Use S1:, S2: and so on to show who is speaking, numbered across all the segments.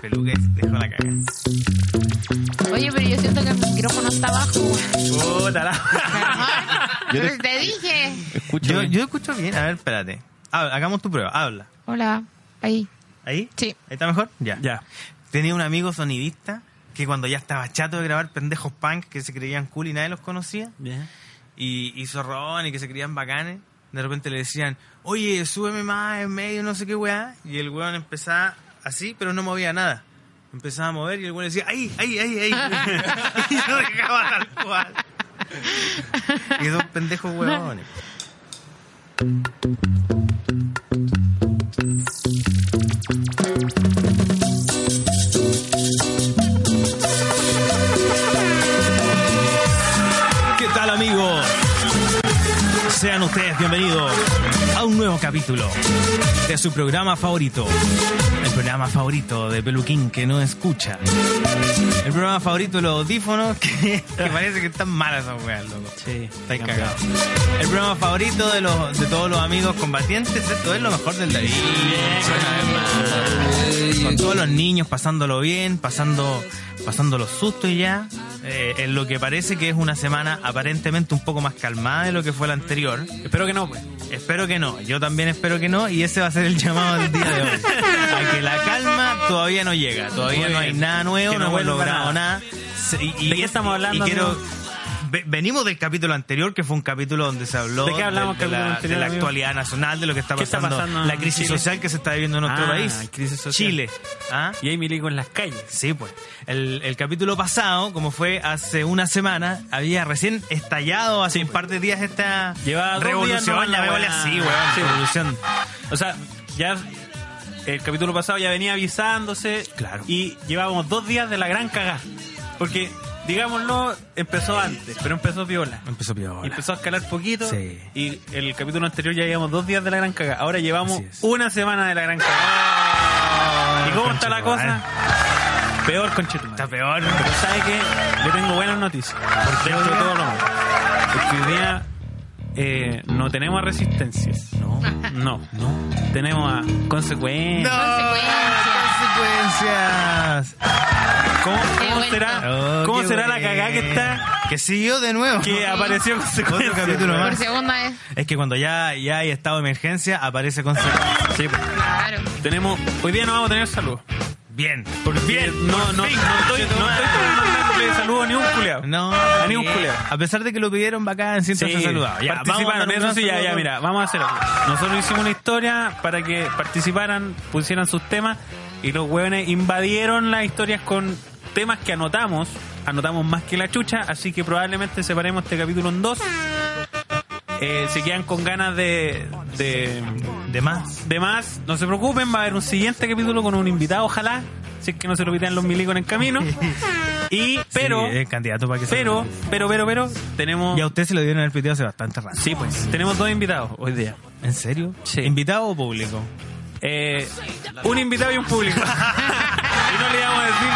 S1: peluca y dejó la cagada.
S2: Oye, pero yo siento que el micrófono está abajo.
S1: Puta
S2: Perdón.
S1: la.
S2: Yo te... dije.
S1: yo,
S3: Escúchame.
S1: yo escucho bien. A ver, espérate. Habla, hagamos tu prueba. Habla.
S2: Hola. Ahí.
S1: ¿Ahí?
S2: Sí.
S1: ¿Ahí está mejor? Ya.
S3: Ya.
S1: Tenía un amigo sonidista que cuando ya estaba chato de grabar pendejos punk que se creían cool y nadie los conocía, y, y zorrón y que se creían bacanes, de repente le decían, oye, súbeme más en medio, no sé qué weá. Y el weón empezaba así, pero no movía nada. Empezaba a mover y el weón decía, ahí, ahí, ahí, ahí. y lo dejaba tal cual. y dos pendejos weones. ¿Qué tal amigos? Sean ustedes bienvenidos a un nuevo capítulo de su programa favorito. El programa favorito de Peluquín que no escucha. El programa favorito de los audífonos que, que parece que están malas esas weas, loco.
S3: Sí.
S1: Estáis cagados. El programa favorito de, los, de todos los amigos combatientes, esto es lo mejor del David. Con todos los niños pasándolo bien, pasando, pasando los sustos y ya. eh, en lo que parece que es una semana aparentemente un poco más calmada de lo que fue la anterior.
S3: Espero que no, pues.
S1: Espero que no, yo también espero que no y ese va a ser el llamado del día de hoy. A que la calma todavía no llega, todavía
S3: Muy
S1: no hay
S3: bien.
S1: nada nuevo,
S3: Que
S1: no
S3: no
S1: hemos
S3: vuelva
S1: logrado nada.
S3: nada.
S1: Se- y- y-
S3: ¿De qué estamos
S1: y-
S3: hablando,
S1: y quiero-
S3: amigo?
S1: ve- venimos del capítulo anterior, que fue un capítulo donde se habló
S3: ¿De qué hablamos,
S1: de, la,
S3: capítulo anterior,
S1: de la
S3: amigo?
S1: actualidad nacional, de lo que está
S3: ¿Qué está
S1: pasando,
S3: pasando
S1: la
S3: en
S1: crisis
S3: Chile?
S1: social que se está viviendo en nuestro
S3: Ah,
S1: país.
S3: crisis social.
S1: Chile. ¿Ah?
S3: Y hay milico en las calles.
S1: Sí, pues. El, el capítulo pasado, como fue hace una semana, había recién estallado hace un par de días esta
S3: Lleva dos días
S1: revolución.
S3: nomás
S1: la
S3: la
S1: veo
S3: weá.
S1: así, weón.
S3: Sí.
S1: Revolución.
S3: O sea, ya el capítulo pasado ya venía avisándose.
S1: Claro.
S3: Y llevábamos dos días de la gran cagada. Porque, digámoslo, empezó antes, pero empezó viola.
S1: Empezó
S3: Y
S1: peor.
S3: empezó a escalar poquito.
S1: Sí.
S3: Y el capítulo anterior ya llevamos dos días de la gran cagada. Ahora llevamos
S1: Así es. Oh,
S3: una semana de la gran cagada. ¿Y cómo está la
S1: conchetumare.
S3: cosa? Peor con Chetumal.
S1: Está peor.
S3: Pero sabe que yo tengo buenas noticias. Por dentro de todo lo malo. Porque hoy día eh, no tenemos resistencias. No. No. No. Tenemos a consecuencias.
S1: Consecuencias.
S3: ¿Cómo,
S2: Qué
S3: cómo
S2: bueno.
S3: será,
S1: Oh,
S3: cómo
S1: qué
S3: será la
S1: bueno.
S3: cagada que está?
S1: Que siguió de nuevo.
S3: Que apareció consecuencias.
S1: capítulo
S3: Ah.
S2: Por
S1: más.
S2: segunda vez.
S1: Es que cuando ya, ya hay estado de emergencia, aparece consecuencias.
S3: Sí, pues.
S2: Claro.
S3: Tenemos, hoy día no vamos a tener salud.
S1: Bien.
S3: Porque no, no, no estoy, no estoy mandándole saludos a ni un culiao.
S1: No,
S3: a ni un
S1: bien.
S3: culiao.
S1: a pesar de que lo pidieron bacán, siento
S3: Sí,
S1: se saludado. Ya, vamos a
S3: participaron,
S1: mandar un
S3: eso sí, ya,
S1: saludo.
S3: ya, mira, vamos a hacer algo. Nosotros hicimos una historia para que participaran, pusieran sus temas y los hueones invadieron las historias con temas que anotamos, anotamos más que la chucha, así que probablemente separemos este capítulo en dos. Eh, si quedan con ganas de, de,
S1: De más.
S3: de más, no se preocupen, va a haber un siguiente capítulo con un invitado, ojalá. Si es que no se lo pitan los milicos en el camino. Y, pero,
S1: Sí, el candidato para que se-
S3: pero, pero, pero, pero, tenemos.
S1: Y a usted se lo dieron el piteado hace bastante rato.
S3: Sí, pues, tenemos dos invitados hoy día.
S1: ¿En serio?
S3: Sí.
S1: ¿Invitado o público?
S3: Eh, un invitado y un público. y no le vamos a decir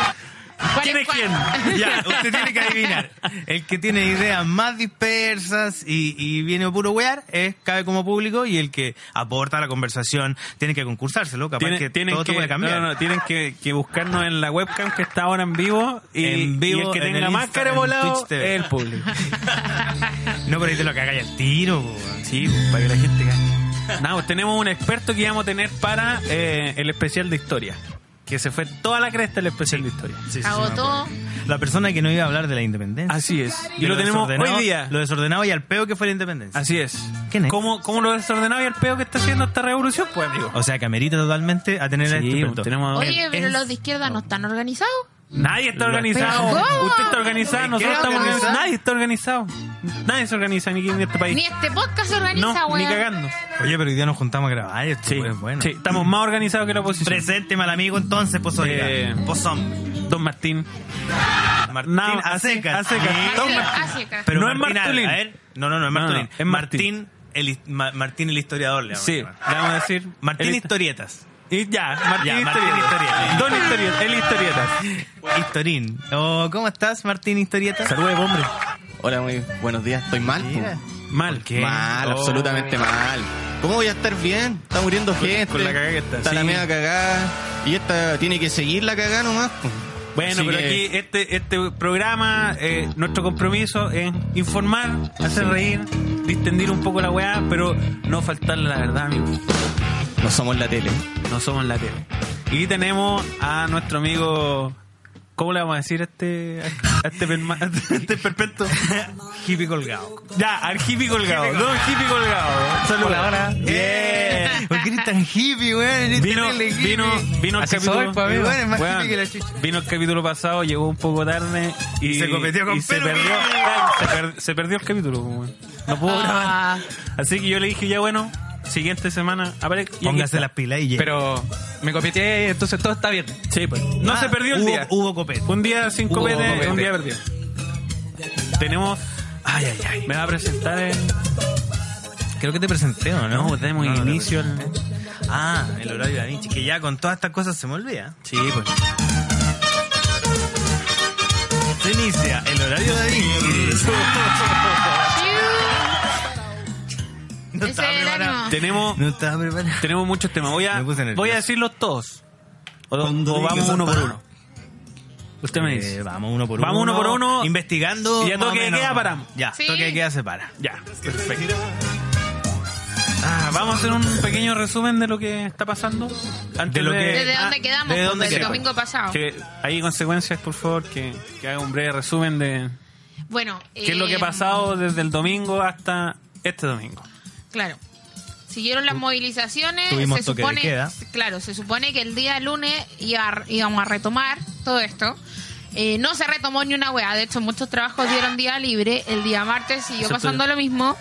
S3: quién es
S2: cuál?
S3: quién.
S1: Ya, usted tiene que adivinar. El que tiene ideas más dispersas y, y viene a puro wear es cabe como público y el que aporta a la conversación tiene que concursárselo. Capaz
S3: Tienen,
S1: que
S3: tienen
S1: todo
S3: que,
S1: esto puede cambiar.
S3: no, no, tienen que, que buscarnos en la webcam que está ahora en vivo y,
S1: En vivo,
S3: y el que
S1: en
S3: tenga
S1: el
S3: más
S1: Insta,
S3: cara
S1: en
S3: volado
S1: Twitch
S3: es
S1: TV.
S3: el público.
S1: No, pero ahí te lo caga el tiro. po.
S3: Sí, pues, para que la gente gane. No, pues, tenemos un experto que íbamos a tener para eh, el especial de historia. Que se fue toda la cresta el especial de historia.
S1: Sí, sí, sí, me
S2: Agotó.
S1: acuerdo. La persona que no iba a hablar de la independencia.
S3: Así es. Y
S1: De
S3: lo, tenemos
S1: desordenado-
S3: hoy día.
S1: Lo desordenado y al peo que fue la independencia.
S3: Así es.
S1: ¿Quién es?
S3: ¿Cómo, cómo lo desordenado y el peo que está haciendo esta revolución, pues, amigo?
S1: O sea, que amerita totalmente a tener a este
S3: Sí, pues,
S1: experto.
S3: tenemos a-
S2: Oye, pero
S1: es-
S2: los de izquierda no están organizados.
S3: Nadie está organizado.
S2: Pero, ¿cómo?
S3: Usted está organizado, nosotros
S1: ¿Quién
S3: estamos
S1: organiza?
S3: organizados. Nadie está organizado. Nadie se organiza ni aquí en este país.
S2: Ni este podcast se organiza,
S3: no, ni
S2: weón.
S3: cagando.
S1: Oye, pero hoy día nos juntamos a grabar. Esto
S3: Sí,
S1: es bueno.
S3: sí, estamos más organizados que la oposición.
S1: Presente, mal amigo, entonces, posolidad.
S3: Eh,
S1: Pozón.
S3: Don Martín.
S1: Martín
S3: No,
S1: a secas.
S3: a secas.
S1: Sí.
S3: Don Martín.
S2: Así acá.
S1: Pero
S3: No es
S1: Martín,
S3: Martulín.
S1: A ver, no, no, no es
S3: No, no,
S1: Martulín.
S3: es Martín.
S1: Martín, el, his- Ma- Martín el historiador, le vamos a
S3: Sí, le
S1: llamar.
S3: vamos a decir.
S1: Martín
S3: el-
S1: Historietas.
S3: Y ya, Martín
S1: Ya, Martín
S3: Historietas.
S1: Historietas.
S3: Don Historietas, el Historietas.
S1: Historin. Oh, ¿Cómo estás, Martín Historietas?
S3: Saludos, hombre.
S4: Hola, muy buenos días. Estoy mal, po.
S1: Mira.
S3: Mal.
S1: qué?
S4: mal,
S1: Oh.
S4: absolutamente mal. ¿Cómo voy a estar bien? Está muriendo gente.
S3: con la cagada que está.
S4: Está la
S3: Sí.
S4: media cagada. Y esta tiene que seguir la cagada nomás. pues.
S3: Bueno,
S4: Así
S3: pero
S4: que-
S3: aquí este, este programa, eh, nuestro compromiso es informar, hacer reír, distendir un poco la weá, pero no faltarle la verdad, amigos.
S4: No somos la tele.
S3: No somos la tele. Y tenemos a nuestro amigo. ¿Cómo le vamos a decir a este, a este, perma- a este perpetuo?
S1: Hippie colgado.
S3: Ya, al hippie colgado. Don hippie colgado. Saludos.
S5: Hola, hola.
S3: Bien.
S1: ¿Por qué eres tan hippie, weón? Eres
S3: Eh. Vino,
S1: terrible hippie.
S3: vino, vino el
S5: Así
S3: capítulo.
S5: soy, pa' mí,
S3: Weón,
S1: weón, es pues, más
S3: weón,
S1: hippie que la chucha.
S3: Vino el capítulo pasado, llegó un poco tarde y,
S1: Y se copeteó con
S3: y se
S1: pelo,
S3: perdió,
S1: weón.
S3: se, per- se perdió el capítulo. pues, weón. No pudo
S2: Ah.
S3: grabar. Así que yo le dije, ya bueno, siguiente semana aparezco. Y aquí
S1: Póngase
S3: está.
S1: las pilas y llega.
S5: Pero me copeteé, entonces todo está bien.
S3: Sí, pues. No
S1: Ah,
S3: se perdió el
S1: hubo-
S3: día.
S1: Hubo copete.
S3: Un día sin
S5: Hubo
S3: copete,
S5: copete.
S3: un día perdido. Tenemos.
S1: Ay, ay, ay.
S3: Me va a presentar eh. el.
S1: Creo que te presenté, ¿o no?
S3: No, tenemos
S1: No, no te
S3: inicio. al-
S1: Ah, el horario de Da Vinci, que ya con todas estas cosas se me olvida.
S3: Sí, pues.
S1: Se inicia el horario de Da Vinci. No
S2: Ese
S1: estaba
S2: era el
S1: preparado.
S2: ánimo.
S3: Tenemos,
S1: No estaba preparado.
S3: tenemos muchos temas. Voy a,
S1: Me puse nervioso.
S3: voy a decirlos todos. O,
S1: Cuando
S3: o vamos
S1: digas
S3: uno por
S1: papá.
S3: uno. Usted me dice.
S1: Eh, vamos uno por uno.
S3: Vamos uno por uno.
S1: Investigando.
S3: Y ya
S1: más
S3: toque
S1: o
S3: de
S1: menos.
S3: queda paramos.
S1: Ya,
S2: Sí.
S1: toque de queda se para.
S3: Ya, perfecto. Ah, vamos a hacer un pequeño resumen de lo que está pasando. Antes
S1: De lo que-
S2: ¿Desde
S3: ah,
S2: dónde quedamos?
S1: ¿de dónde
S2: Del
S1: quedamos?
S2: domingo pasado.
S3: que hay consecuencias, por favor, que, que haga un breve resumen de
S2: Bueno.
S3: qué es lo que ha
S2: eh,
S3: pasado desde el domingo hasta este domingo.
S2: Claro. Siguieron las movilizaciones.
S1: tuvimos
S2: se
S1: toque de
S2: supone,
S1: queda.
S2: Claro, se supone que el día lunes iba a- íbamos a retomar todo esto. Eh, no se retomó ni una weá. De hecho, muchos trabajos dieron día libre. El día martes siguió
S3: Excepto
S2: pasando lo mismo.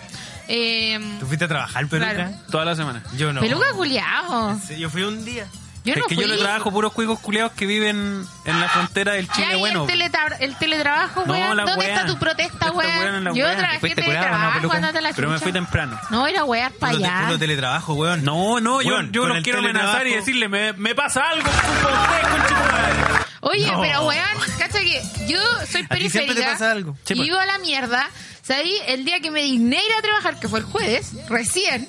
S2: Eh,
S1: ¿Tú fuiste a trabajar, peluca?
S2: Claro.
S3: Toda la semana.
S1: Yo no.
S2: Peluca culiao.
S1: Sí, Yo fui un día.
S2: Yo
S3: es
S2: no
S3: que
S2: fui.
S3: yo le trabajo puros cuicos culeados que viven en la frontera del Chile
S2: Ya, y
S3: bueno.
S2: el, teletra- el teletrabajo,
S3: No,
S2: weón.
S3: la
S2: ¿Dónde
S3: weá.
S2: está tu protesta,
S3: Esta weá en la
S2: weón? Yo
S3: weá.
S2: trabajé
S5: ¿Fuiste curado o no,
S2: teletrabajo,
S5: peluca?
S2: andate a la
S3: Pero me fui
S2: chucha.
S3: temprano.
S2: No, era weas para
S1: Puro, te-
S2: allá.
S1: puro teletrabajo, weón.
S3: No, no, yo,
S1: Weón,
S3: yo
S1: con
S3: los
S1: el
S3: quiero amenazar y
S1: teletrabajo-
S3: decirle, me, me pasa algo con ustedes, conchetumadre.
S2: Oye,
S1: No.
S2: pero weón, cacha que yo soy
S1: A ti
S2: periférica.
S1: siempre te pasa algo.
S3: Sí,
S2: Y
S3: pues.
S2: vivo a la mierda. Sabí, el día que me digné ir a trabajar, que fue el jueves, recién,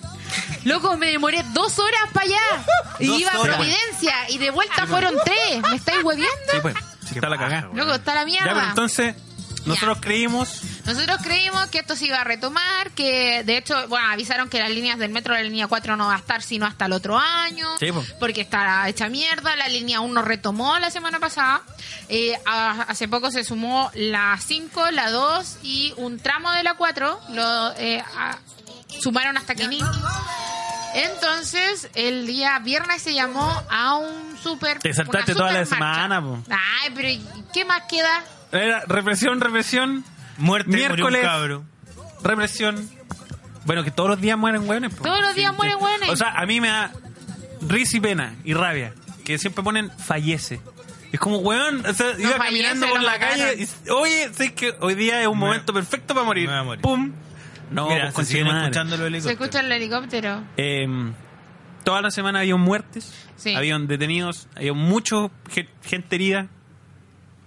S2: loco, me demoré dos horas para allá.
S1: Dos
S2: Y iba
S1: horas. Ah,
S2: a Providencia y de vuelta fueron tres. ¿Me estáis hueviando?
S3: Sí, pues,
S1: Qué
S3: está la
S1: paja,
S3: cagada.
S1: weón.
S2: Loco, está la
S3: Ya,
S2: mierda.
S3: pero entonces, nosotros creímos
S2: Nosotros creímos que esto se iba a retomar, que de hecho, bueno, avisaron que las líneas del metro, la línea 4 no va a estar sino hasta el otro año,
S3: Sí, po.
S2: porque está hecha mierda, la línea 1 retomó la semana pasada, Eh, a- hace poco se sumó la 5, la 2 y un tramo de la 4, lo eh, a- sumaron hasta Quenin. Entonces, el día viernes se llamó a un super...
S3: Te saltaste
S2: una
S3: toda la
S2: supermarcha.
S3: semana, po.
S2: Ay, pero ¿y ¿qué más queda?
S3: Era represión, represión,
S1: Muerte,
S3: Miércoles.
S1: murió un cabro.
S3: represión. Bueno, que todos los días mueren hueones. po.
S2: Todos los días mueren hueones.
S3: O sea, a mí me da risa y pena y rabia que siempre ponen fallece. Es como, hueón, o sea, iba
S2: fallece,
S3: caminando por
S2: lo
S3: la
S2: mataron.
S3: calle y, oye, sé que hoy día es un
S1: Me-
S3: momento perfecto para morir.
S1: me voy a morir.
S3: ¡Pum! No,
S1: Mira,
S3: pues,
S1: se siguen
S3: conchetumare.
S1: escuchando los
S2: Se
S1: helicópteros.
S2: escucha el helicóptero.
S3: Eh, toda la semana había muertes,
S2: Sí.
S3: había detenidos, había mucha gente herida.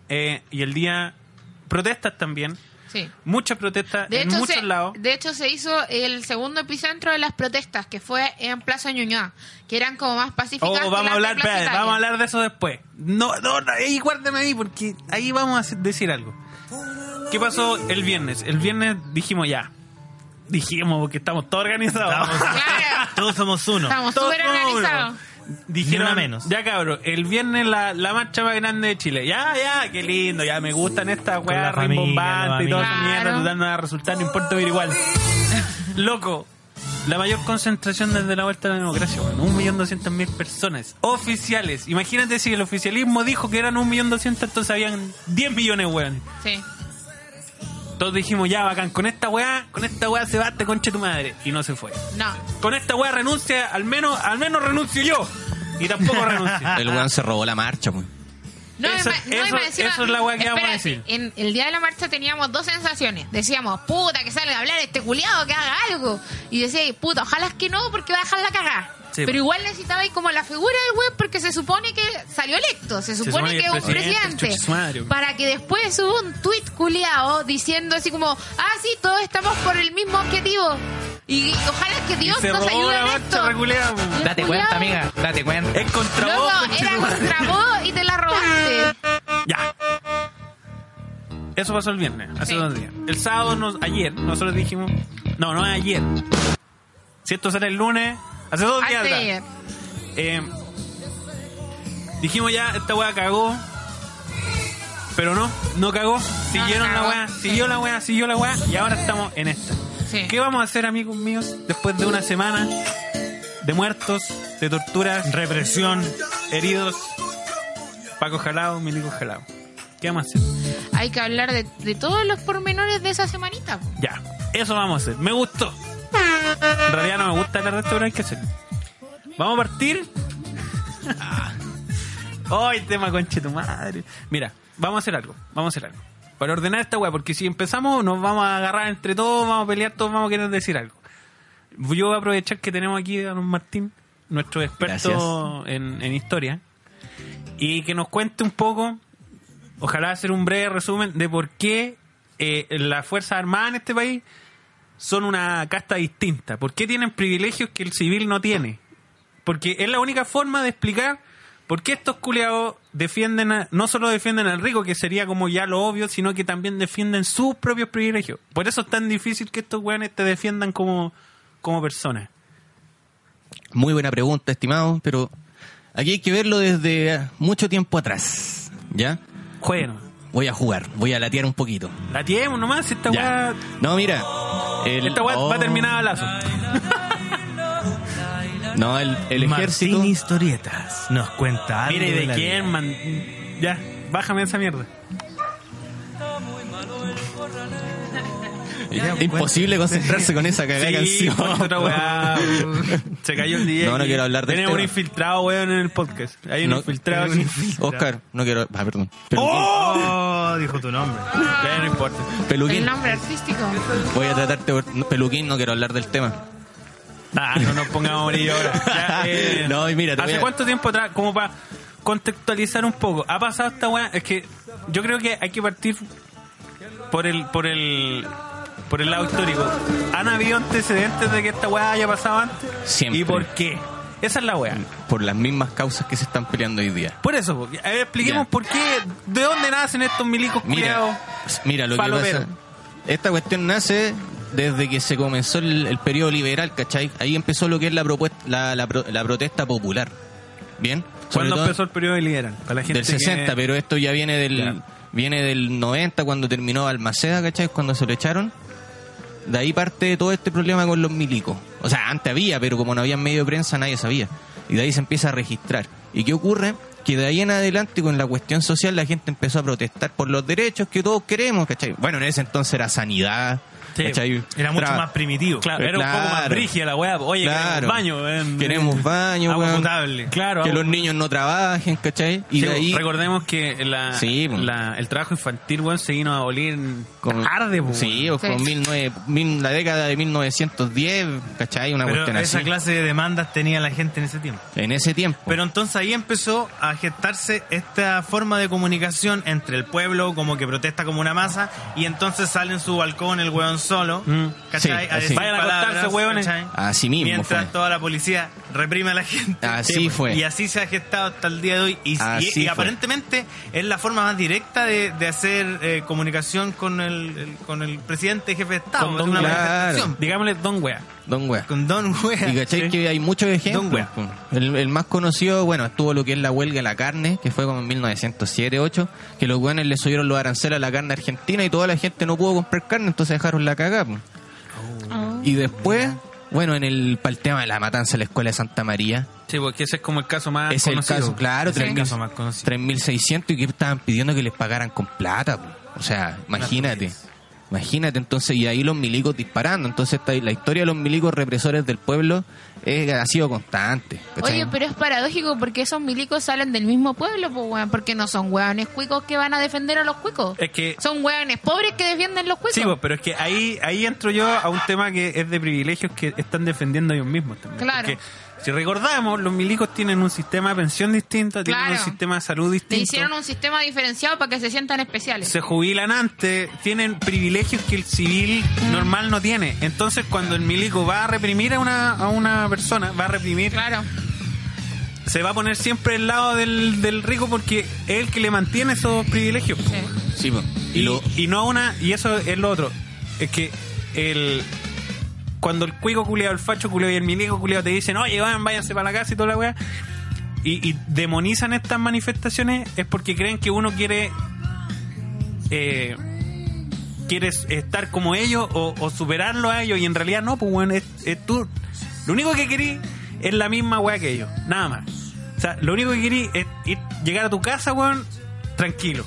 S3: Eh, y el día protestas también.
S2: Sí.
S3: Muchas protestas
S2: De
S3: en
S2: hecho,
S3: muchos
S2: se,
S3: lados.
S2: de hecho, se hizo el segundo epicentro de las protestas, que fue en Plaza Ñuñoa, que eran como más pacíficas.
S3: Oh,
S2: que
S3: vamos
S2: las
S3: a
S2: de
S3: hablar,
S2: Plaza
S3: espérate,
S2: Italia.
S3: vamos a hablar de eso después. No, no, no, ahí guárdame ahí porque ahí vamos a hacer- decir algo. ¿Qué pasó el viernes? El viernes dijimos ya. Dijimos porque estamos todos organizados.
S1: Estamos-
S2: Claro,
S1: Ah, Todos somos uno.
S2: estamos
S3: Todos
S2: súper
S3: somos uno.
S2: organizados.
S3: Dijeron,
S1: Ni una menos.
S3: ya cabrón, el viernes la, la marcha más grande de Chile. Ya, ya, qué lindo, ya me gustan estas
S1: la
S3: weas
S1: familia,
S3: rimbombantes y
S1: los
S3: toda esa
S2: amigos.
S3: mierda,
S2: Claro.
S3: tratando de resultar, no importa ver igual. Loco, la mayor concentración desde la vuelta a la democracia, weón. Un millón doscientas mil personas oficiales. Imagínate si el oficialismo dijo que eran un millón doscientas, entonces habían 10 millones, weón.
S2: Sí.
S3: Todos dijimos, ya, bacán, con esta weá, con esta weá se bate, concha tu madre. Y no se fue
S2: No.
S3: con esta weá renuncia, al menos, al menos renuncio yo. Y tampoco renuncio.
S4: El weón se robó la marcha, pues.
S2: No,
S3: Eso-
S2: y ma- no, y
S3: eso-
S2: más encima-
S3: eso es la weá que vamos a
S2: espérate,
S3: decir.
S2: En el día de la marcha teníamos dos sensaciones. Decíamos, puta, que salga a hablar este culiado, que haga algo. Y decía, puta, ojalá es que no, porque va a dejar la cagada.
S3: Sí,
S2: Pero
S3: po.
S2: igual necesitabais como la figura del web porque se supone que salió electo, se supone, que es un presidente.
S3: chucha su madre.
S2: para que después suba un tuit culiado diciendo así como, ah, sí, todos estamos por el mismo objetivo. Y ojalá que Dios
S3: se
S2: nos
S3: robó
S2: ayude
S3: la
S2: en
S3: marcha,
S2: esto.
S3: reculea, po.
S2: Dios
S5: Date
S2: culiao.
S5: cuenta, amiga. Date cuenta.
S3: Es contra
S2: Loco,
S3: vos,
S2: era
S3: conchetumare.
S2: contra vos y te la robaste.
S3: Ya. Eso pasó el viernes, hace
S2: Sí.
S3: dos días. El sábado, nos- ayer, nosotros dijimos. No, no es ayer. Si esto será el lunes, hace dos días. atrás.
S2: Ayer.
S3: Eh, dijimos ya, esta weá cagó. Pero no, no cagó. Siguieron
S2: no
S3: la
S2: cagó,
S3: weá,
S2: sí.
S3: siguió la weá, siguió la weá. Y ahora estamos en esta.
S2: Sí.
S3: ¿Qué vamos a hacer, amigos míos, después de una semana de muertos, de torturas, represión, heridos? Paco Jalao, Milico Jalao. ¿Qué vamos a hacer?
S2: Hay que hablar de, de todos los pormenores de esa semanita. po.
S3: Ya, eso vamos a hacer. Me gustó. En realidad no me gusta hablar de esto, pero hay que hacerlo. Vamos a partir. Hoy tema conche tu madre. Mira, vamos a hacer algo. Vamos a hacer algo. Para ordenar esta weá, porque si empezamos nos vamos a agarrar entre todos, vamos a pelear todos, vamos a querer decir algo. Yo voy a aprovechar que tenemos aquí a don Martín, nuestro experto en, en historia, y que nos cuente un poco, ojalá hacer un breve resumen de por qué eh, las Fuerzas Armadas en este país son una casta distinta. ¿Por qué tienen privilegios que el civil no tiene? Porque es la única forma de explicar por qué estos culeados defienden, a- no solo defienden al rico, que sería como ya lo obvio, sino que también defienden sus propios privilegios. Por eso es tan difícil que estos weones te defiendan como, como personas.
S4: Muy buena pregunta, estimado, pero aquí hay que verlo desde eh, mucho tiempo atrás. ¿Ya?
S3: Jueguen.
S4: Voy a jugar, voy a latear un poquito.
S3: La tiemos nomás, esta
S4: Ya.
S3: weá.
S4: No, mira. el-
S3: Esta weá va
S4: oh,
S3: a terminar a lazo.
S4: No, el, el ejército.
S1: Martín Historietas nos cuenta algo
S3: Mire,
S1: la
S3: ¿de
S1: vida.
S3: quién, man? Ya, bájame esa mierda.
S4: Imposible concentrarse con esa cagada de
S3: Sí,
S4: canción.
S3: otra weá. Se cayó el DJ.
S4: No, no quiero hablar de
S3: Tenemos
S4: este
S3: un
S4: tema.
S3: infiltrado, weón, en el podcast. Hay un
S4: No,
S3: infiltrado
S1: hay un
S3: aquí.
S1: infiltrado.
S4: Oscar, no quiero. Ah, perdón. Peluquín.
S1: ¡Oh! Dijo tu nombre.
S3: Ya no importa.
S4: Peluquín.
S2: El nombre artístico.
S4: Voy a tratarte. por- no, Peluquín, no quiero hablar del tema.
S3: Nah, Ah, no nos pongamos a morir ahora. Ya, eh,
S4: No, y mira, te voy
S3: ¿Hace
S4: a-
S3: cuánto tiempo atrás? Como para contextualizar un poco. ¿Ha pasado esta weá? Es que yo creo que hay que partir por el, por el, por el lado histórico. ¿Han habido antecedentes de que esta weá haya pasado antes?
S4: Siempre.
S3: ¿Y por qué? Esa es la weá.
S4: Por las mismas causas que se están peleando hoy día.
S3: Por eso, porque- a ver, expliquemos
S4: Ya.
S3: por qué, de dónde nacen estos milicos culiados.
S4: Mira, mira lo que
S3: Falopero.
S4: pasa. Esta cuestión nace desde que se comenzó el, el periodo liberal, ¿cachai? Ahí empezó lo que es la, propuesta, la, la pro- la protesta popular. ¿Bien? Sobre
S3: ¿Cuándo
S4: todo
S3: empezó el periodo de liberal? Para la gente
S4: Del 60,
S3: que-
S4: pero esto ya viene del
S3: Claro.
S4: viene del 90, cuando terminó Almaceda, ¿cachai? Cuando se lo echaron. De ahí parte todo este problema con los milicos. O sea, antes había, pero como no había medio de prensa, nadie sabía. Y de ahí se empieza a registrar. ¿Y qué ocurre? Que de ahí en adelante, con la cuestión social, la gente empezó a protestar por los derechos que todos queremos, ¿cachai? Bueno, en ese entonces era sanidad,
S3: Sí,
S4: ¿cachai?
S1: Era mucho
S4: Traba-
S1: más primitivo.
S3: Claro, era un
S4: Claro.
S3: poco más brígida la weá. Oye,
S4: Claro.
S3: queremos baño. en-
S4: Queremos baño,
S3: agua
S4: weón.
S3: potable. Claro.
S4: Que
S3: agua-
S4: los niños no trabajen, ¿cachai? Y
S3: Sí, pues,
S4: de ahí...
S3: Recordemos que la,
S4: Sí, po.
S3: la- el trabajo infantil, weón, se vino a abolir
S4: Con-
S3: tarde, po,
S4: Sí,
S3: weón.
S4: o con
S2: Sí.
S4: 19 mil- la década de 1910, ¿cachai? Una
S1: Pero
S4: cuestión
S1: esa
S4: así.
S1: clase de demandas tenía la gente en ese tiempo.
S4: En ese tiempo.
S1: Pero entonces ahí empezó a gestarse esta forma de comunicación entre el pueblo, como que protesta como una masa, y entonces sale en su balcón el hueón solo,
S3: Mm.
S1: ¿cachai?
S4: Sí,
S1: a
S4: así.
S1: decir
S3: Vayan a
S1: palabras,
S3: acostarse, Ah, hueones.
S1: ¿cachai?
S4: así mismo
S1: Mientras
S4: fue.
S1: toda la policía reprime a la gente.
S4: Así
S1: Sí,
S4: fue.
S1: Y así se ha gestado hasta el día de hoy. Y, y-
S4: Así
S1: y
S4: fue.
S1: aparentemente es la forma más directa de, de hacer eh, comunicación con el, el- con el presidente jefe de Estado.
S3: Con
S1: es
S3: Don
S1: una
S4: Claro.
S1: manifestación.
S3: Digámosle, don weá.
S4: Don Wea.
S1: Con Don Wea.
S4: Y cachai
S3: Sí.
S4: que hay muchos
S1: Don
S4: ejemplos. pues.
S1: Wea.
S4: El, el más conocido, bueno, estuvo lo que es la huelga de la carne, que fue como en 1907-8, que los guanes le subieron los aranceles a la carne argentina y toda la gente no pudo comprar carne, entonces dejaron la cagada. po.
S2: Oh.
S4: Y después, bueno, en el, para el tema de la matanza en la escuela de Santa María,
S3: Sí, porque ese es como el caso más
S4: es el
S3: conocido.
S4: caso,
S1: Ah,
S4: claro,
S1: Es el
S4: 3.000,
S1: caso más conocido.
S4: 3.600 y que estaban pidiendo que les pagaran con plata. po. O sea, imagínate.
S1: estupidez.
S4: Imagínate, entonces, y ahí los milicos disparando. Entonces, esta- la historia de los milicos represores del pueblo eh, ha sido constante. ¿cachai?
S2: Oye, pero es paradójico porque esos milicos salen del mismo pueblo, pues, weón, porque no son hueones cuicos que van a defender a los cuicos.
S3: Es que
S2: Son hueones pobres que defienden los cuicos.
S3: Sí, pues, pero es que ahí, ahí entro yo a un tema que es de privilegios que están defendiendo ellos mismos también.
S2: Claro.
S3: Porque Si recordamos, los milicos tienen un sistema de pensión distinto, tienen
S2: Claro.
S3: un sistema de salud distinto.
S2: Le hicieron un sistema diferenciado para que se sientan especiales.
S3: se jubilan antes, tienen privilegios que el civil normal no tiene. Entonces, cuando el milico va a reprimir a una, a una persona, va a reprimir,
S2: Claro.
S3: se va a poner siempre al lado del, del rico porque es el que le mantiene esos privilegios. po.
S2: Sí.
S4: Sí, po.
S3: Y, y no a una, y eso es lo otro. Es que el cuando el cuico culeado, el facho culeado y el milico culeado te dicen, oye, vayan, váyanse para la casa y toda la weá, y, y demonizan estas manifestaciones, es porque creen que uno quiere. Eh, quiere estar como ellos o, o superarlo a ellos, y en realidad no, pues bueno, es, es tú. Lo único que querí es la misma weá que ellos, nada más. O sea, lo único que querí es ir- llegar a tu casa, weón, tranquilo.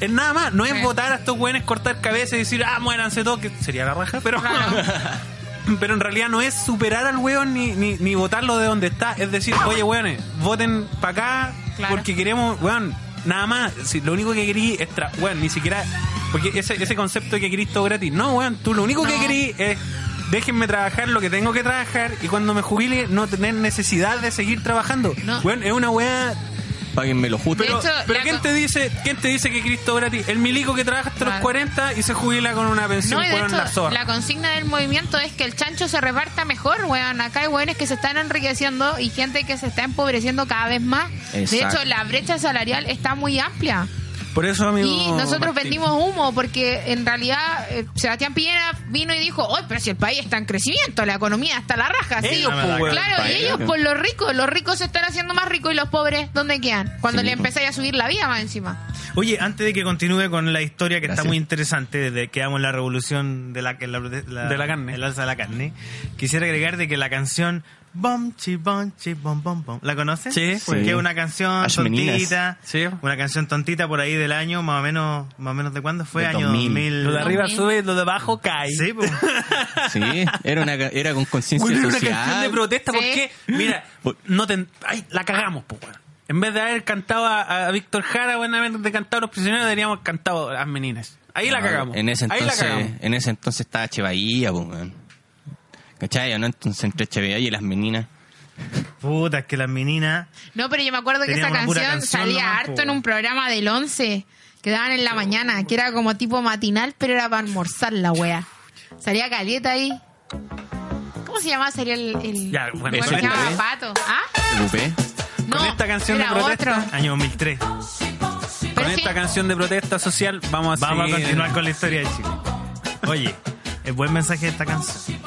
S3: Es nada más, no es
S2: Sí.
S3: votar a estos weones, cortar cabezas y decir, ah, muéranse todos, que sería la raja, pero. Pero en realidad no es superar al weón ni, ni, ni votarlo de donde está. Es decir, oye, weones, voten para acá
S2: Claro.
S3: porque queremos, weón, nada más. Si, lo único que querí es, tra- weón, ni siquiera. Porque ese, ese concepto de que querís todo gratis. No, weón, tú lo único que
S2: No.
S3: querís es déjenme trabajar lo que tengo que trabajar y cuando me jubile no tener necesidad de seguir trabajando.
S2: No.
S3: Weón, es una weá.
S4: Páguenme lo justo.
S3: Pero,
S2: hecho,
S3: pero
S2: la
S3: ¿quién,
S2: co-
S3: te dice, ¿quién te dice que Cristo gratis? El milico que trabaja hasta los
S2: Claro.
S3: 40 y se jubila con una pensión,
S2: No, y de
S3: weón,
S2: hecho,
S3: la zorra.
S2: la consigna del movimiento es que el chancho se reparta mejor, weón. Acá hay weones que se están enriqueciendo y gente que se está empobreciendo cada vez más. De
S4: Exacto.
S2: hecho, la brecha salarial está muy amplia.
S3: Por eso, amigo.
S2: Y nosotros
S3: Martín.
S2: vendimos humo porque en realidad eh, Sebastián Piñera vino y dijo, hoy pero si el país está en crecimiento, la economía está a la raja, sí".
S3: Ellos, pues, weón.
S2: Claro, y
S4: país,
S2: ellos
S4: ¿no?
S2: por los ricos, los ricos se están haciendo más ricos y los pobres, ¿dónde quedan? Cuando
S4: Sí,
S2: le
S4: po.
S2: empezáis a subir la vida más encima.
S1: Oye, antes de que continúe con la historia que
S4: Gracias.
S1: está muy interesante desde que damos la revolución de la, la- la-
S3: De la carne.
S1: el alza de la carne, quisiera agregar de que la canción Bom chi bom chi bom bom bom, ¿la conoces?
S3: Sí.
S1: Pues,
S4: Sí.
S1: que es una canción
S4: Las meninas.
S1: tontita,
S3: Sí.
S1: una canción tontita por ahí del año, más o menos, más o menos de cuándo fue,
S4: De
S1: año
S4: 2000.
S1: 2000.
S3: Lo de arriba
S2: Ok.
S3: sube, lo de abajo cae.
S1: Sí, pues.
S4: Sí, era, una, ca- era con conciencia
S3: Bueno, era una canción de
S4: social.
S3: protesta, ¿por
S2: Sí.
S3: qué? Mira, no te, ay, la cagamos, po, weón. En vez de haber cantado a, a Víctor Jara, bueno, haber de cantado a los prisioneros, deberíamos haber cantado a las meninas. Ahí la
S4: No,
S3: cagamos.
S4: Ah, En ese entonces,
S3: Ahí la cagamos.
S4: en ese entonces estaba Che Bahía, po, weón. ¿Cachai? o ¿no? Entonces entre Che Bahía y las meninas.
S1: Puta, es que las meninas.
S2: No, pero yo me acuerdo que
S1: Tenía
S2: esa
S1: una
S2: canción,
S1: pura canción
S2: salía
S1: nomás,
S2: harto
S1: po.
S2: en un programa del 11 que daban en la mañana, que era como tipo matinal, pero era para almorzar la wea. Salía calieta ahí. ¿Cómo se llamaba? Sería el... el
S3: Ya, bueno,
S2: bueno,
S4: eso
S2: se
S4: es
S2: llamaba
S4: un-
S2: Pato. ¿Ah?
S4: Ocupé.
S2: No,
S3: Con esta canción de
S2: era
S3: protesta,
S2: otro.
S1: Año 2003.
S2: Pero
S3: Con
S2: sí,
S3: esta canción de protesta social vamos a
S1: Vamos
S3: seguir.
S1: a continuar con la historia de Chile. Oye, el buen mensaje de esta canción.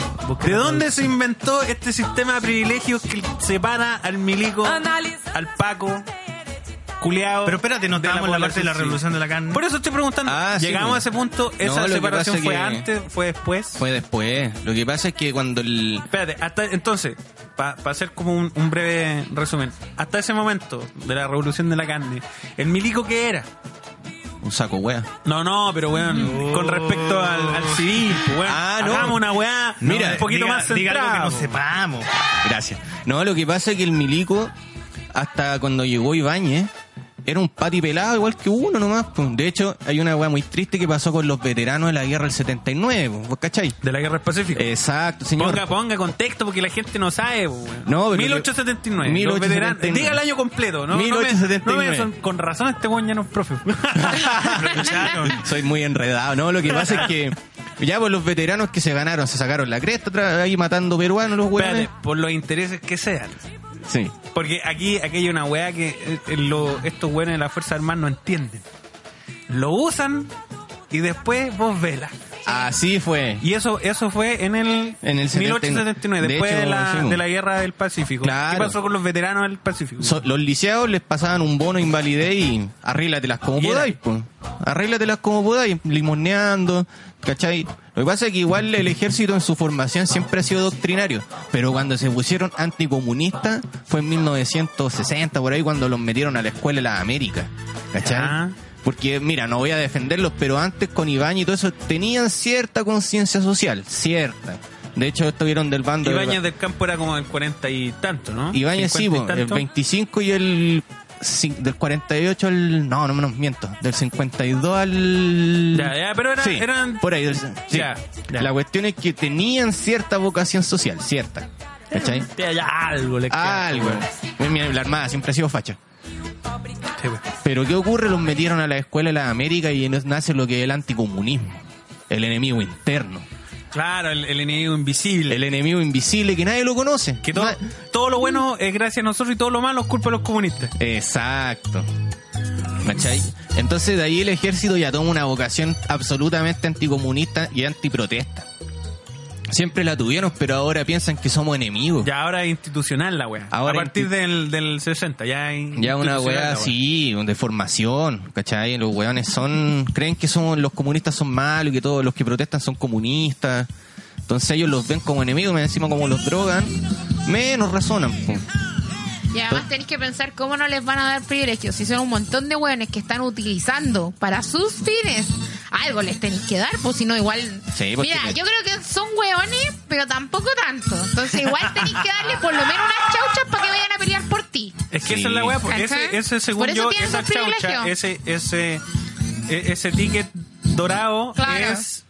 S3: ¿De dónde se inventó este sistema de privilegios que separa al milico, al paco, culeado?
S1: Pero espérate, no
S3: de la
S1: estábamos en la parte de la
S3: población
S1: revolución de la carne.
S3: Por eso estoy preguntando.
S4: Ah, sí,
S3: Llegamos
S4: pues.
S3: a ese punto.
S4: No,
S3: ¿Esa
S4: lo que
S3: separación
S4: pasa
S3: fue
S4: que-
S3: antes? ¿Fue después?
S4: Fue después. Lo que pasa es que cuando el...
S3: Espérate, hasta entonces, para hacer como un, un breve resumen. Hasta ese momento de la revolución de la carne, ¿el milico qué era?
S4: Un saco, wea.
S3: No, no, pero weón,
S1: Mm.
S3: con respecto al, al civil, pues, weón.
S4: Ah, no.
S3: Hagamos una weá
S1: No,
S4: Mira,
S3: un poquito
S1: diga-
S3: más
S1: diga algo que
S3: centrada.
S1: no sepamos.
S4: Gracias. No, lo que pasa es que el milico, hasta cuando llegó Ibáñez, era un pati pelado igual que uno nomás. po. De hecho, hay una weá muy triste que pasó con los veteranos de la guerra del 79, po, ¿vos cachai?
S3: de la guerra del
S1: Eh,
S3: Pacífico.
S4: Exacto, señor.
S3: Ponga, ponga contexto porque la gente no sabe, po, weón.
S4: No, pero-
S3: 1879. Los
S4: 1879.
S3: veteranos- Diga el año completo, ¿no? No me-
S4: 1879.
S3: no me- con razón este weón ya no es profe.
S1: Lo echaron.
S4: Soy muy enredado, ¿no? Lo que pasa es que ya pues los veteranos que se ganaron, se sacaron la cresta tra- ahí matando peruanos los
S3: Espérate,
S4: hueones.
S3: por los intereses que sean.
S4: Sí.
S3: Porque aquí, aquí hay una weá que eh, eh, lo- estos weones de las Fuerzas Armadas no entienden. Lo usan y después vos vela.
S4: Así fue.
S3: Y eso eso fue en el,
S4: En el
S3: 1879,
S4: De
S3: después de,
S4: hecho,
S3: la,
S4: sí, po.
S3: de la guerra del Pacífico.
S4: Claro.
S3: ¿Qué pasó con los veteranos del Pacífico?
S4: So- los lisiados les pasaban un bono invalidez y arréglatelas como
S3: Y era.
S4: podáis, po. Arréglatelas como podáis, limoneando, ¿cachai? Lo que pasa es que igual el ejército en su formación siempre ha sido doctrinario, pero cuando se pusieron anticomunistas fue en 1960, por ahí, cuando los metieron a la escuela de las Américas, ¿cachai?
S3: Ya.
S4: Porque, mira, no voy a defenderlos, pero antes con Ibañez y todo eso tenían cierta conciencia social, cierta. De hecho, estuvieron del bando de-
S3: Ibañez del Campo era como el 40 y tanto, ¿no?
S4: Ibáñez sí,
S3: 50 y
S4: po, el
S3: tanto.
S4: 25 y el cin- del 48 al no, no, no miento, del 52 al
S3: Ya, ya, pero era-
S4: Sí,
S3: eran-
S4: por ahí del- sí.
S3: Ya, ya.
S4: La cuestión es que tenían cierta vocación social, cierta. ¿Cachai? Ah,
S3: Te- hay Algo le queda.
S4: Algo. Mira, mira, La Armada siempre ha sido facha. Pero ¿qué ocurre? Los metieron a la escuela de la América y nace lo que es el anticomunismo. El enemigo interno.
S3: Claro, el, el enemigo invisible.
S4: El enemigo invisible que nadie lo conoce.
S3: que todo,
S4: Na-
S3: todo lo bueno es gracias a nosotros y todo lo malo es culpa de los comunistas.
S4: Exacto. ¿Cachai? Entonces de ahí el ejército ya toma una vocación absolutamente anticomunista y antiprotesta. Siempre la tuvieron, pero ahora piensan que somos enemigos.
S3: Ya ahora es institucional la weá. A
S4: Ahora
S3: partir
S4: insti-
S3: del, del 60, ya es
S4: Ya una
S3: institucional
S4: weá
S3: la
S4: así, de formación, ¿cachai? Los weones son, creen que son, los comunistas son malos y que todos los que protestan son comunistas. Entonces ellos los ven como enemigos, más encima como los drogan, menos razonan. po.
S2: Y además tenéis que pensar cómo no les van a dar privilegios. Si son un montón de hueones que están utilizando para sus fines, algo les tenéis que dar, pues si no, igual.
S4: Sí, porque
S2: Mira,
S4: la-
S2: yo creo que son hueones, pero tampoco tanto. Entonces, igual tenéis que darle por lo menos unas chauchas para que vayan a pelear por ti.
S3: Es que
S4: Sí.
S3: esa es la weá, porque
S2: Ajá.
S3: ese, ese según
S2: Por eso
S3: yo,
S2: tienen
S3: esa
S2: esos
S3: chaucha,
S2: privilegios.
S3: ese, ese, e- ese ticket dorado
S2: Claro.
S3: es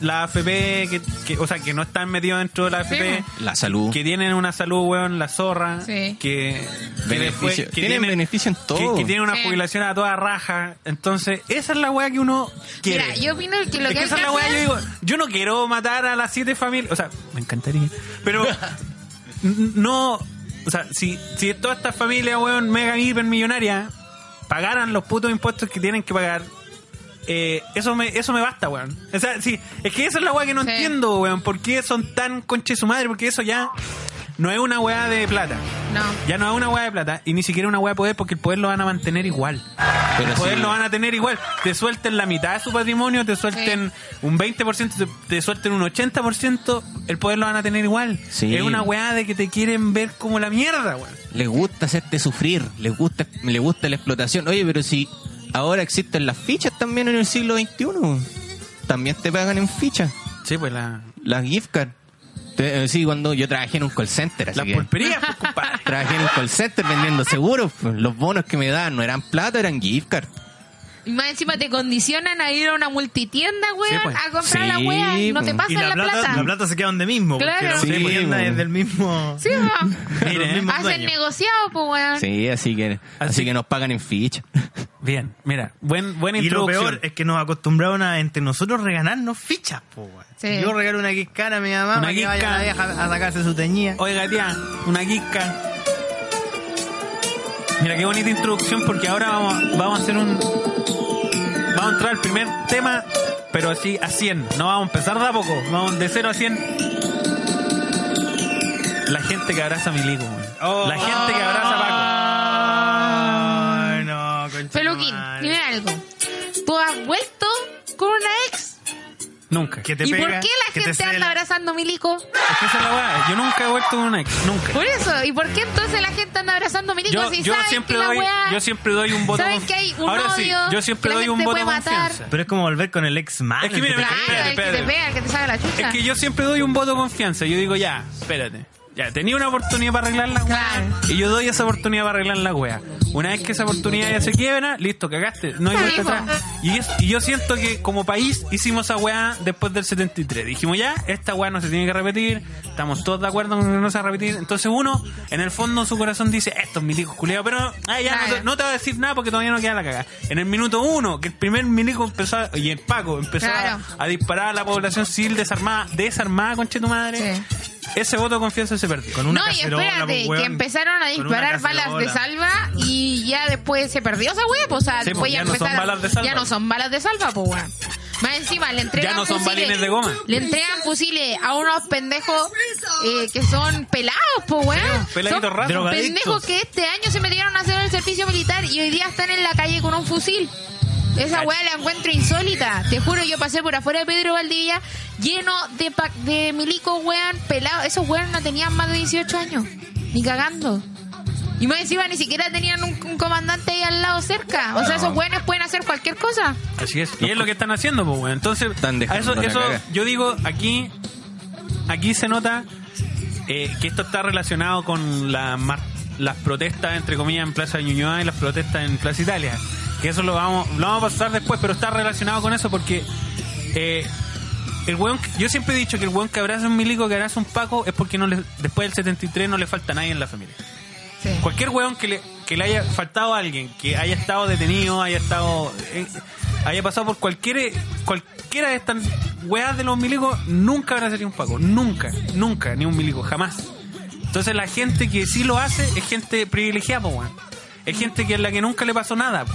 S3: la AFP, que, que- o sea, que no están metidos dentro de la AFP,
S4: La salud.
S3: que tienen una salud, weón, la zorra,
S2: Sí.
S3: que, que
S4: Beneficio.
S3: después- que
S4: Tienen beneficio en todo.
S3: Que, que tienen una
S2: Sí.
S3: jubilación a toda raja. Entonces, esa es la weá que uno quiere.
S2: Mira, yo opino que lo
S3: es
S2: que
S3: que
S2: hay
S3: esa es
S2: que
S3: la weá, yo
S2: hacer-
S3: digo, yo no quiero matar a las siete familias, o sea, me encantaría, pero n- no, o sea, si, si todas estas familias, weón, mega hiper millonarias, pagaran los putos impuestos que tienen que pagar, eh, eso me eso me basta, weón. O sea, sí, es que esa es la weá que no
S2: Sí.
S3: entiendo, weón, por qué son tan conche su madre, porque eso ya no es una weá de plata.
S2: No.
S3: Ya no es una hueá de plata y ni siquiera una hueá de poder porque el poder lo van a mantener igual.
S4: Pero
S3: el poder
S4: sí.
S3: lo van a tener igual. Te suelten la mitad de su patrimonio, te suelten un 20%, te, te suelten un 80%, el poder lo van a tener igual.
S4: Sí.
S3: Es una hueá de que te quieren ver como la mierda, weón.
S4: Les gusta hacerte sufrir, les gusta, les gusta la explotación. Oye, pero si ahora existen las fichas también en el siglo XXI, también te pagan en fichas,
S3: Sí, pues la,
S4: las gift card. Te- eh, sí, cuando yo trabajé en un call center, así
S3: la
S4: que
S3: pulpería, pues, compadre.
S4: trabajé en un call center vendiendo seguros. pues, Los bonos que me daban no eran plata, eran gift card.
S2: Y más encima te condicionan a ir a una multitienda, weón,
S3: pues.
S2: a comprar la
S4: Sí,
S2: weá y no te
S4: pues.
S1: Y
S2: pasan
S1: la,
S2: la,
S1: plata, la plata se queda donde mismo. Porque
S2: Claro.
S1: la
S2: Sí,
S1: tienda
S4: bueno.
S1: es del mismo.
S2: Sí, va.
S1: de los
S3: Mire,
S1: mismos
S2: Hacen
S1: dueños.
S2: negociado, pues, weón.
S4: Sí, así que, así,
S3: Así-
S4: que nos pagan en fichas.
S3: Bien, mira, buen, buena
S1: Y lo
S3: introducción.
S1: peor es que nos acostumbraron a entre nosotros regalarnos fichas, po, weón.
S2: Sí.
S1: Yo regalo una quiscana a mi mamá
S3: Una
S1: para que vaya
S3: quisca.
S1: la vieja a sacarse su teñida.
S3: Oiga, tía, una guisca. Mira qué bonita introducción porque ahora vamos, vamos a hacer un... Vamos a entrar al primer tema, pero así a 100. No vamos a empezar de a poco, vamos de 0 a 100. La gente que abraza a Milico, weón.
S1: Oh.
S3: La gente que abraza
S1: Ah.
S3: a Paco. Ah.
S1: Ay, no, concha
S2: Peluquín,
S1: tu madre.
S2: dime algo. ¿Tú has vuelto con una ex?
S3: Nunca.
S1: Que te
S2: ¿Y
S1: pega,
S2: por
S1: que
S2: qué la
S1: te
S2: gente
S1: cela.
S2: anda abrazando milico?
S3: Es que esa es la weá. Yo nunca he vuelto con una ex, nunca.
S2: Por eso, ¿y por qué entonces la gente anda abrazando milico
S3: Yo,
S2: Pues si
S3: yo
S2: saben
S3: siempre
S2: que la
S3: doy,
S2: weá...
S3: yo siempre doy un voto.
S2: saben
S3: conf-
S2: que hay un
S3: Ahora sí,
S2: odio,
S3: yo siempre
S2: que la
S3: doy un
S2: gente
S3: voto
S2: puede
S3: de
S2: matar.
S3: confianza.
S1: Pero es como volver con el ex mal.
S3: Es que mira,
S2: Claro,
S3: Espérate,
S2: el que te
S3: espérate.
S2: pega, el que te saca la chucha.
S3: Es que yo siempre doy un voto de confianza. Yo digo, ya, espérate. Ya, tenía una oportunidad para arreglar la weá.
S2: Claro.
S3: Y yo doy esa oportunidad para arreglar la weá. Una vez que esa oportunidad ya se quiebra, listo, cagaste. No hay
S2: Sí,
S3: vuelta
S2: po.
S3: atrás. Y, es- y yo siento que como país hicimos esa weá después del 73. Dijimos, ya, esta weá no se tiene que repetir. Estamos todos de acuerdo con que no se va a repetir. Entonces uno, en el fondo, en su corazón dice, esto es milico culiao. Pero ah, ya, no,
S2: Claro.
S3: te, no te voy a decir nada porque todavía no queda la cagada. En el minuto uno, que el primer milico empezó, a- y el Paco empezó a-
S2: Claro.
S3: a disparar a la población civil desarmada, desarmada, conche tu madre.
S2: Sí.
S3: Ese voto de confianza se perdió.
S1: Con una
S2: No, y
S1: cacerola,
S2: espérate,
S1: po, weón.
S2: que empezaron a
S1: Con una
S2: disparar balas de
S1: cacerola.
S2: salva y ya después se perdió esa weá, pues, o sea,
S3: Sí,
S2: después
S3: pues,
S2: ya,
S3: ya no son
S2: empezaron-
S3: balas de salva.
S2: Ya no son balas de salva, pues, weón. Más encima, le entregan
S3: Ya no son
S2: fusiles,
S3: balines de goma.
S2: Le entregan fusiles a unos pendejos eh, que son pelados, pues, weón.
S3: peladitos
S2: Son
S3: rasos.
S1: Drogadictos.
S2: pendejos que este año se metieron a hacer el servicio militar y hoy día están en la calle con un fusil. Esa weá la encuentro insólita. Te juro, yo pasé por afuera de Pedro Valdivia lleno de, pa- de milico, weón, pelado. Esos weón no tenían más de 18 años. Ni cagando. Y más encima ni siquiera tenían un, un comandante ahí al lado cerca. O sea, esos weones pueden hacer cualquier cosa.
S3: Así es. Y es lo que están haciendo, pues, weón. Entonces,
S4: Están
S3: a
S4: dejando
S3: eso,
S4: la
S3: eso
S4: caga.
S3: yo digo, aquí, aquí se nota eh, que esto está relacionado con la mar- las protestas, entre comillas, en Plaza Ñuñoa y las protestas en Plaza Italia. Que eso lo vamos, lo vamos a pasar después, pero está relacionado con eso porque eh, El weón, yo siempre he dicho que el weón que abraza un milico, que abraza un paco, es porque no le- después del 73 no le falta nadie en la familia.
S2: Sí.
S3: Cualquier weón que le, que le haya faltado a alguien, que haya estado detenido, haya estado. eh, haya pasado por cualquier, cualquiera de estas weas de los milicos, nunca van a ser un paco. Nunca, nunca, ni un milico, jamás. Entonces la gente que sí lo hace es gente privilegiada, po, weón. Es gente que es la que nunca le pasó nada. po.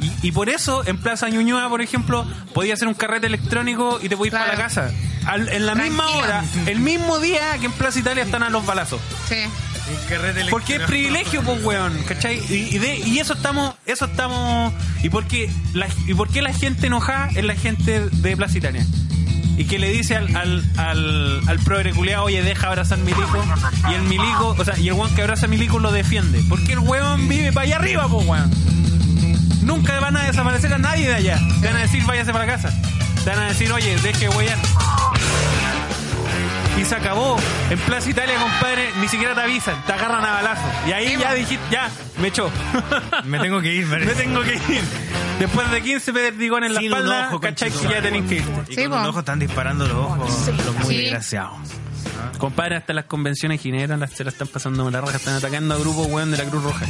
S3: Y, y por eso en Plaza Ñuñoa, por ejemplo, podía hacer un carrete electrónico y te podías ir para la
S2: Claro.
S3: casa. Al- en la misma
S2: Tranquilo.
S3: hora, el mismo día que en Plaza Italia están a los balazos.
S2: Sí.
S3: Porque es privilegio, pues, weón, ¿cachai? Y, y de- y eso estamos, eso estamos... ¿Y por qué la, y por qué la gente enojada es la gente de Plaza Italia? Y que le dice al, al, al, al progre culiao, oye, deja abrazar milico. Y el milico, o sea, y el weón que abraza milico lo defiende. Porque el weón vive para allá arriba, pues, weón. Nunca van a desaparecer a nadie de allá. Te van a decir, váyase para casa. Te van a decir, oye, deje de huear. Y se acabó. En Plaza Italia, compadre, ni siquiera te avisan. Te agarran a balazo. Y ahí ya dijiste, ya, me echó.
S1: Me tengo que ir,
S3: me
S1: parece.
S3: tengo que ir. Después de 15 perdigones en la
S1: Sin un
S3: espalda,
S1: ojo,
S3: ¿cachai? Que
S1: conchetumare,
S3: ya tenés que irte.
S1: Y
S2: Sí,
S1: con un
S2: po.
S1: ojo están disparando los ojos. Los muy
S2: Sí.
S1: desgraciados.
S3: Compadre, hasta las convenciones gineras las se las están pasando la roja, están atacando a grupos weón de la Cruz Roja.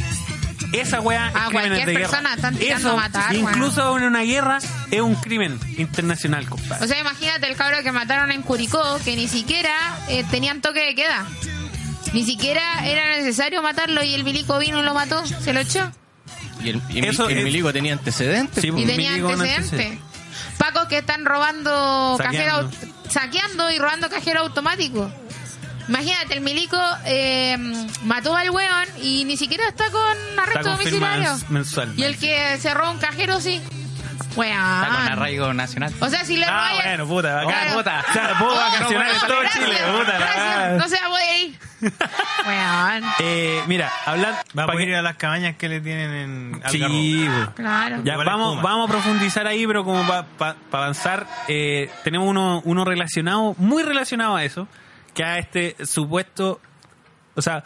S3: Esa weá es
S2: A
S3: crímenes
S2: Ah, cualquier
S3: de guerra.
S2: persona están tirando
S3: Eso,
S2: a matar,
S3: incluso en una guerra, es un crimen internacional, compadre.
S2: O sea, imagínate el cabro que mataron en Curicó, que ni siquiera eh, tenían toque de queda. Ni siquiera era necesario matarlo y el milico vino y lo mató, se lo echó.
S4: Y el, y el-
S3: Eso
S4: el
S3: es-
S4: milico tenía antecedentes.
S3: Sí,
S2: Y
S3: Un
S2: tenía
S3: milico, un
S2: antecedentes. Pacos que están robando cajero,
S3: Saqueando.
S2: au- saqueando y robando cajero automático. Imagínate, el milico eh, mató al weón y ni siquiera está con
S3: Está
S2: arresto
S3: con firma
S2: domiciliario.
S3: mens- mensual.
S2: Y el que cerró un cajero, sí.
S5: Está con
S2: Weón.
S5: arraigo nacional.
S2: O sea, si le
S3: Ah,
S2: robáis-
S3: bueno, puta,
S5: Oh,
S3: acá,
S5: puta.
S3: puta. O sea, puedo
S2: Oh,
S3: vacacionar en
S2: gracias,
S3: todo Chile,
S2: gracias,
S3: puta. la
S2: gracias.
S3: verdad.
S2: No se va a poder ir. Weón.
S3: Eh, mira, hablar.
S1: Oh, Va a
S3: pa'
S1: poder
S3: que-
S1: ir a las cabañas que le tienen en Algarrobo.
S3: Sí, bo.
S2: Claro.
S3: Ya,
S1: Igual
S3: vamos,
S1: espuma.
S3: vamos a profundizar ahí, pero como para avanzar, eh, tenemos uno, uno relacionado, muy relacionado a eso, que a este supuesto, o sea,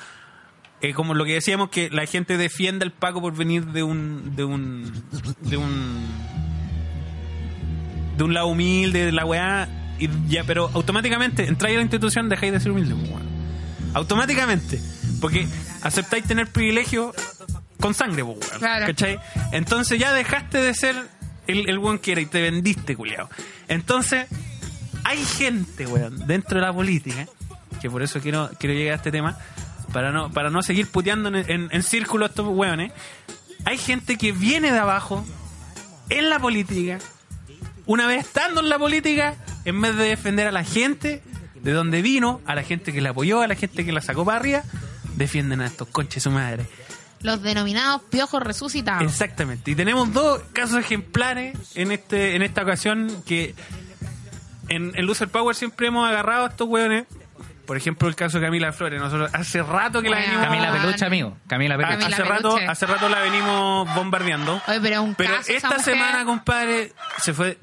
S3: eh, como lo que decíamos, que la gente defiende al Paco por venir de un, de un, de un, de un lado humilde, de la weá, y ya, pero automáticamente entráis a la institución, dejáis de ser humilde, pues, weón. automáticamente, porque aceptáis tener privilegio con sangre, pues, weón.
S2: Claro.
S3: ¿Cachai? Entonces ya dejaste de ser el, el weón que era y te vendiste, culiao. Entonces, hay gente, weón, dentro de la política, que por eso quiero, quiero llegar a este tema, para no, para no seguir puteando en, en, en círculo a estos weones. Hay gente que viene de abajo, en la política, una vez estando en la política, en vez de defender a la gente de donde vino, a la gente que la apoyó, a la gente que la sacó para arriba, defienden a estos conches su madre.
S2: Los denominados piojos resucitados.
S3: Exactamente. Y tenemos dos casos ejemplares en este en esta ocasión que en, en Loser Power siempre hemos agarrado a estos hueones. Por ejemplo, el caso de Camila Flores. Nosotros hace rato que la
S2: Bueno.
S3: venimos...
S5: Camila Peluche, amigo. Camila Peluche.
S2: Camila
S3: hace, rato,
S2: Peluche.
S3: hace rato la venimos bombardeando.
S2: Oye, pero es un
S3: Pero
S2: caso. esa
S3: esta
S2: mujer.
S3: semana, compadre, se fue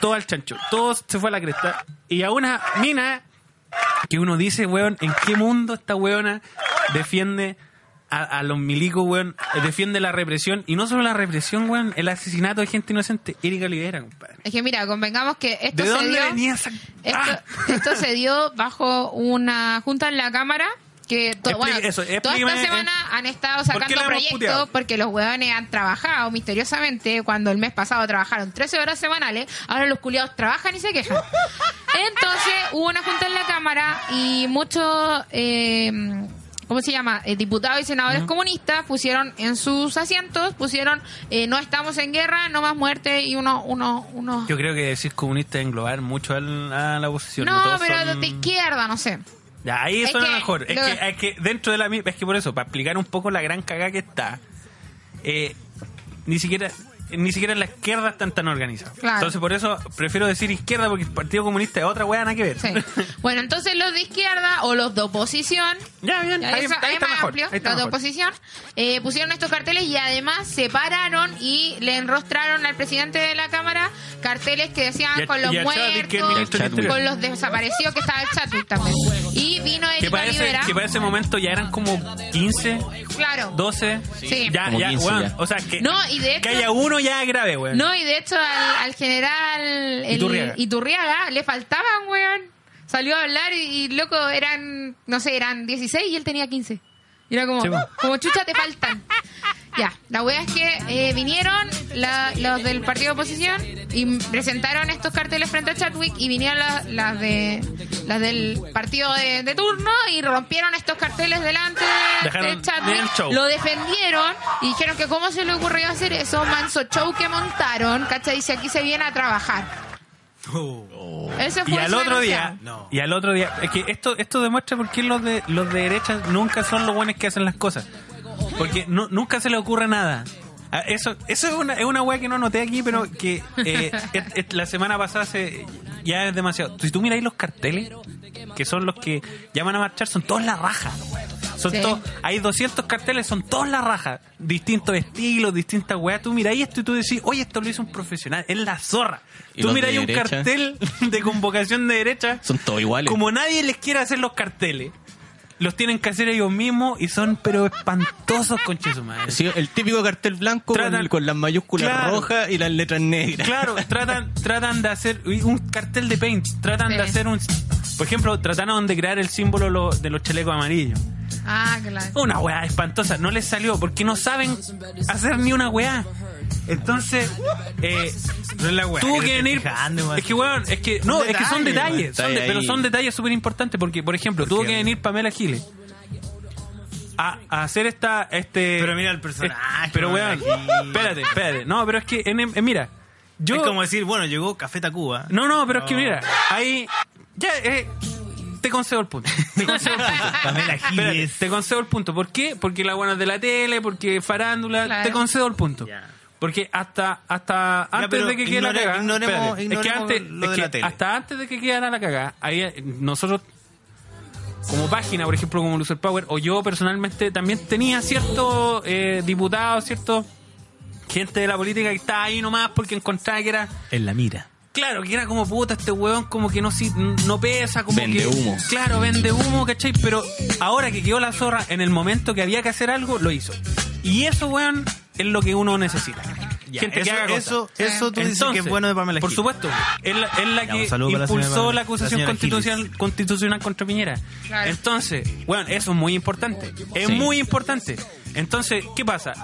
S3: todo al chancho. Todo se fue a la cresta. Y a una mina que uno dice, weón, ¿en qué mundo esta weona defiende a, a los milicos, weón? eh, Defiende la represión. Y no solo la represión, weón, el asesinato de gente inocente. Erika Olivera, compadre.
S2: Es que mira, convengamos que esto
S3: ¿De
S2: se
S3: dónde
S2: dio.
S3: venía esa.?
S2: Esto,
S3: ¡Ah!
S2: esto se dio bajo una junta en la cámara que to-
S3: Explique-
S2: bueno,
S3: eso,
S2: toda
S3: explíqueme,
S2: esta semana han estado
S3: ¿por qué
S2: sacando
S3: la hemos
S2: proyectos
S3: puteado?
S2: porque los huevones han trabajado misteriosamente cuando el mes pasado trabajaron 13 horas semanales, ahora los culiados trabajan y se quejan. Entonces hubo una junta en la cámara y muchos eh, ¿Cómo se llama? Eh, diputados y senadores comunistas pusieron en sus asientos, pusieron eh, no estamos en guerra, no más muerte y uno, uno, unos
S3: Yo creo que decir comunista es englobar mucho al- a la oposición.
S2: no,
S3: Todos
S2: pero
S3: son-
S2: los de izquierda, no sé.
S3: Ya, ahí
S2: Es
S3: suena
S2: que
S3: mejor. Es,
S2: lo-
S3: que, es que dentro de la misma. Es que por eso, para explicar un poco la gran cagada que está, eh, ni siquiera. Ni siquiera en la izquierda están tan organizados.
S2: Claro.
S3: Entonces, por eso prefiero decir izquierda porque el Partido Comunista es otra weá, nada que ver.
S2: Sí. Bueno, entonces los de izquierda o los de oposición,
S3: ya, bien.
S2: ya
S3: Ahí,
S2: eso
S3: ahí
S2: es
S3: está
S2: más
S3: mejor.
S2: amplio,
S3: ahí está
S2: los de
S3: mejor.
S2: oposición, eh, pusieron estos carteles y además separaron y le enrostraron al presidente de la Cámara carteles que
S3: Y
S2: decían
S3: a-
S2: con los
S3: y a Chadwick, que es
S2: muertos,
S3: ministro del
S4: Chadwick.
S2: con los desaparecidos que estaba el Chadwick también. Y vi Camino
S3: que
S2: Erika
S3: para, ese,
S2: Olivera.
S3: que para ese momento ya eran como 15,
S2: Claro.
S3: 12.
S2: Sí.
S3: Ya,
S4: Como
S3: Ah, ya,
S4: 15
S3: weón.
S4: ya.
S3: O sea, que,
S2: No, y de
S3: que
S2: hecho-
S3: haya uno ya es grave, weón.
S2: No, y de hecho al, al general el-
S3: Iturriaga.
S2: Iturriaga le faltaban, weón. Salió a hablar y, y, loco, eran, no sé, eran 16 y él tenía 15. Y era como,
S3: Sí, po.
S2: como chucha, te faltan. Ya, la wea es que eh, vinieron la- los del partido de oposición y presentaron estos carteles frente a Chadwick y vinieron la- las de las del partido de, de turno y rompieron estos carteles delante de,
S3: Dejaron
S2: de
S3: bien el
S2: Chadwick.
S3: show.
S2: Lo defendieron y dijeron que cómo se le ocurrió hacer eso, manso show que montaron, ¿cachai? Dice, aquí se viene a trabajar. Eso fue
S3: Oh. y al
S2: su
S3: otro día,
S2: enunciado.
S1: No.
S3: y al otro día, es que esto, esto demuestra por qué los de, los de derecha nunca son los buenos que hacen las cosas. Porque nu- nunca se les ocurre nada. Ah, Eso, eso es una, es una weá que no noté aquí, pero que eh, et- et- la semana pasada se, ya es demasiado. Si tú miráis los carteles, que son los que llaman a marchar, son todos la raja. Son
S2: Sí.
S3: todos, hay 200 carteles, son todos la raja. Distintos estilos, distintas weas. Tú miráis esto y tú decís, oye, esto lo hizo un profesional, es la zorra.
S4: ¿Y
S3: Tú
S4: los de
S3: miráis un
S4: derecha?
S3: cartel de convocación de derecha.
S4: Son todos iguales.
S3: Como nadie les quiere hacer los carteles, los tienen que hacer ellos mismos y son pero espantosos conches su madre.
S4: Sí, el típico cartel blanco
S3: Tratan-
S4: con, con las mayúsculas
S3: Claro.
S4: rojas y las letras negras.
S3: Claro, tratan, tratan de hacer uy, un cartel de paint, tratan
S2: Sí.
S3: de hacer un... Por ejemplo, trataron de crear el símbolo lo- de los chalecos amarillos.
S2: Ah, claro.
S3: Una weá espantosa, no les salió porque no saben hacer ni una weá. Entonces, eh,
S1: No es la weá.
S3: tuvo
S1: te
S3: que
S1: estoy
S3: venir.
S1: fijando, weón.
S3: Es que, weón, es que, no,
S1: Son
S3: es que
S1: detalles, weón.
S3: son detalles, son de-
S4: Está ahí.
S3: pero son detalles súper importantes porque, por ejemplo, tuvo
S1: qué,
S3: que
S1: amigo?
S3: venir Pamela Giles a, a hacer esta. este
S1: Pero mira el personaje,
S3: eh, pero,
S1: Pamela
S3: weón,
S1: Giles.
S3: espérate, espérate. No, pero es que, en- en- mira, yo.
S1: Es como decir, bueno, llegó Café Tacuba.
S3: No, no, pero es que,
S1: No.
S3: mira, ahí. Ya, eh, te concedo el punto. Te concedo el punto.
S1: Pamela
S3: Espérate,
S1: Giles.
S3: te concedo el punto. ¿Por qué? Porque la buena de la tele, porque farándula.
S2: Claro.
S3: Te concedo el punto.
S1: Ya.
S3: Porque hasta, hasta
S1: Ya,
S3: antes
S1: pero
S3: de que quede la
S1: ignore-
S3: cagada.
S1: ignoremos- ignoremos lo de la tele.
S3: Hasta antes de que quedara la cagada, ahí eh, nosotros, como página, por ejemplo, como Loser Power, o yo personalmente, también tenía ciertos eh, diputados, ciertos gente de la política que estaba ahí nomás porque encontraba que era.
S1: En la mira.
S3: Claro, que era como puta este huevón, como que no, si- no pesa, como
S4: Vende
S3: que.
S4: humo.
S3: Claro, vende humo, ¿cachai? Pero ahora que quedó la zorra, en el momento que había que hacer algo, lo hizo. Y eso, weón, es lo que uno necesita. gente
S1: eso,
S3: que haga cosas.
S1: eso, eso tú dices que es
S3: Entonces,
S1: bueno de Pamela
S3: Por
S1: Giles.
S3: supuesto, es la, es la
S1: Ya, un
S3: que
S1: saludo para la señora
S3: impulsó
S1: Pamela-
S3: la
S1: la
S3: acusación
S1: señora
S3: constitucional, constitucional contra Piñera.
S2: Claro.
S3: Entonces, bueno, eso es muy importante. Es
S4: Sí.
S3: muy importante. Entonces, ¿qué pasa?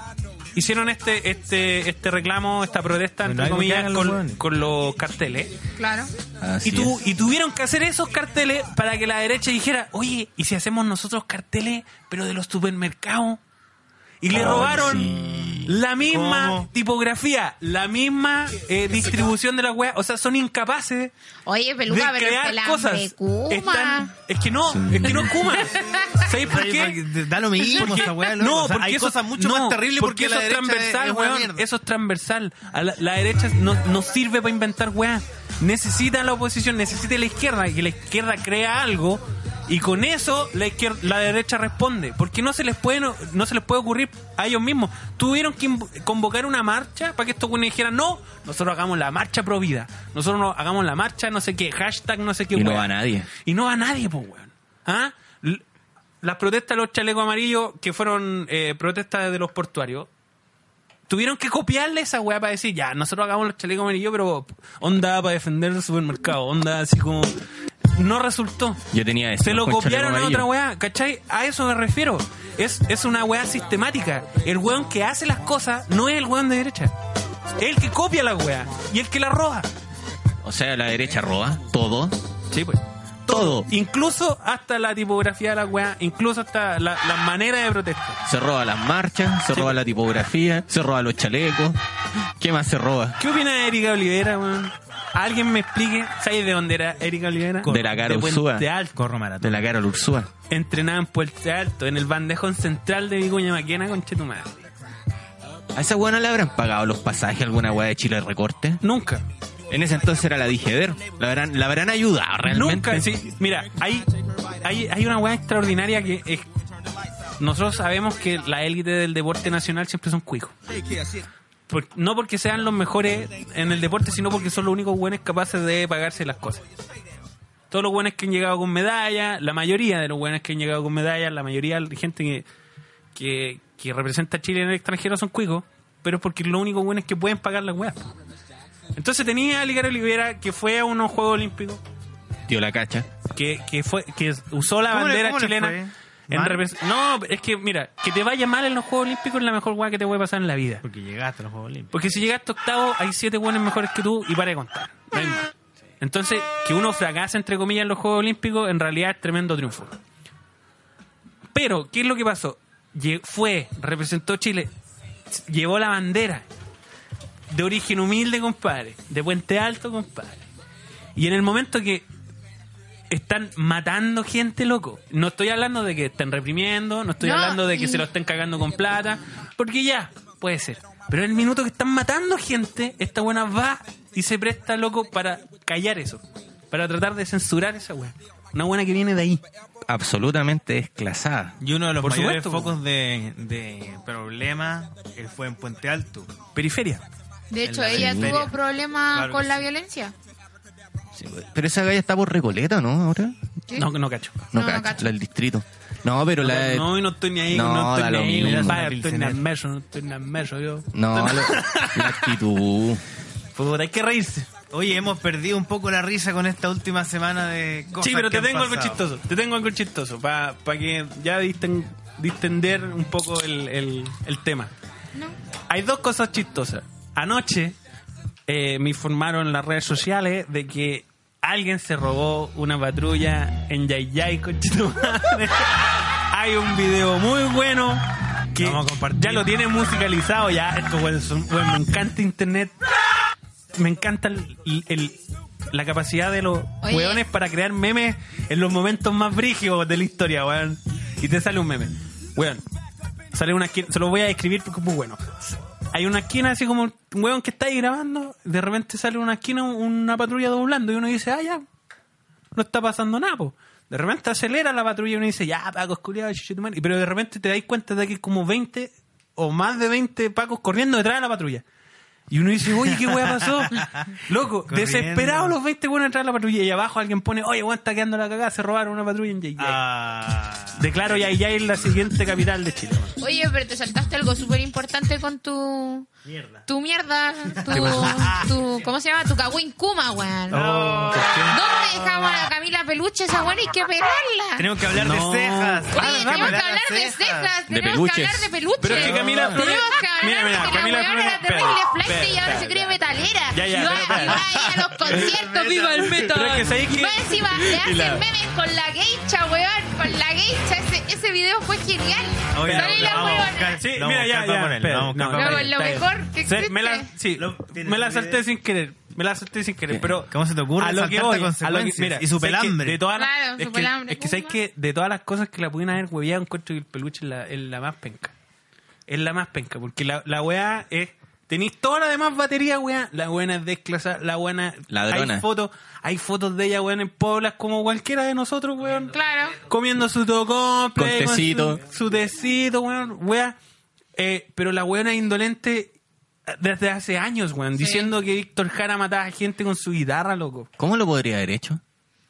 S3: Hicieron este este este reclamo, esta protesta,
S1: Bueno,
S3: entre
S1: algo que
S3: comillas,
S1: hagan los
S3: con,
S1: hueones.
S3: con los carteles.
S2: Claro.
S4: Así
S3: Y, tu-
S4: es.
S3: y tuvieron que hacer esos carteles para que la derecha dijera, oye, ¿y si hacemos nosotros carteles, pero de los supermercados? Y le
S4: Ay,
S3: robaron
S4: sí.
S3: la misma
S1: ¿Cómo?
S3: tipografía, la misma eh, distribución de la weas. O sea, son incapaces
S2: Oye,
S3: de
S2: peluca, pero es que
S3: crear
S2: el hambre,
S3: cosas.
S2: Kuma.
S3: Están- es que no, es que no Kuma. ¿Sabéis por qué?
S1: Da lo mismo esta weá, loco.
S3: No,
S1: O sea,
S3: porque
S1: hay
S3: eso
S1: cosas mucho
S3: no,
S1: más terribles porque,
S3: eso
S1: la
S3: es
S1: derecha
S3: transversal,
S1: es una
S3: weón.
S1: mierda.
S3: Eso es transversal. A la, la derecha no, no sirve para inventar weá. Necesita la oposición, necesita la izquierda, que la izquierda crea algo y con eso la izquier- la derecha responde, porque no se les puede no, no se les puede ocurrir a ellos mismos. Tuvieron que inv- convocar una marcha para que estos güeyes dijeran, "No, nosotros hagamos la marcha pro vida. Nosotros no hagamos la marcha, no sé qué, hashtag, no sé qué
S4: Y no
S3: weá".
S4: va nadie.
S3: Y no va nadie, pues, weón. ¿Ah? L- Las protestas de los chalecos amarillos, que fueron eh, protestas de los portuarios, tuvieron que copiarle esa weá para decir, ya, nosotros hagamos los chalecos amarillos, pero onda para defender el supermercado, onda así como... No resultó.
S4: Yo tenía eso.
S3: Se lo
S4: con chaleco
S3: copiaron a
S4: amarillo.
S3: otra weá, ¿cachai? A eso me refiero. Es, es una weá sistemática. El weón que hace las cosas no es el weón de derecha. Es el que copia la weá y el que la roba.
S4: O sea, la derecha roba todo.
S3: Sí, pues.
S4: Todo.
S3: Incluso hasta la tipografía de la weá, incluso hasta la, la manera de protesta.
S4: Se roba las marchas, se roba la tipografía, se roba los chalecos. ¿Qué más se roba?
S3: ¿Qué opina de Erika Olivera, weón? ¿Alguien me explique? ¿Sabes de dónde era Erika Olivera?
S4: De la cara
S3: De
S4: Ursúa.
S3: Puente Alto.
S1: Corro
S4: De
S1: maratón.
S4: la cara al Ursúa.
S3: Entrenaba en Puente Alto, en el bandejón central de Vicuña Maquena, con Chetumal.
S4: ¿A esa weá no le habrán pagado los pasajes alguna weá de Chile de recorte?
S3: Nunca.
S4: En ese entonces era la Digeder. ¿La habrán, la habrán ayudado realmente?
S3: Nunca, sí. Mira, hay, hay, hay una weá extraordinaria que es- nosotros sabemos que la élite del deporte nacional siempre son cuicos. Por- no porque sean los mejores en el deporte, sino porque son los únicos buenos capaces de pagarse las cosas. Todos los buenos que han llegado con medallas, la mayoría de los buenos que han llegado con medallas, la mayoría de gente que, que, que representa a Chile en el extranjero son cuicos, pero es porque lo único bueno es que pueden pagar las weas. po. Entonces tenía a Ligar Olivera que fue a unos Juegos Olímpicos,
S4: Tío, la cacha.
S3: que, que fue, que usó la
S1: ¿Cómo le-
S3: bandera
S1: cómo le fue?
S3: chilena. En
S1: ¿Mal?
S3: repres- no, es que mira, que te vaya mal en los Juegos Olímpicos es la mejor wea que te puede pasar en la vida.
S1: Porque llegaste a los Juegos Olímpicos.
S3: Porque si llegaste octavo, hay siete buenos mejores que tú y para de contar. No hay más. Entonces, que uno fracasa, entre comillas, en los Juegos Olímpicos, en realidad es tremendo triunfo. Pero, ¿qué es lo que pasó? Lle- fue, representó Chile, s- llevó la bandera. De origen humilde, compadre. De puente alto, compadre. Y en el momento que están matando gente, loco. No estoy hablando de que estén reprimiendo, no estoy
S2: No,
S3: hablando de que
S2: y-
S3: se lo estén cagando con plata, porque ya, puede ser. Pero en el minuto que están matando gente, esta buena va y se presta, loco, para callar eso. Para tratar de censurar esa buena. Una buena que viene de ahí.
S4: Absolutamente desclasada.
S1: Y uno de los
S3: Por
S1: mayores
S3: supuesto,
S1: focos de, de problemas eh, fue en Puente Alto.
S3: Periferia.
S2: De hecho,
S1: la
S2: ella
S1: periferia.
S2: tuvo problemas
S1: Claro
S2: con
S1: que
S2: la
S1: sí.
S2: violencia.
S4: Sí, pero esa galla está por Recoleta, ¿no? Ahora.
S2: ¿Sí?
S3: No, no cacho.
S2: No,
S4: No,
S2: no
S4: cacho,
S2: cacho.
S4: la del distrito. No, pero la.
S3: No, no estoy ni ahí, no,
S4: No, da
S3: estoy ni
S4: lo
S3: ahí,
S4: mismo.
S3: compadre, estoy ni
S1: Pilsener.
S3: al meso, no estoy ni al meso, yo.
S4: No,
S3: Estoy-
S4: la, la actitud.
S3: Puta, hay que reírse.
S1: Oye, hemos perdido un poco la risa con esta última semana de cosas
S3: sí, pero
S1: que
S3: te
S1: han
S3: tengo algo
S1: pasado.
S3: chistoso. Te tengo algo chistoso para que ya disten- distender un poco el, el- el tema.
S2: No.
S3: Hay dos cosas chistosas. Anoche eh, me informaron en las redes sociales de que alguien se robó una patrulla en Yayay, conchetumadre. Hay un video muy bueno que
S1: Vamos a compartir.
S3: ya lo tiene musicalizado. Ya, esto, bueno, son- bueno, me encanta internet. Me encanta el- el- la capacidad de los
S2: Oye.
S3: hueones para crear memes en los momentos más brígidos de la historia, weón. Y te sale un meme. Weón, sale una esquina, se lo voy a describir porque es muy bueno. Hay una esquina así como un weón que está ahí grabando, de repente sale una esquina una patrulla doblando y uno dice, ah, ya, no está pasando nada, po. De repente acelera la patrulla y uno dice, ya, Pacos culiados, chichetumare. Pero de repente te dais cuenta de que hay como 20 o más de 20 Pacos corriendo detrás de la patrulla. Y uno dice, oye, ¿qué weá pasó? Loco,
S1: Corriendo.
S3: desesperados los 20 buenos detrás de la patrulla. Y abajo alguien pone, oye, weón, está quedando la cagada, se robaron una patrulla en Yay.
S1: Ah,
S3: Declaro Yay Yay la siguiente capital de Chile. weón.
S2: Oye, pero te saltaste algo súper importante con tu...
S1: mierda.
S2: Tu mierda, tu, tu... ¿Cómo se llama? Tu cagüín kuma, weón.
S1: Oh, ¿por qué?
S2: ¿Dónde dejamos a la Camila Peluche esa buena? Hay que pegarla.
S1: Tenemos que hablar
S3: No. Ah,
S1: de cejas.
S2: Oye, tenemos que hablar de cejas,
S4: De
S2: tenemos que
S4: peluches.
S2: hablar de peluches.
S3: Pero es que Camila
S2: tenemos
S3: Flores-
S2: que hablar
S3: Mira, mira,
S2: de que
S3: Camila
S2: la weona
S3: Flores-
S2: era terrible
S3: espera,
S2: flight y ahora
S3: espera,
S2: se cree metalera.
S3: Ya, ya,
S2: y va,
S3: espera,
S2: y va a ir a los conciertos, viva el metal.
S3: Pero es que sabéis que-
S2: Y más encima le
S3: Y
S2: hacen
S3: la-
S2: memes con la geisha, weón, con la geisha. Ese, ese video fue genial.
S1: Oye,
S2: Sale
S1: lo-
S2: la
S1: lo vamos a
S2: weona.
S1: buscar.
S3: Sí,
S1: Lo vamos
S3: mira,
S1: a
S3: ya,
S1: buscar
S3: ya.
S1: para ponerlo,
S3: espera,
S1: lo vamos a buscar
S3: no,
S1: para
S2: Pero
S3: está
S2: lo
S3: bien.
S2: mejor que
S3: Se-
S2: existe.
S3: Me la, sí,
S1: Lo-
S3: me la salté
S1: ¿Tienes
S3: sin querer. Me la salté sin querer.
S4: Sí.
S3: Pero
S1: ¿Cómo se te ocurre
S3: A lo que
S1: saltarte
S3: voy. A lo que,
S1: consecuencias?
S3: mira,
S1: Y superhambre.
S3: ¿sabes qué? De todas las-
S2: Claro,
S3: es, que,
S2: superhambre.
S3: es que sabes que de todas las cosas que la pudieron haber hueveado, encuentro que el peluche es la, es la más penca. Es la más penca. Porque la, la weá es. Tenéis toda la demás batería, weá. La buena es desclasada. La buena.
S4: Ladrona.
S3: Hay fotos, hay fotos de ella, weón, en Poblas, como cualquiera de nosotros, weón
S2: Claro.
S3: comiendo su tocomple,
S4: Con tecito.
S3: Su, su tecito, weón, wea. Eh, pero la weona es indolente eh, desde hace años, weón,
S2: Sí.
S3: diciendo que Víctor Jara mataba a gente con su guitarra, loco.
S4: ¿Cómo lo podría haber hecho?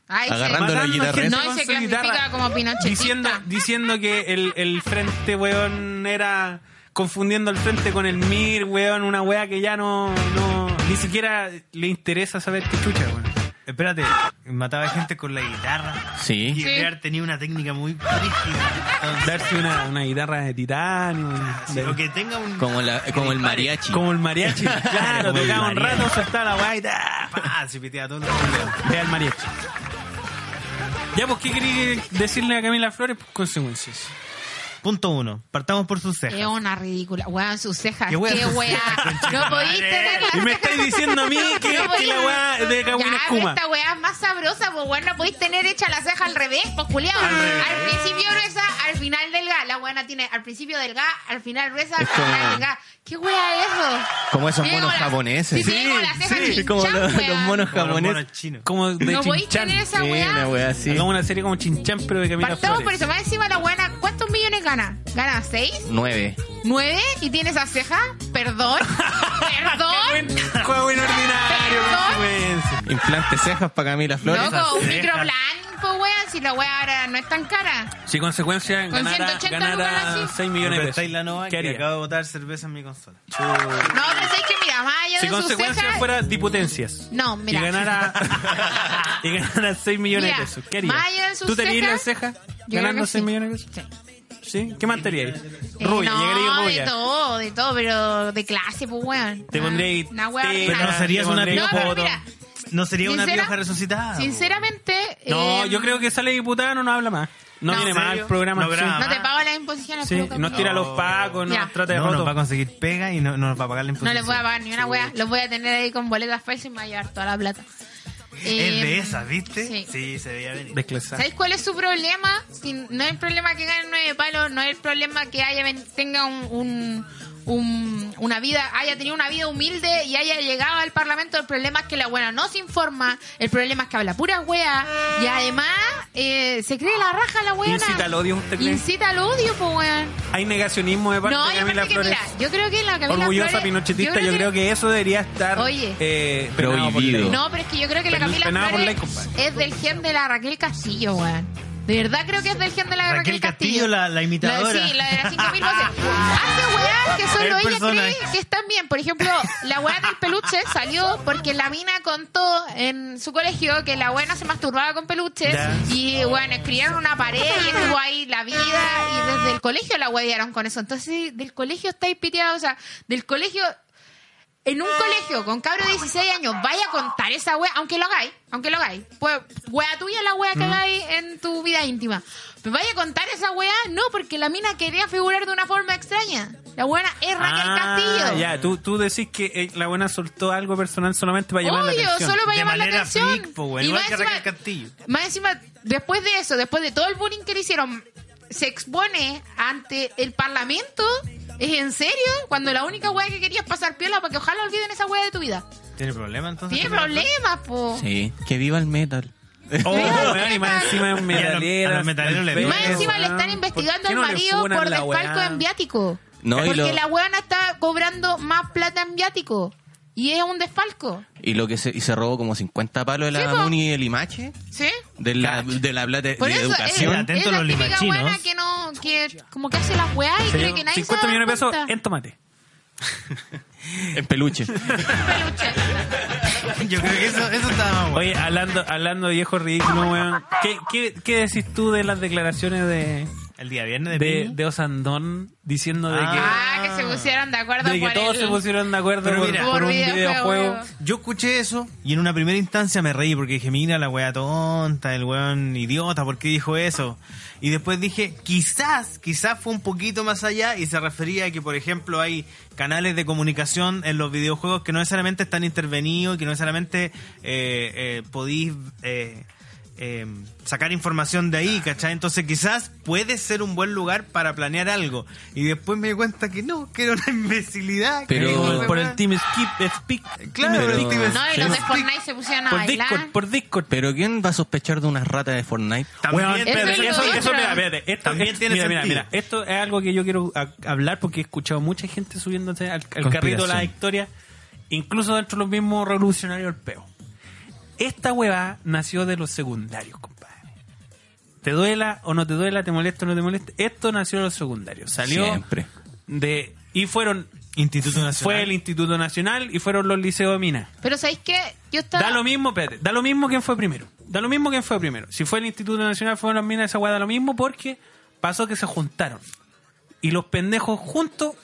S2: Ay,
S4: Agarrando
S2: se-
S4: la
S3: Matando
S4: guitarra.
S3: gente
S2: No,
S3: con
S2: se
S3: su guitarra.
S2: clasifica como pinochetista.
S3: Diciendo, diciendo que el, el frente, weón, era confundiendo el frente con el MIR, weón, una wea que ya no, no ni siquiera le interesa saber qué chucha, weón.
S1: Espérate, mataba gente con la guitarra.
S4: Sí.
S1: Y Bear tenía una técnica muy rígida. Entonces,
S3: Darse una, una guitarra de titanio. de-
S1: lo que tenga un.
S4: Como, la, como el mariachi.
S3: Como el mariachi. Claro,
S1: Como el
S3: tocaba un
S1: mariachi.
S3: rato, soltaba la weá y ta, pa,
S1: ¡Pah! Se pitea Ah, todo el mundo.
S3: Ve al mariachi. Ya, pues, ¿qué quería decirle a Camila Flores? Pues, consecuencias.
S1: Punto uno. Partamos por sus cejas.
S2: Es una ridícula. Weón, sus cejas.
S1: Qué
S2: Qué
S1: weón,
S2: weón.
S1: sus
S2: No podís tener las
S3: Y me
S2: cejas-
S3: estáis diciendo a mí que,
S2: No
S3: que la
S2: podís-
S3: weá de Kawin
S2: Ya,
S3: es
S2: pero
S3: Kuma.
S2: esta weá es más sabrosa, pues weón, no podéis tener hecha la ceja al revés, pues culiao. Al, principio gruesa, al final delgada. La weá tiene al principio delgada, al final gruesa, al
S4: Es como-
S2: final delgada. ¿Qué weá es eso?
S4: Como esos
S2: Sí,
S4: monos
S2: como la-
S4: japoneses.
S2: Sí, sí, como las cejas
S4: Sí,
S2: hinchas,
S4: como los, los
S2: weón.
S4: monos
S1: Como los
S4: japoneses.
S1: monos chinos.
S3: Como de
S2: No podéis
S3: Chinchán.
S2: tener esa
S4: Sí,
S2: weá.
S4: una wea así.
S3: Hagamos una serie como Chinchán, pero de Camila
S2: Partamos por
S3: Flores.
S2: eso, más encima la weá, ¿cuántos millones gana? ¿Gana seis?
S4: Nueve.
S2: ¿Nueve? ¿Y tiene esa ceja? Perdón.
S3: ¡Qué
S2: Perdón.
S3: buen- ¡Qué buen ordinario!
S2: Perdón.
S3: consecuencias.
S4: Plante cejas para Camila Flores.
S2: Loco, un
S3: esas cejas.
S2: microplan, pues weón, si la weá ahora no es tan cara.
S3: Si consecuencia
S2: Con
S3: ganara,
S2: 180
S3: ganara
S2: lucas así.
S3: 6 millones de pesos.
S1: la nova
S3: ¿Qué
S1: que
S3: haría?
S1: acabo de botar cerveza en mi consola.
S2: No, pero es que mira, más allá
S3: Si
S2: de sus
S3: consecuencia
S2: cejas...
S3: fuera diputencias.
S2: No, mira.
S3: Y ganara, y ganara 6 millones
S2: Mira,
S3: de pesos. ¿Qué harías?
S2: más allá de sus
S3: ¿Tú te irías las
S2: cejas,
S3: cejas
S2: creo
S3: ganando
S2: que
S3: 6
S2: sí.
S3: millones de pesos? Sí. ¿Qué más te harías?
S2: Eh,
S3: Rubia,
S2: no,
S3: llegaría
S2: de
S3: rubia.
S2: todo, de todo, pero de clase, pues weón.
S3: Te
S2: Ah,
S3: pondría ahí
S2: Una weá
S3: tela,
S2: horrible.
S1: Pero no serías
S3: te
S1: una
S3: pondría
S2: No,
S1: pioja.
S2: pero
S3: foto.
S2: mira,
S1: No sería una
S2: Sincera-
S1: pioja resucitada. po.
S2: sinceramente...
S3: No,
S2: eh,
S3: yo creo que sale diputada no, no habla más. No,
S2: No.
S3: viene más al
S1: ¿Serio?
S3: programa.
S1: No
S3: sí.
S1: graba.
S2: No te pago las imposiciones, pues,
S3: Sí,
S2: peluca,
S3: nos tira
S2: culiao.
S3: los pacos,
S2: Ya.
S3: nos trata de
S1: No, nos va a
S3: roto.
S1: conseguir pega y no, no nos va a pagar la
S2: No
S1: imposición.
S2: les voy a pagar ni una weá. Los voy a tener ahí con boletas falsas y me va a llevar toda la plata.
S1: Es
S2: Em,
S1: de esas, ¿viste?
S2: sí.
S1: Sí, se veía venir.
S3: Desclasada.
S2: ¿Sabéis cuál es su problema? Si no es el problema que gane nueve palos, no es el problema que haya ven- tenga un, un- un- una vida, haya tenido una vida humilde y haya llegado al Parlamento. El problema es que la buena no se informa, el problema es que habla pura wea y además eh, se cree la raja la weona.
S3: Incita al odio, ¿usted cree?
S2: Incita al odio, pues weón.
S3: Hay negacionismo de parte
S2: No,
S3: de
S2: yo
S3: Camila
S2: que
S3: Flores.
S2: mira, yo creo que la Camila
S3: Orgullosa
S2: Flores-
S3: pinochetista, yo creo, que... eso debería estar
S2: Oye.
S3: eh, penado por
S4: Prohibido.
S3: ley.
S2: No, pero es que yo creo que la
S3: Penal-
S2: Camila
S3: penado por
S2: Flores
S3: ley, compadre.
S2: es del gen de la Raquel Castillo, weón. De verdad creo que es del gen de la Raquel,
S1: Raquel Castillo, la- la imitadora.
S2: sí, la de las 5000 voces. Hace weón que
S1: El
S2: solo ella cree
S1: personaje.
S2: que están bien. Por ejemplo, la weá del peluche salió porque la mina contó en su colegio que la buena se masturbaba con peluches
S1: Ya.
S2: y bueno, escribieron una pared y estuvo ahí la vida y desde el colegio la huevearon con eso. Entonces, del colegio estáis piteados, o sea, del colegio en un colegio con cabros de 16 años, vaya a contar esa wea, aunque lo hagáis, aunque lo hagáis. Pues, wea tuya la wea que
S1: Mm.
S2: hagáis en tu vida íntima. Pero vaya a contar esa wea, no, porque la mina quería figurar de una forma extraña. La buena es Raquel
S3: Ah,
S2: Castillo.
S3: Ya, tú, tú decís que eh, la buena soltó algo personal solamente para llamar la
S2: Obvio,
S3: atención.
S2: solo para
S1: De
S2: llamar la
S1: manera
S2: atención.
S1: freak, po, weón,
S2: y
S1: igual
S2: más
S1: que
S2: encima,
S1: Raquel Castillo.
S2: más encima, después de eso, después de todo el bullying que le hicieron, se expone ante el Parlamento. ¿Es en serio? Cuando la única wea que quería es pasar piola para que ojalá olviden esa wea de tu vida.
S1: ¿Tiene problema entonces?
S2: Tiene
S1: Camila
S2: problemas, po.
S4: Sí. Que viva el metal.
S3: Oh, weón, y más encima es un
S1: Y a los-
S3: metalero.
S1: a los metaleros le
S3: al
S1: pega.
S2: Más
S3: pedo,
S2: encima le
S3: weón.
S2: están
S3: ¿Por
S2: investigando
S3: qué
S2: al
S3: no le
S2: marido
S3: funan
S2: por
S3: la
S2: desfalco
S3: weá?
S2: en viático.
S4: No, y
S2: porque
S4: lo-
S2: la weona está cobrando más plata en viático. Y es un desfalco.
S4: Y lo que se, y se robó como 50 palos de la
S2: Sí, po.
S4: Muni del Limache.
S2: ¿Sí?
S4: De la, de la plata de,
S2: Por eso
S4: educación.
S2: es,
S1: Atento
S2: es la
S1: los
S2: típica
S1: limachinos.
S2: weona que no, que como que hace las weas y
S3: Se
S2: cree
S3: llevó
S2: que nadie
S3: 50
S2: se da
S3: millones de pesos
S2: cuenta.
S3: en tomate.
S2: eh.
S4: En peluche.
S2: Peluche.
S1: Flores? Yo creo que eso, eso estaba más Ah, bueno.
S3: Oye, hablando, hablando de viejo ridículo, weón. ¿Qué, qué, qué decís tú de las declaraciones de,
S1: El día viernes de,
S3: de,
S1: Piñi.
S3: de Osandón diciendo de
S1: Ah,
S2: Ah, que se pusieron de acuerdo
S3: que, de que
S2: por
S3: todos
S2: el-
S3: se pusieron de acuerdo
S1: Pero
S3: por,
S1: mira,
S3: por
S2: por
S3: un
S2: videojuego.
S3: videojuego?
S1: Yo escuché eso y en una primera instancia me reí porque dije, mira la wea tonta, el weón idiota, ¿por qué dijo eso? Y después dije, quizás, quizás fue un poquito más allá y se refería a que, por ejemplo, hay canales de comunicación en los videojuegos que no necesariamente están intervenidos y que no necesariamente eh, eh, podís... eh, eh, sacar información de ahí, ¿cachai? Entonces quizás puede ser un buen lugar para planear algo. Y después me di cuenta que no, que era una imbecilidad. que
S4: Pero-
S1: dijo,
S3: Por, por el
S1: weá.
S3: Team Skip, Speak.
S1: Claro,
S4: Pero-
S1: pero,
S2: No, y los de Fortnite se pusieron a
S3: Por
S2: bailar.
S3: Discord, por Discord.
S4: Pero ¿quién va a sospechar de unas ratas de Fortnite?
S1: También,
S3: Weón, espérate,
S2: Eso es
S3: eso,
S2: lo
S3: eso,
S2: otro.
S3: mira, espérate, esto,
S1: También
S3: es-
S1: tiene
S3: mira, mira,
S1: sentido.
S3: mira, esto es algo que yo quiero a- hablar porque he escuchado mucha gente subiéndose al, al carrito de la
S4: Conspiración.
S3: historia, incluso dentro de los mismos revolucionarios europeos. Esta hueva nació de los secundarios, compadre. Te duela o no te duela, te molesta o no te molesta. Esto nació de los secundarios. Salió
S4: Siempre.
S3: de. Y fueron.
S1: Instituto Nacional.
S3: Fue el Instituto Nacional y fueron los liceos de Minas.
S2: Pero ¿sabéis qué? Yo estaba...
S3: Da lo mismo, espérate, da lo mismo quién fue primero. Da lo mismo quién fue primero. Si fue el Instituto Nacional, fueron las minas, esa weá da lo mismo porque pasó que se juntaron. Y los pendejos juntos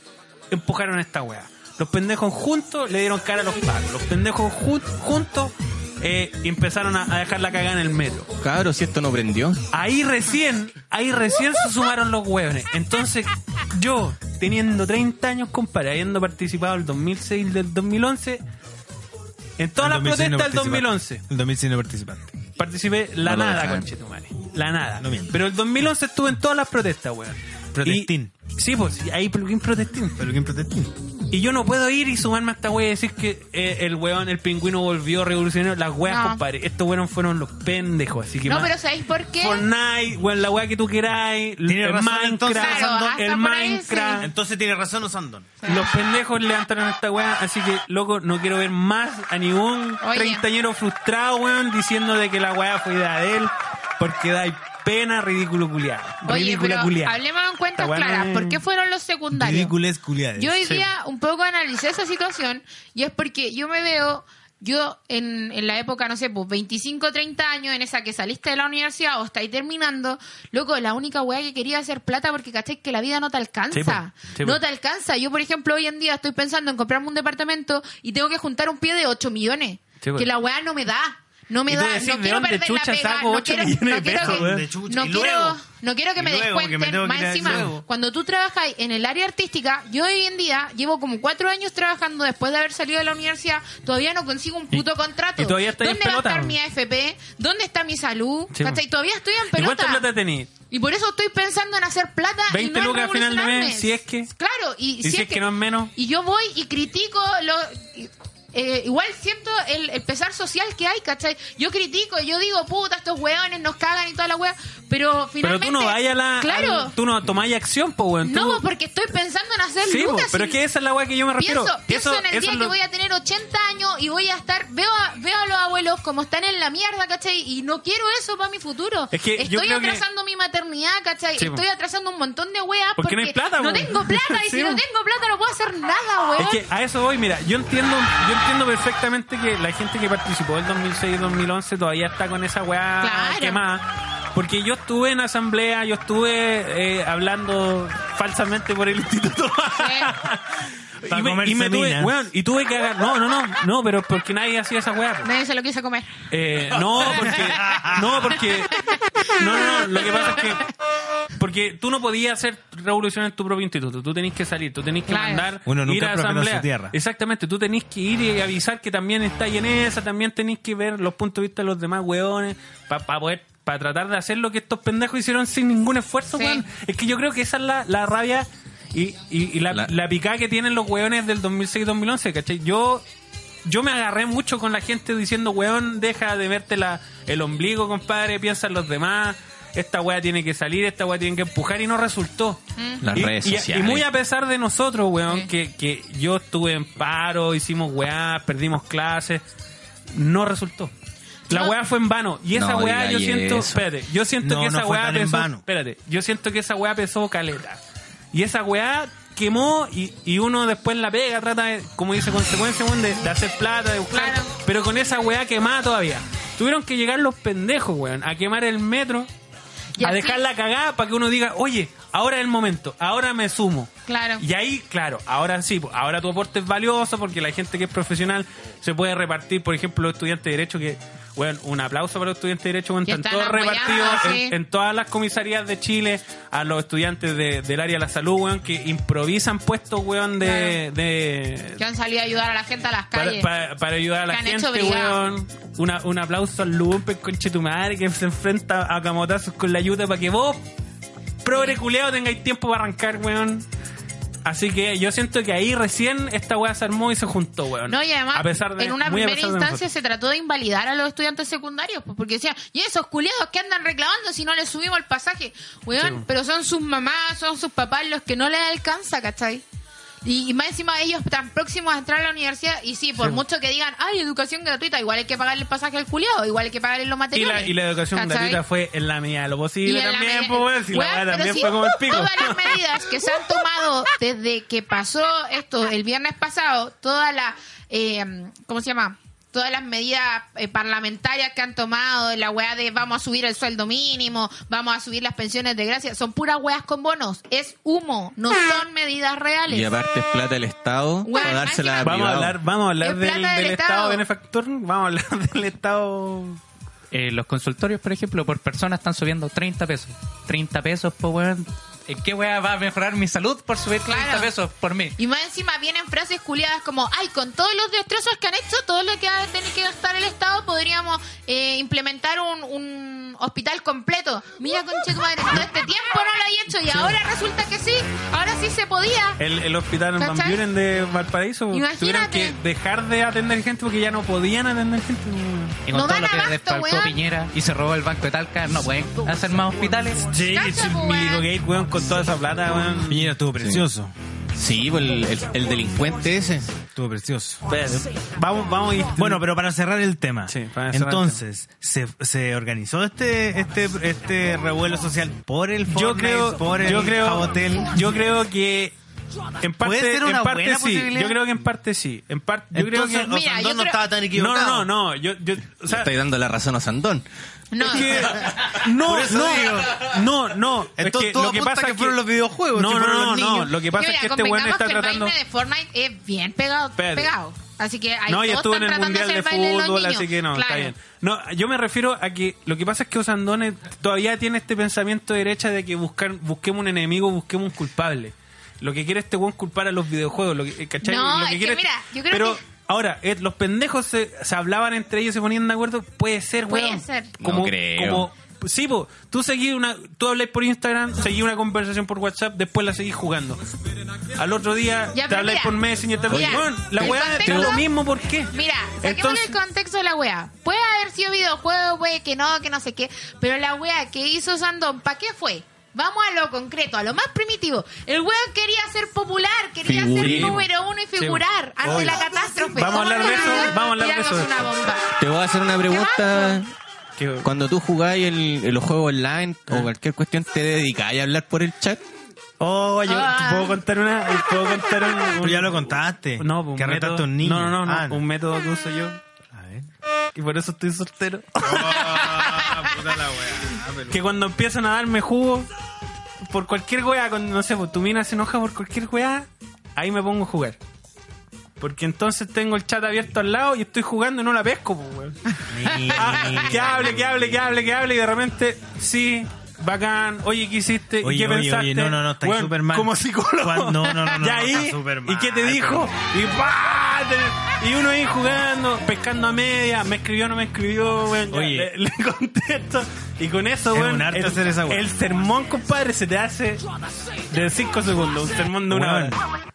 S3: empujaron a esta weá. Los pendejos juntos le dieron cara a los pagos. Los pendejos ju- juntos eh, empezaron a, a dejar la cagada en el metro.
S4: Cabros, si esto no prendió.
S3: Ahí recién, ahí recién se sumaron los hueones. Entonces, yo, teniendo 30 años, compadre, habiendo participado el 2006 del 2011, en todas las protestas del 2011,
S1: El 2006 no participante.
S3: participé la
S4: No lo
S3: nada,
S4: dejaron.
S3: conchetumare. La nada.
S1: No mientas.
S3: Pero el 2011 estuve en todas las protestas, weón.
S1: Protestín.
S3: Y- sí, pues, ahí, pero ¿quién protestín?
S1: Pero ¿quién protestó?
S3: Y, Y yo no puedo ir y sumarme a esta wea y decir que eh, el weón, el pingüino volvió revolucionario. Las weas,
S2: No.
S3: compadre. Estos weón fueron los pendejos. Así que
S2: No,
S3: más-
S2: pero ¿sabéis por qué?
S3: Fortnite, weón, la wea que tú queráis. El
S1: Tiene razón, entonces,
S3: Minecraft.
S2: Claro, hasta
S3: el
S2: por ahí,
S3: Minecraft.
S1: Entonces tiene razón Osandón.
S3: Los pendejos levantaron a esta weá, así que, loco, no quiero ver más a ningún
S2: Oye.
S3: treintañero frustrado, weón, diciendo de que la weá fue idea de él, porque da pena ridículo culiado.
S2: Oye,
S3: Ridícula
S2: pero
S3: culiada.
S2: hablemos en cuentas
S3: Esta weá no
S2: claras.
S3: es-
S2: ¿Por qué fueron los secundarios?
S1: Ridículas culiadas.
S2: Yo hoy
S3: Sí.
S2: día un poco analicé esa situación y es porque yo me veo, yo en, en la época, no sé, pues 25, 30 años, en esa que saliste de la universidad o estáis terminando, loco, la única weá que quería hacer plata porque cachai que la vida no te alcanza.
S3: Sí, pues. po. Sí, po.
S2: no te alcanza. Yo, por ejemplo, hoy en día estoy pensando en comprarme un departamento y tengo que juntar un pie de 8 millones.
S3: Sí, po.
S2: que la weá no me da. No me
S3: Y tú
S2: da,
S3: decís,
S2: no
S3: ¿de
S2: quiero
S3: dónde
S2: perder la
S3: chucha
S2: pega,
S3: saco
S2: no
S3: ocho
S2: quiero,
S3: millones
S2: no
S3: de
S2: quiero
S3: pesos,
S2: que-
S3: weón?
S1: De chucha.
S2: no
S1: Y
S2: quiero-
S1: luego,
S2: no quiero que
S1: y
S2: me
S1: luego, que me
S2: descuenten
S1: tengo que
S2: más
S1: ir a-
S2: encima.
S1: luego.
S2: Cuando tú trabajas en el área artística, yo hoy en día llevo como cuatro años trabajando después de haber salido de la universidad, todavía no consigo un puto
S3: Y-
S2: contrato.
S3: y todavía estás en
S2: ¿Dónde va a
S3: pelota,
S2: estar
S3: ¿no?
S2: mi AFP? ¿Dónde está mi salud?
S3: Sí,
S2: ¿Cachai?
S3: bueno.
S2: Todavía estoy en
S3: ¿Y cuánta
S2: pelota.
S3: plata tenés?
S2: Y por eso estoy pensando en hacer plata
S3: 20
S2: y no en
S3: lucas a final de mes,
S2: revolucionarme.
S3: si es que-
S2: Claro, y,
S3: Y si es que no es menos.
S2: Y yo voy y critico lo... y- eh, igual siento el, el pesar social que hay, ¿cachai? Yo critico, yo digo, puta, estos weones nos cagan y toda la wea, pero
S3: Pero
S2: finalmente...
S3: tú no vayas a la.
S2: Claro.
S3: al- tú no tomáis acción, po, weón. tú-
S2: No, porque estoy pensando en hacer
S3: Sí, po,
S2: lucas.
S3: pero
S2: y
S3: es que esa es la weá que yo me refiero.
S2: Pienso, pienso
S3: Eso-
S2: en el
S3: eso
S2: día
S3: es
S2: que
S3: lo-
S2: voy a tener 80 años y voy a estar... Veo a, veo a los abuelos como están en la mierda, ¿cachai? Y no quiero eso para mi futuro.
S3: Es que yo
S2: Estoy
S3: creo que-
S2: atrasando mi maternidad, ¿cachai?
S3: Sí, po.
S2: Estoy atrasando un montón de weas
S3: Porque no hay plata,
S2: no
S3: po.
S2: tengo plata y
S3: Sí,
S2: si no
S3: po.
S2: tengo plata no puedo hacer nada, weón.
S3: Es que a eso voy, mira, yo entiendo, yo entiendo perfectamente que la gente que participó del 2006 y 2011 todavía está con esa weá
S2: Claro.
S3: quemada. Porque yo estuve en asamblea, yo estuve eh, hablando falsamente por el instituto.
S1: Pa'
S3: y, me,
S1: comerse
S3: y me tuve,
S1: minas.
S3: weón, y tuve que agarrar. No, no, no, no, pero porque nadie hacía esa weá. po.
S2: Nadie se lo quiso comer.
S3: Eh, no, porque. No, porque. No, no, no, lo que pasa es que. Porque tú no podías hacer revolución en tu propio instituto. Tú tenés que salir, tú tenés que
S2: Claro.
S3: mandar.
S1: Uno nunca
S3: ir a
S1: profeta en
S3: asamblea.
S1: su tierra.
S3: Exactamente, tú tenés que ir y avisar que también está en esa, también tenés que ver los puntos de vista de los demás hueones para poder. Para tratar de hacer lo que estos pendejos hicieron sin ningún esfuerzo,
S2: Sí.
S3: weón. Es que yo creo que esa es la, la rabia y, y- y la,
S4: La-
S3: la picada que tienen los hueones del 2006-2011, ¿cachai? Yo yo me agarré mucho con la gente diciendo, weón, deja de verte la, el ombligo, compadre, piensa en los demás. Esta weá tiene que salir, esta weá tiene que empujar y no resultó.
S4: Las
S3: y,
S4: redes
S3: y-
S4: sociales.
S3: Y, muy a pesar de nosotros, weón,
S2: Sí.
S3: que, que yo estuve en paro, hicimos weá, perdimos clases, no resultó. La
S2: No.
S3: weá fue en vano. Y esa
S4: No
S3: weá yo
S4: digáis
S3: siento,
S4: eso.
S3: espérate, yo siento
S1: No,
S3: que
S1: no
S3: esa
S1: fue
S3: weá
S1: tan en
S3: pesó,
S1: vano.
S3: espérate, yo siento que esa weá pesó caleta. Y esa weá quemó y, y uno después en la pega, trata, de, como dice, consecuencia, weón, de, de hacer plata, de buscar.
S2: Claro.
S3: Pero con esa weá quemada todavía. Tuvieron que llegar los pendejos, weón, a quemar el metro,
S2: Y
S3: a
S2: así-
S3: dejar la cagada para que uno diga, oye, ahora es el momento, ahora me sumo.
S2: Claro.
S3: Y ahí, claro, ahora sí, po, ahora tu aporte es valioso porque la gente que es profesional se puede repartir, por ejemplo, los estudiantes de Derecho que, bueno, un aplauso para los estudiantes de Derecho, bueno,
S2: Que
S3: están
S2: están
S3: todos
S2: apoyando,
S3: repartidos
S2: sí.
S3: en, en todas las comisarías de Chile, a los estudiantes de- del área de la salud, weón, que improvisan puestos, weón, de... de-
S2: Que han salido a ayudar a la gente a las
S3: para,
S2: calles.
S3: para- para ayudar a la
S2: Que han hecho
S3: gente,
S2: brigada.
S3: weón. Una, un aplauso al Lupe, conche tu madre, que se enfrenta a camotazos con la ayuda para que vos, progre culeado, tengáis tiempo para arrancar, weón. Así que yo siento que ahí recién esta weá se armó y se juntó, weón.
S2: No, y además,
S3: A pesar de-
S2: en una
S3: muy a
S2: primera
S3: pesar de
S2: instancia
S3: nosotros.
S2: se trató de invalidar a los estudiantes secundarios, pues, porque decían, y esos culiados que andan reclamando si no les subimos el pasaje, weón,
S3: Sí.
S2: pero son sus mamás, son sus papás los que no les alcanza, ¿cachai? Y, y más encima ellos tan próximos a entrar a la universidad, y sí, por
S3: Sí.
S2: mucho que digan, ay, educación gratuita, igual hay que pagarle el pasaje al culiado, igual hay que pagarle los
S3: y
S2: materiales.
S3: la, y la educación
S2: ¿cachai?
S3: gratuita fue en la medida de lo
S2: Y
S3: posible
S2: en la
S3: también,
S2: medida-
S3: pues, weón. Si la
S2: Weón,
S3: weá
S2: pero
S3: también
S2: sí,
S3: fue como el pico.
S2: Todas las medidas que se han tomado desde que pasó esto el viernes pasado, toda la. eh, ¿Cómo se llama? Todas las medidas eh, parlamentarias que han tomado, la weá de vamos a subir el sueldo mínimo, vamos a subir las pensiones de gracia, son puras weas con bonos. Es humo, no son medidas reales.
S4: Y aparte es plata del Estado
S2: Bueno,
S4: para dársela a
S2: imagínate-
S3: Vamos a
S4: privado.
S3: hablar, vamos a hablar
S2: Es
S3: del,
S2: plata del
S3: del
S2: Estado.
S3: Estado benefactor, vamos a hablar del Estado...
S5: Eh, los consultorios, por ejemplo, por persona están subiendo 30 pesos. 30 pesos, pues, weón. ¿En qué weá va a mejorar mi salud por subir 30
S2: Claro.
S5: pesos por mí?
S2: Y más encima vienen frases culiadas como, ay, con todos los destrozos que han hecho, todo lo que va a tener que gastar el Estado, podríamos eh, implementar un, un, un hospital completo. Mira, conche tu madre, todo este tiempo no lo había hecho y ahora resulta que sí, ahora sí se podía.
S3: El, el hospital en Van
S2: ¿Cachai?
S3: Buren de Valparaíso pues,
S2: Imagínate.
S3: tuvieron que dejar de atender gente porque ya no podían atender gente. pues.
S5: Y
S2: No
S5: con todo
S2: dan
S5: lo que
S2: abasto,
S5: desfalcó
S2: weón.
S5: Piñera y se robó el banco de Talca, no pueden hacer más hospitales.
S3: Sí,
S2: Cacha,
S3: sí,
S2: po, weón.
S3: Milico Gate, weón, con toda esa plata, weón.
S1: Piñera estuvo precioso.
S4: Sí, pues el, el- el delincuente ese.
S1: Estuvo precioso.
S3: Vamos, vamos. Y,
S1: Bueno, pero para cerrar el tema.
S3: Sí, para cerrar el
S1: Entonces, Se, se organizó este, este, este revuelo social por el Fortnite,
S3: yo creo,
S1: por el
S3: yo creo,
S1: Jabotel.
S3: yo creo que en parte,
S1: ser una
S3: en parte
S1: buena
S3: sí.
S1: posibilidad?
S3: Yo creo que en parte sí. En parte, yo
S1: Entonces,
S3: creo que
S2: Mira,
S1: Osandón no
S2: yo creo-
S1: estaba tan
S3: no,
S1: equivocado.
S3: no, no, no. Yo, yo, o sea,
S4: Estáis dando la razón a Sandón.
S2: No,
S3: no,
S1: Por eso
S3: no,
S1: digo.
S3: no, no. Es
S1: Entonces,
S3: que
S1: todo
S3: lo que
S1: apunta
S3: pasa
S1: que
S3: es
S1: fueron los videojuegos,
S3: No,
S1: si
S3: no,
S1: fueron
S3: no,
S1: los
S3: no.
S1: niños.
S3: Lo que
S2: Yo,
S3: pasa es
S2: mira,
S3: que este weón
S2: convengamos
S3: está
S2: que
S3: tratando.
S2: El baile de Fortnite es bien pegado,
S3: Espérate.
S2: pegado. Así que ahí
S3: No, yo
S2: todos
S3: estuve en
S2: están
S3: el
S2: tratando
S3: Mundial
S2: de
S3: de
S2: hacer baile los
S3: Fútbol,
S2: niños.
S3: así que no, está
S2: Claro.
S3: bien. No, yo me refiero a que lo que pasa es que Osandone todavía tiene este pensamiento de derecha de que buscar, busquemos un enemigo, busquemos un culpable. Lo que quiere este buen es culpar a los videojuegos, lo que, eh, ¿cachai?
S2: No,
S3: Lo
S2: es que
S3: quiere-
S2: mira, yo creo
S3: Pero
S2: que-
S3: ahora, eh, los pendejos se, se hablaban entre ellos, se ponían de acuerdo, puede ser,
S2: Puede
S3: weón.
S2: ser.
S4: No creo.
S3: Como, Sí, po, tú seguís una, tú hablás por Instagram, seguís una conversación por WhatsApp, después la seguís jugando. Al otro día
S2: Ya,
S3: te
S2: pero
S3: hablás
S2: mira,
S3: por Messenger, te
S2: mira,
S3: Weón, la
S2: el
S3: weá es
S2: contexto-
S3: lo mismo, ¿por qué?
S2: Mira, saquemos
S3: Entonces-
S2: el contexto de la wea. Puede haber sido videojuego, puede que no, que no sé qué. Pero la wea que hizo Sandón, ¿para qué fue? Vamos a lo concreto, a lo más primitivo. El weón quería ser popular, quería ser
S4: Figurino.
S2: número uno y figurar ante la catástrofe.
S3: Vamos a hablar de eso,
S2: Tirarnos
S3: vamos a hablar de eso.
S2: una bomba.
S4: Te voy a hacer una pregunta.
S3: Que-
S4: Cuando tú jugáis el, los juegos online
S3: Eh.
S4: o cualquier cuestión, ¿te dedicáis a hablar por el chat?
S3: Oh, yo
S2: Ah.
S3: puedo contar una, puedo contar un,
S1: Pero ya lo contaste.
S3: No, pues, un
S1: que arretaste
S3: método.
S1: a un niño.
S3: No, no, no,
S1: Ah,
S3: no, un método que uso yo
S1: A ver.
S3: y por eso estoy soltero.
S1: Oh,
S3: que cuando empiezan a darme jugo por cualquier weá, cuando no sé, pues, tu mina se enoja por cualquier weá, ahí me pongo a jugar. Porque entonces tengo el chat abierto al lado y estoy jugando y no la pesco, pues, weón. Ah, que hable, que hable, que hable, que hable y de repente, sí, bacán, oye, ¿qué hiciste? ¿Y
S1: Oye,
S3: qué
S1: oye,
S3: pensaste?
S1: oye, no, no, no, estáis
S3: Weón,
S1: súper mal.
S3: Como psicólogo.
S1: Juan, no, no, no, no,
S3: Y ahí,
S1: está súper
S3: ¿y qué te
S1: mal,
S3: dijo? Y pa, te- y uno ahí jugando, pescando a media, me escribió, no me escribió, weón. ya,
S1: Oye.
S3: Le, le contesto. Y con eso,
S1: Es
S3: weón,
S1: un arte
S3: el,
S1: hacer esa weá.
S3: el sermón, compadre, se te hace de 5 segundos, un sermón de una hora.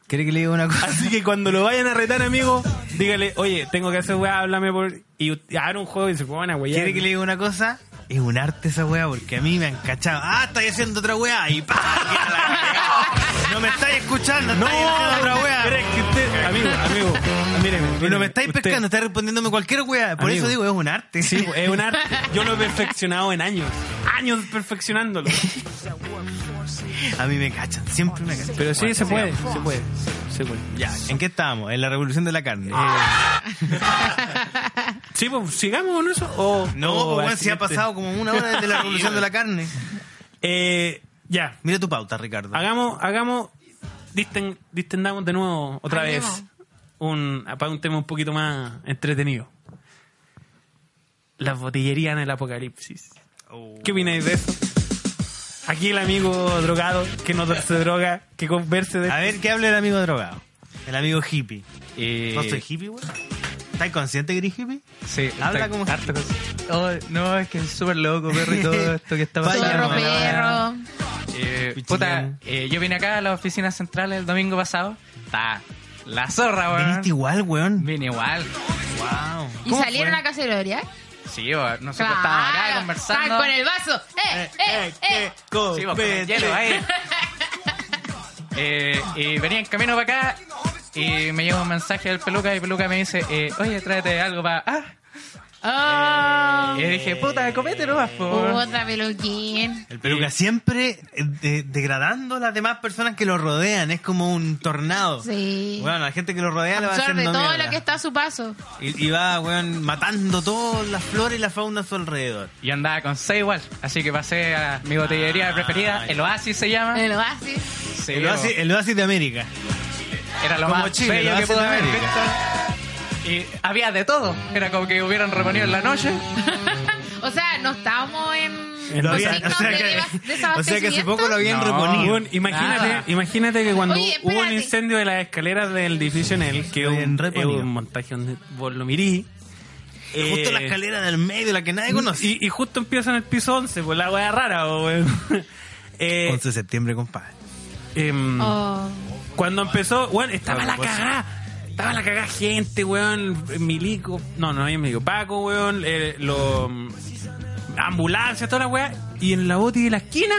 S1: ¿Quiere que le diga una cosa?
S3: Así que cuando lo vayan a retar, amigo, dígale, oye, tengo que hacer weá, háblame por. Y y hagan un juego y se pongan a weá.
S1: ¿Quiere que le diga una cosa? Es un arte esa weá, porque a mí me han cachado. Ah, estáis haciendo otra weá. Y pa, que a la- No me estáis escuchando,
S3: No,
S1: estáis haciendo otra weá.
S3: pero es que usted, amigo, amigo, míreme,
S1: Pero
S3: míreme,
S1: me estáis
S3: usted-
S1: pescando, estáis respondiéndome cualquier weá. Por
S3: Amigo.
S1: eso digo, es un arte.
S3: Sí, pues, eh. es un arte. Yo lo he perfeccionado en años. Años perfeccionándolo.
S1: A mí me cachan, siempre me cachan.
S3: Pero sí,
S1: Bueno,
S3: se puede,
S1: sigamos.
S3: se puede. Se puede.
S1: Ya, ¿en qué estábamos? En la revolución de la carne.
S3: Ah, Sí, pues sigamos con eso. O,
S1: no, pues bueno,
S3: o oh, al
S1: si ha
S3: siguiente.
S1: pasado como una hora desde la revolución de la carne.
S3: Eh, ya,
S1: Mira tu pauta, Ricardo.
S3: hagamos, hagamos, disten- distendamos de nuevo otra
S2: Hablemos.
S3: vez un, para un tema un poquito más entretenido. Las botillerías en el apocalipsis. ¿Qué opináis de eso? Aquí el amigo drogado que no se droga, que converse
S5: Ah,
S3: de...
S1: A ver, ¿qué habla el amigo drogado? El amigo hippie.
S5: Eh,
S1: ¿No soy hippie, güey? ¿Estás consciente que eres hippie?
S5: sí,
S1: Habla
S5: está-
S1: como-
S5: harta cosa. Oh, no, es que es súper loco, perro, y todo esto que está
S1: Vaya,
S2: Zorro,
S5: pasando.
S1: no,
S2: perro.
S5: Eh,
S1: Pichillán.
S5: puta, eh, yo vine acá a la oficina central el domingo pasado. Está la zorra, weón.
S1: Viniste igual, weón.
S5: Vine igual.
S1: Wow.
S2: Y salieron a caceroria.
S5: Sí, weón. Nosotros estábamos acá conversando.
S2: con el vaso. ¡Eh, eh, eh!
S5: Sí, pues, con el hielo ahí. Eh, y venía en camino para acá y me llegó un mensaje del peluca y peluca me dice, eh, oye, tráete algo para... Ah.
S2: ¡Oh!
S5: Y yo dije, puta, comete nomás, po.
S2: Otra peluquín.
S1: El peluca siempre eh, de- degradando a las demás personas que lo rodean. Es como un tornado.
S2: Sí.
S1: Bueno, la gente que lo rodea le va
S2: Absorbe
S1: haciendo
S2: todo
S1: mierda.
S2: lo que está a su paso.
S1: y, y va, weón, matando todas las flores y la fauna a su alrededor.
S5: Yo andaba con seis igual, así que pasé a mi botillería preferida, el Oasis se llama.
S3: Eh.
S2: En el oasis.
S1: Ah,
S5: Sí,
S1: El oasis, el oasis de América.
S5: Era lo
S1: Como
S5: más
S1: Chile,
S5: bello
S1: lo
S5: que
S1: hacen
S5: pude
S1: en
S5: haber
S1: América.
S5: visto. Y había de todo. Era como que hubieran reponido en la noche.
S2: O sea, no estábamos en.
S1: Lo
S2: no
S1: habían-
S2: signos
S1: o, sea
S2: de
S1: que,
S2: desa-
S1: o sea que hace poco lo habían
S5: No.
S1: reponido.
S3: Bueno, imagínate,
S5: Nada.
S3: imagínate que cuando
S2: Oye,
S3: hubo un
S2: espérate.
S3: incendio de las escaleras del edificio en el que es
S1: Bien
S3: un, es
S1: reponido.
S3: un montaje donde vos lo mirís, Eh,
S1: Justo la escalera del medio, la que nadie conoce.
S3: Y, y justo empieza en el piso 11, pues la wea rara, po, weón. Eh,
S1: 11 de septiembre, compadre.
S3: em,
S2: Oh.
S3: Cuando empezó, weón, estaba la cagada. Estaba la cagada gente, weón. Milico. No, no, había Milico. Paco, weón. eh, lo, ambulancia, toda la weá. Y en la boti de la esquina,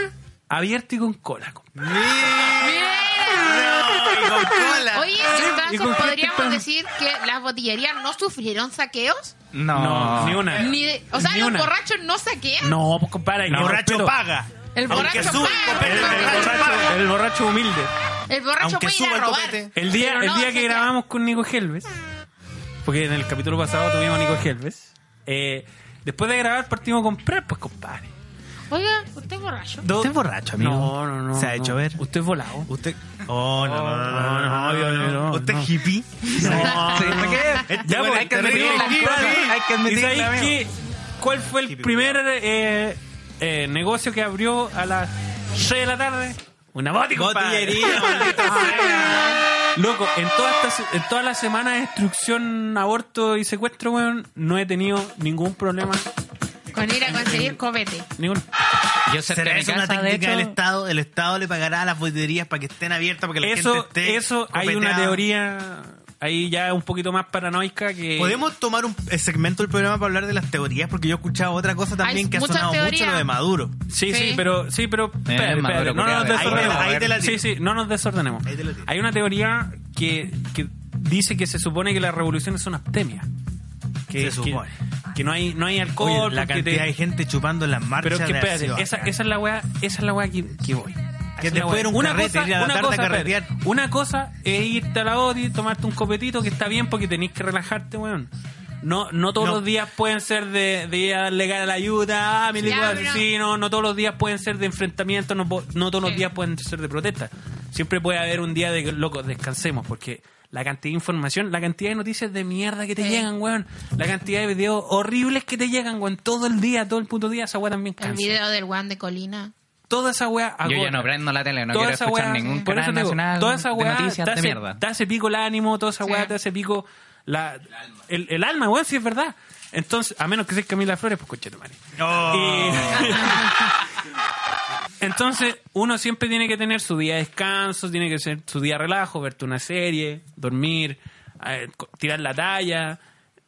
S3: abierto y con cola. compadre.
S2: Mira.
S1: Y con cola.
S2: Oye, entonces
S3: ¿Y con qué tipo de-
S2: podríamos decir que las botillerías no sufrieron saqueos.
S3: No, ni una.
S2: Ni de- o sea,
S3: Ah, Ni
S2: los
S3: una.
S2: borrachos no saquean.
S3: No, pues compadre.
S1: El
S3: yo
S1: borracho
S3: respeto.
S1: paga.
S2: El
S1: Aunque
S2: borracho
S1: suba
S2: paga.
S1: el
S3: El, el
S1: copete, el borracho
S3: borracho,
S1: paga.
S3: el borracho humilde.
S2: El borracho
S1: Aunque
S2: puede ir
S1: suba
S2: a
S1: el
S2: robar.
S1: copete.
S3: El día,
S2: pero
S3: el
S2: no
S3: día que
S2: saquear.
S3: grabamos con Nico Helves, porque en el capítulo pasado tuvimos a Nico Helves, eh, después de grabar partimos a comprar, pues compadre.
S2: Oiga, ¿usted es borracho?
S3: Do-
S1: ¿Usted es borracho, amigo?
S3: No, no, no.
S1: ¿Se ha
S3: no.
S1: hecho ver?
S3: Usted es volado.
S1: Usted. Oh, no, no, no, no, no,
S3: no, no, no,
S1: ¿Usted
S3: no.
S1: es hippie? Este
S3: Ya,
S1: bueno,
S3: pues,
S1: hay que
S3: te
S1: admitir
S3: digo,
S1: las
S3: compadre,
S1: cosas, hay que admitir
S3: ¿Y sabéis
S1: la veo.
S3: qué? ¿Cuál fue el
S1: Hippie
S3: primer eh, eh, negocio que abrió a las 6 de la tarde? Una boti, compadre.
S1: Botillería, maldita
S3: Loco, en toda, esta, se- en toda la semana de instrucción, aborto y secuestro, weón, no he tenido ningún problema.
S2: Con ir a conseguir copete.
S3: Ninguno.
S5: Yo cerca de
S1: ¿Será
S5: mi
S1: eso una
S5: casa, de hecho,
S1: técnica del Estado? ¿El Estado le pagará a las boderías para que estén abiertas, para que la
S3: Eso,
S1: gente esté
S3: eso hay una
S1: copeteada?
S3: teoría ahí ya un poquito más paranoica que...
S1: ¿Podemos tomar un eh, segmento del programa para hablar de las teorías? Porque yo he escuchado otra cosa también
S2: Hay
S1: que ha
S2: muchas
S1: sonado mucho,
S2: teorías.
S1: lo de Maduro.
S3: Sí, sí,
S2: Sí.
S3: pero, sí, pero espérate,
S5: Maduro,
S3: espérate, no
S5: culiao,
S3: nos
S5: de- ahí
S3: desordenemos.
S1: te la- ahí te la
S3: sí,
S1: tiro.
S3: sí, no nos desordenemos.
S1: Ahí te la tiro.
S3: Hay una teoría que, que dice que se supone que las revoluciones son abstemias. Que,
S1: Se
S3: que-
S1: supone.
S3: que no hay, no hay alcohol,
S1: Oye, la
S3: porque te-
S1: cantidad de gente chupando en las marchas
S3: pero que
S1: de
S3: espérate,
S1: acción.
S3: esa, esa es la weá, esa es la weá que, que voy. Esa
S1: Que
S3: es
S1: te
S3: la
S1: puede
S3: weá.
S1: ir a un carrete, ir a la tarde a
S3: espérate.
S1: carretear.
S3: una cosa es irte a la OTI, tomarte un copetito, que está bien porque tenés que relajarte, weón. No, no todos
S1: No.
S3: los días pueden ser de, de ir a darle cara a la ayuda, ah, milico
S2: Ya, pero-
S3: asesino, no todos los días pueden ser de enfrentamiento, no, po- no todos los
S2: Sí.
S3: días pueden ser de protesta. Siempre puede haber un día de que, locos, descansemos, porque la cantidad de información, la cantidad de noticias de mierda que te
S2: Sí.
S3: llegan, weón, la cantidad de videos horribles que te llegan, weón, todo el día, todo el puto día, esa weá también
S2: El
S3: cansa.
S2: video del Juan de Colina.
S3: Toda esa weá
S5: yo ya
S3: agota.
S5: no prendo la tele, no
S3: Toda
S5: quiero
S3: esa
S5: escuchar
S3: weá-
S5: ningún
S3: por eso
S5: canal
S3: te digo,
S5: nacional
S3: toda esa
S5: de
S3: weá
S5: noticias
S3: te
S5: de
S3: hace,
S5: mierda.
S3: te hace pico el ánimo, toda esa
S2: Sí.
S3: weá te hace pico la, el, el alma, weón, si es verdad. Entonces, a menos que seas Camila Flores, pues coche Entonces, uno siempre tiene que tener su día de descanso, tiene que ser su día de relajo, verte una serie, dormir, eh, co- tirar la talla,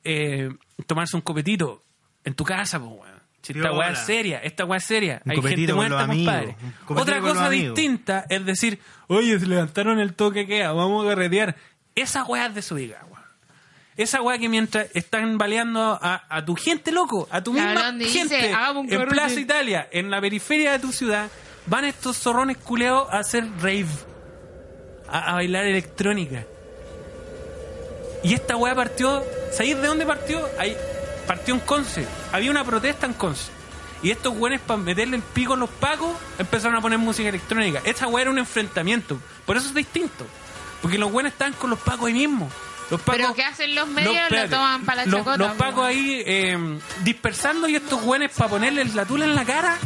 S3: eh, tomarse un copetito en tu casa, pues, weón. Si esta
S1: Piola.
S3: weá es seria, esta weá es seria.
S1: Un
S3: Hay
S1: copetito
S3: gente
S1: con
S3: muerta,
S1: los amigos,
S3: compadre.
S1: un copetito
S3: Otra
S1: con los
S3: cosa
S1: amigos.
S3: distinta es decir, oye, se levantaron el toque que vamos a carretear. Esa weá es de su vida, weón. Esa weá que mientras están baleando a, a tu gente, loco, a tu
S2: Cabrón,
S3: misma
S2: dice,
S3: gente,
S2: hagamos un
S3: en
S2: carrete.
S3: Plaza Italia, en la periferia de tu ciudad, van estos zorrones culeados a hacer rave, a, a bailar electrónica. Y esta weá partió, ¿sabéis de dónde partió? Ahí, partió en Conce. Había una protesta en Conce. Y estos weones, para meterle el pico a los pacos, empezaron a poner música electrónica. Esta weá era un enfrentamiento. Por eso es distinto. Porque los weones estaban con los pacos ahí mismo. Los pacos,
S2: Pero ¿qué hacen los medios?
S3: Los-
S2: Lo
S3: espérate.
S2: toman para la
S3: Los-
S2: chacota,
S3: Los
S2: po.
S3: pacos ahí eh, dispersando y estos güenes para ponerles la tula en la cara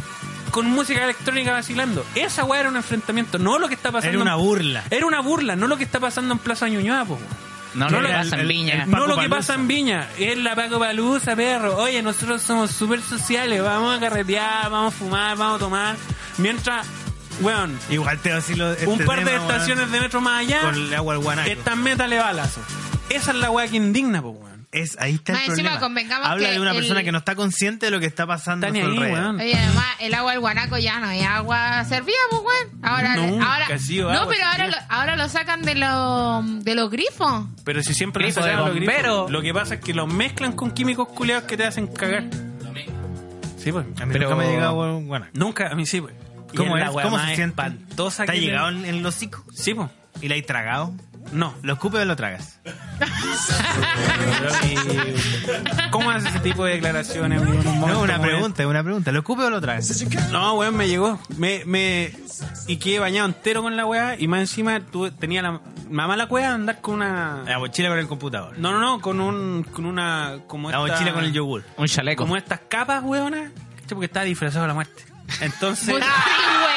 S3: con música electrónica vacilando. Esa weá era un enfrentamiento, no lo que está pasando.
S1: Era una
S3: en-
S1: burla.
S3: Era una burla, no lo que está pasando en Plaza Ñuñoa, po, weón.
S5: No,
S3: No
S5: no,
S3: le-
S5: pasa en
S1: el-
S5: Viña.
S1: el-
S3: No lo que
S1: Paluza.
S3: pasa en Viña, es la Paco Paluza, perro. Oye, nosotros somos súper sociales, vamos a carretear, vamos a fumar, vamos a tomar. Mientras, weón,
S1: Igual te voy a decir lo- este
S3: Eh, un par de
S1: tema, weón,
S3: estaciones de metro más allá,
S1: Con el agua al guanaco.
S3: están métale balazos. Esa es la weá que indigna, po, weón.
S1: Es, ahí está el
S2: Más encima,
S1: problema.
S2: convengamos
S1: Habla
S2: que
S1: de una
S2: el-
S1: persona que no está consciente de lo que está pasando
S3: Está ni
S1: a su
S3: ahí,
S1: alrededor.
S3: weón.
S2: Oye, además, el agua del guanaco ya no es agua servida, pues, weón. Ahora,
S3: No,
S2: ahora,
S3: que ha sido
S2: no
S3: agua
S2: pero ahora lo,
S3: servida.
S2: ahora lo sacan de, los de los grifos.
S3: Pero si siempre
S5: Grifo
S3: lo sacan
S5: de
S3: los grifos.
S5: bombero.
S3: Lo que pasa es que los mezclan con químicos culeados que te hacen cagar. Sí, pues.
S1: A mí
S5: Pero-
S1: nunca me ha llegado agua al guanaco.
S3: Nunca, a mí sí, pues. Y
S1: ¿Cómo
S3: es
S1: es?
S3: la weá
S1: ¿Cómo
S3: más
S1: se siente?
S3: espantosa
S1: ¿Te ha
S3: que
S1: llegado
S3: te-
S1: en, en los hocico?
S3: Sí, pues.
S1: ¿Y la hay tragado?
S3: No.
S1: ¿Lo escupes o lo tragas?
S3: ¿Cómo haces ese tipo de declaraciones? amigo? En un
S1: No,
S3: momento
S1: una
S3: como
S1: pregunta, es una pregunta. ¿Lo escupes o lo tragas?
S3: este. No, weón, me llegó. Me, me... Y quedé bañado entero con la weá. Y más encima tuve- tenía la mamá la cueva de andar con una...
S1: La mochila con el computador.
S3: No, no, no, con un... Con una... Como
S1: La
S3: esta-
S1: mochila con el yogur.
S5: Un chaleco.
S3: Como estas capas, weona. ¿cachai? Porque estaba disfrazado de la muerte.
S1: Ah.
S3: Entonces...
S2: Puta, sí, weón.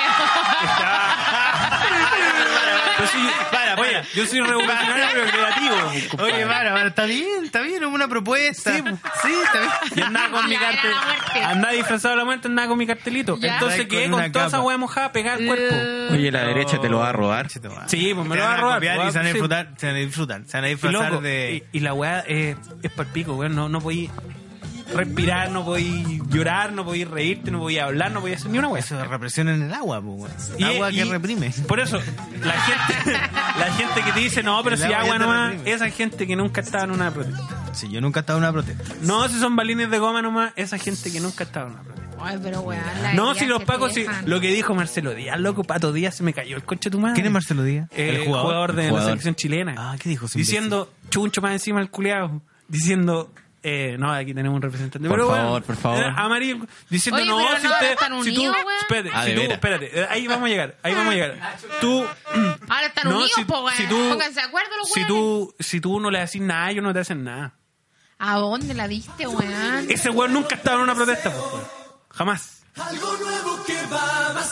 S3: Pero sí,
S1: Para, para, para.
S3: Oye, yo soy revolucionario pero creativo. compadre.
S1: Oye, para, para, está bien, está bien, es una propuesta. Sí, está bien.
S3: Y andaba con mi
S2: La de la
S3: cartel.
S2: muerte.
S3: Andaba disfrazado de la muerte, andaba con mi cartelito.
S2: Ya.
S3: Entonces
S1: Andaba
S3: quedé
S1: con
S3: con,
S1: una
S3: toda esa
S1: capa.
S3: hueá mojada pegada al cuerpo.
S4: Oye, la derecha te lo va a robar.
S3: Sí, pues me
S1: Te
S3: lo va
S1: van
S3: a robar.
S1: copiar
S3: pues,
S1: y se van a
S3: sí.
S1: disfrutar, se van a disfrutar, se van a
S3: Y,
S1: disfrazar
S3: loco,
S1: de.
S3: y, y la weá eh, es para pico, weón. No, no podí respirar, no podí llorar, no podí reírte, no podí hablar, no podí hacer ni una weá.
S1: Eso de represión en el agua, pues,
S3: Y-
S1: weón. Agua que
S3: y-
S1: reprime.
S3: Por eso, la gente, la gente que te dice, no, pero
S1: El
S3: si
S1: agua
S3: agua
S1: ya te
S3: nomás,
S1: reprime.
S3: esa gente que nunca estaba en una protesta.
S1: Sí, yo nunca he estado en una protesta.
S3: No, si son balines de goma nomás, esa gente que nunca estaba en una protesta.
S2: Ay, pero weón, la
S3: No,
S2: herida
S3: si los
S2: que
S3: pacos,
S2: te
S3: si,
S2: dejan.
S3: lo que dijo Marcelo Díaz, loco, Pato Díaz, se me cayó el coche de tu madre.
S1: ¿Quién es Marcelo Díaz?
S3: Eh, el jugador, de la
S4: jugador.
S3: selección chilena.
S1: Ah, ¿qué dijo ese
S3: Diciendo, chuncho más encima el culeado. Diciendo, eh, no, aquí tenemos un representante.
S4: Por
S3: Pero
S4: favor,
S3: bueno,
S4: por favor.
S3: era amarillo. Diciendo,
S2: Oye,
S3: no,
S2: pero
S3: si
S2: no van a
S3: usted.
S2: estar
S3: si tú,
S2: unidos, weón.
S3: espérate,
S4: Ah,
S3: si
S4: de
S3: tú,
S4: veras.
S3: espérate, eh, ahí vamos a llegar, ahí vamos a llegar. Tú.
S2: Ahora están
S3: no,
S2: unidos,
S3: si,
S2: po, weón.
S3: si tú,
S2: Pónganse de acuerdo los
S3: si
S2: weones.
S3: tú, si tú no le haces nada, ellos no te hacen nada.
S2: ¿A dónde la diste, weón?
S3: Ese weón nunca estaba en una protesta, po, weón. Jamás.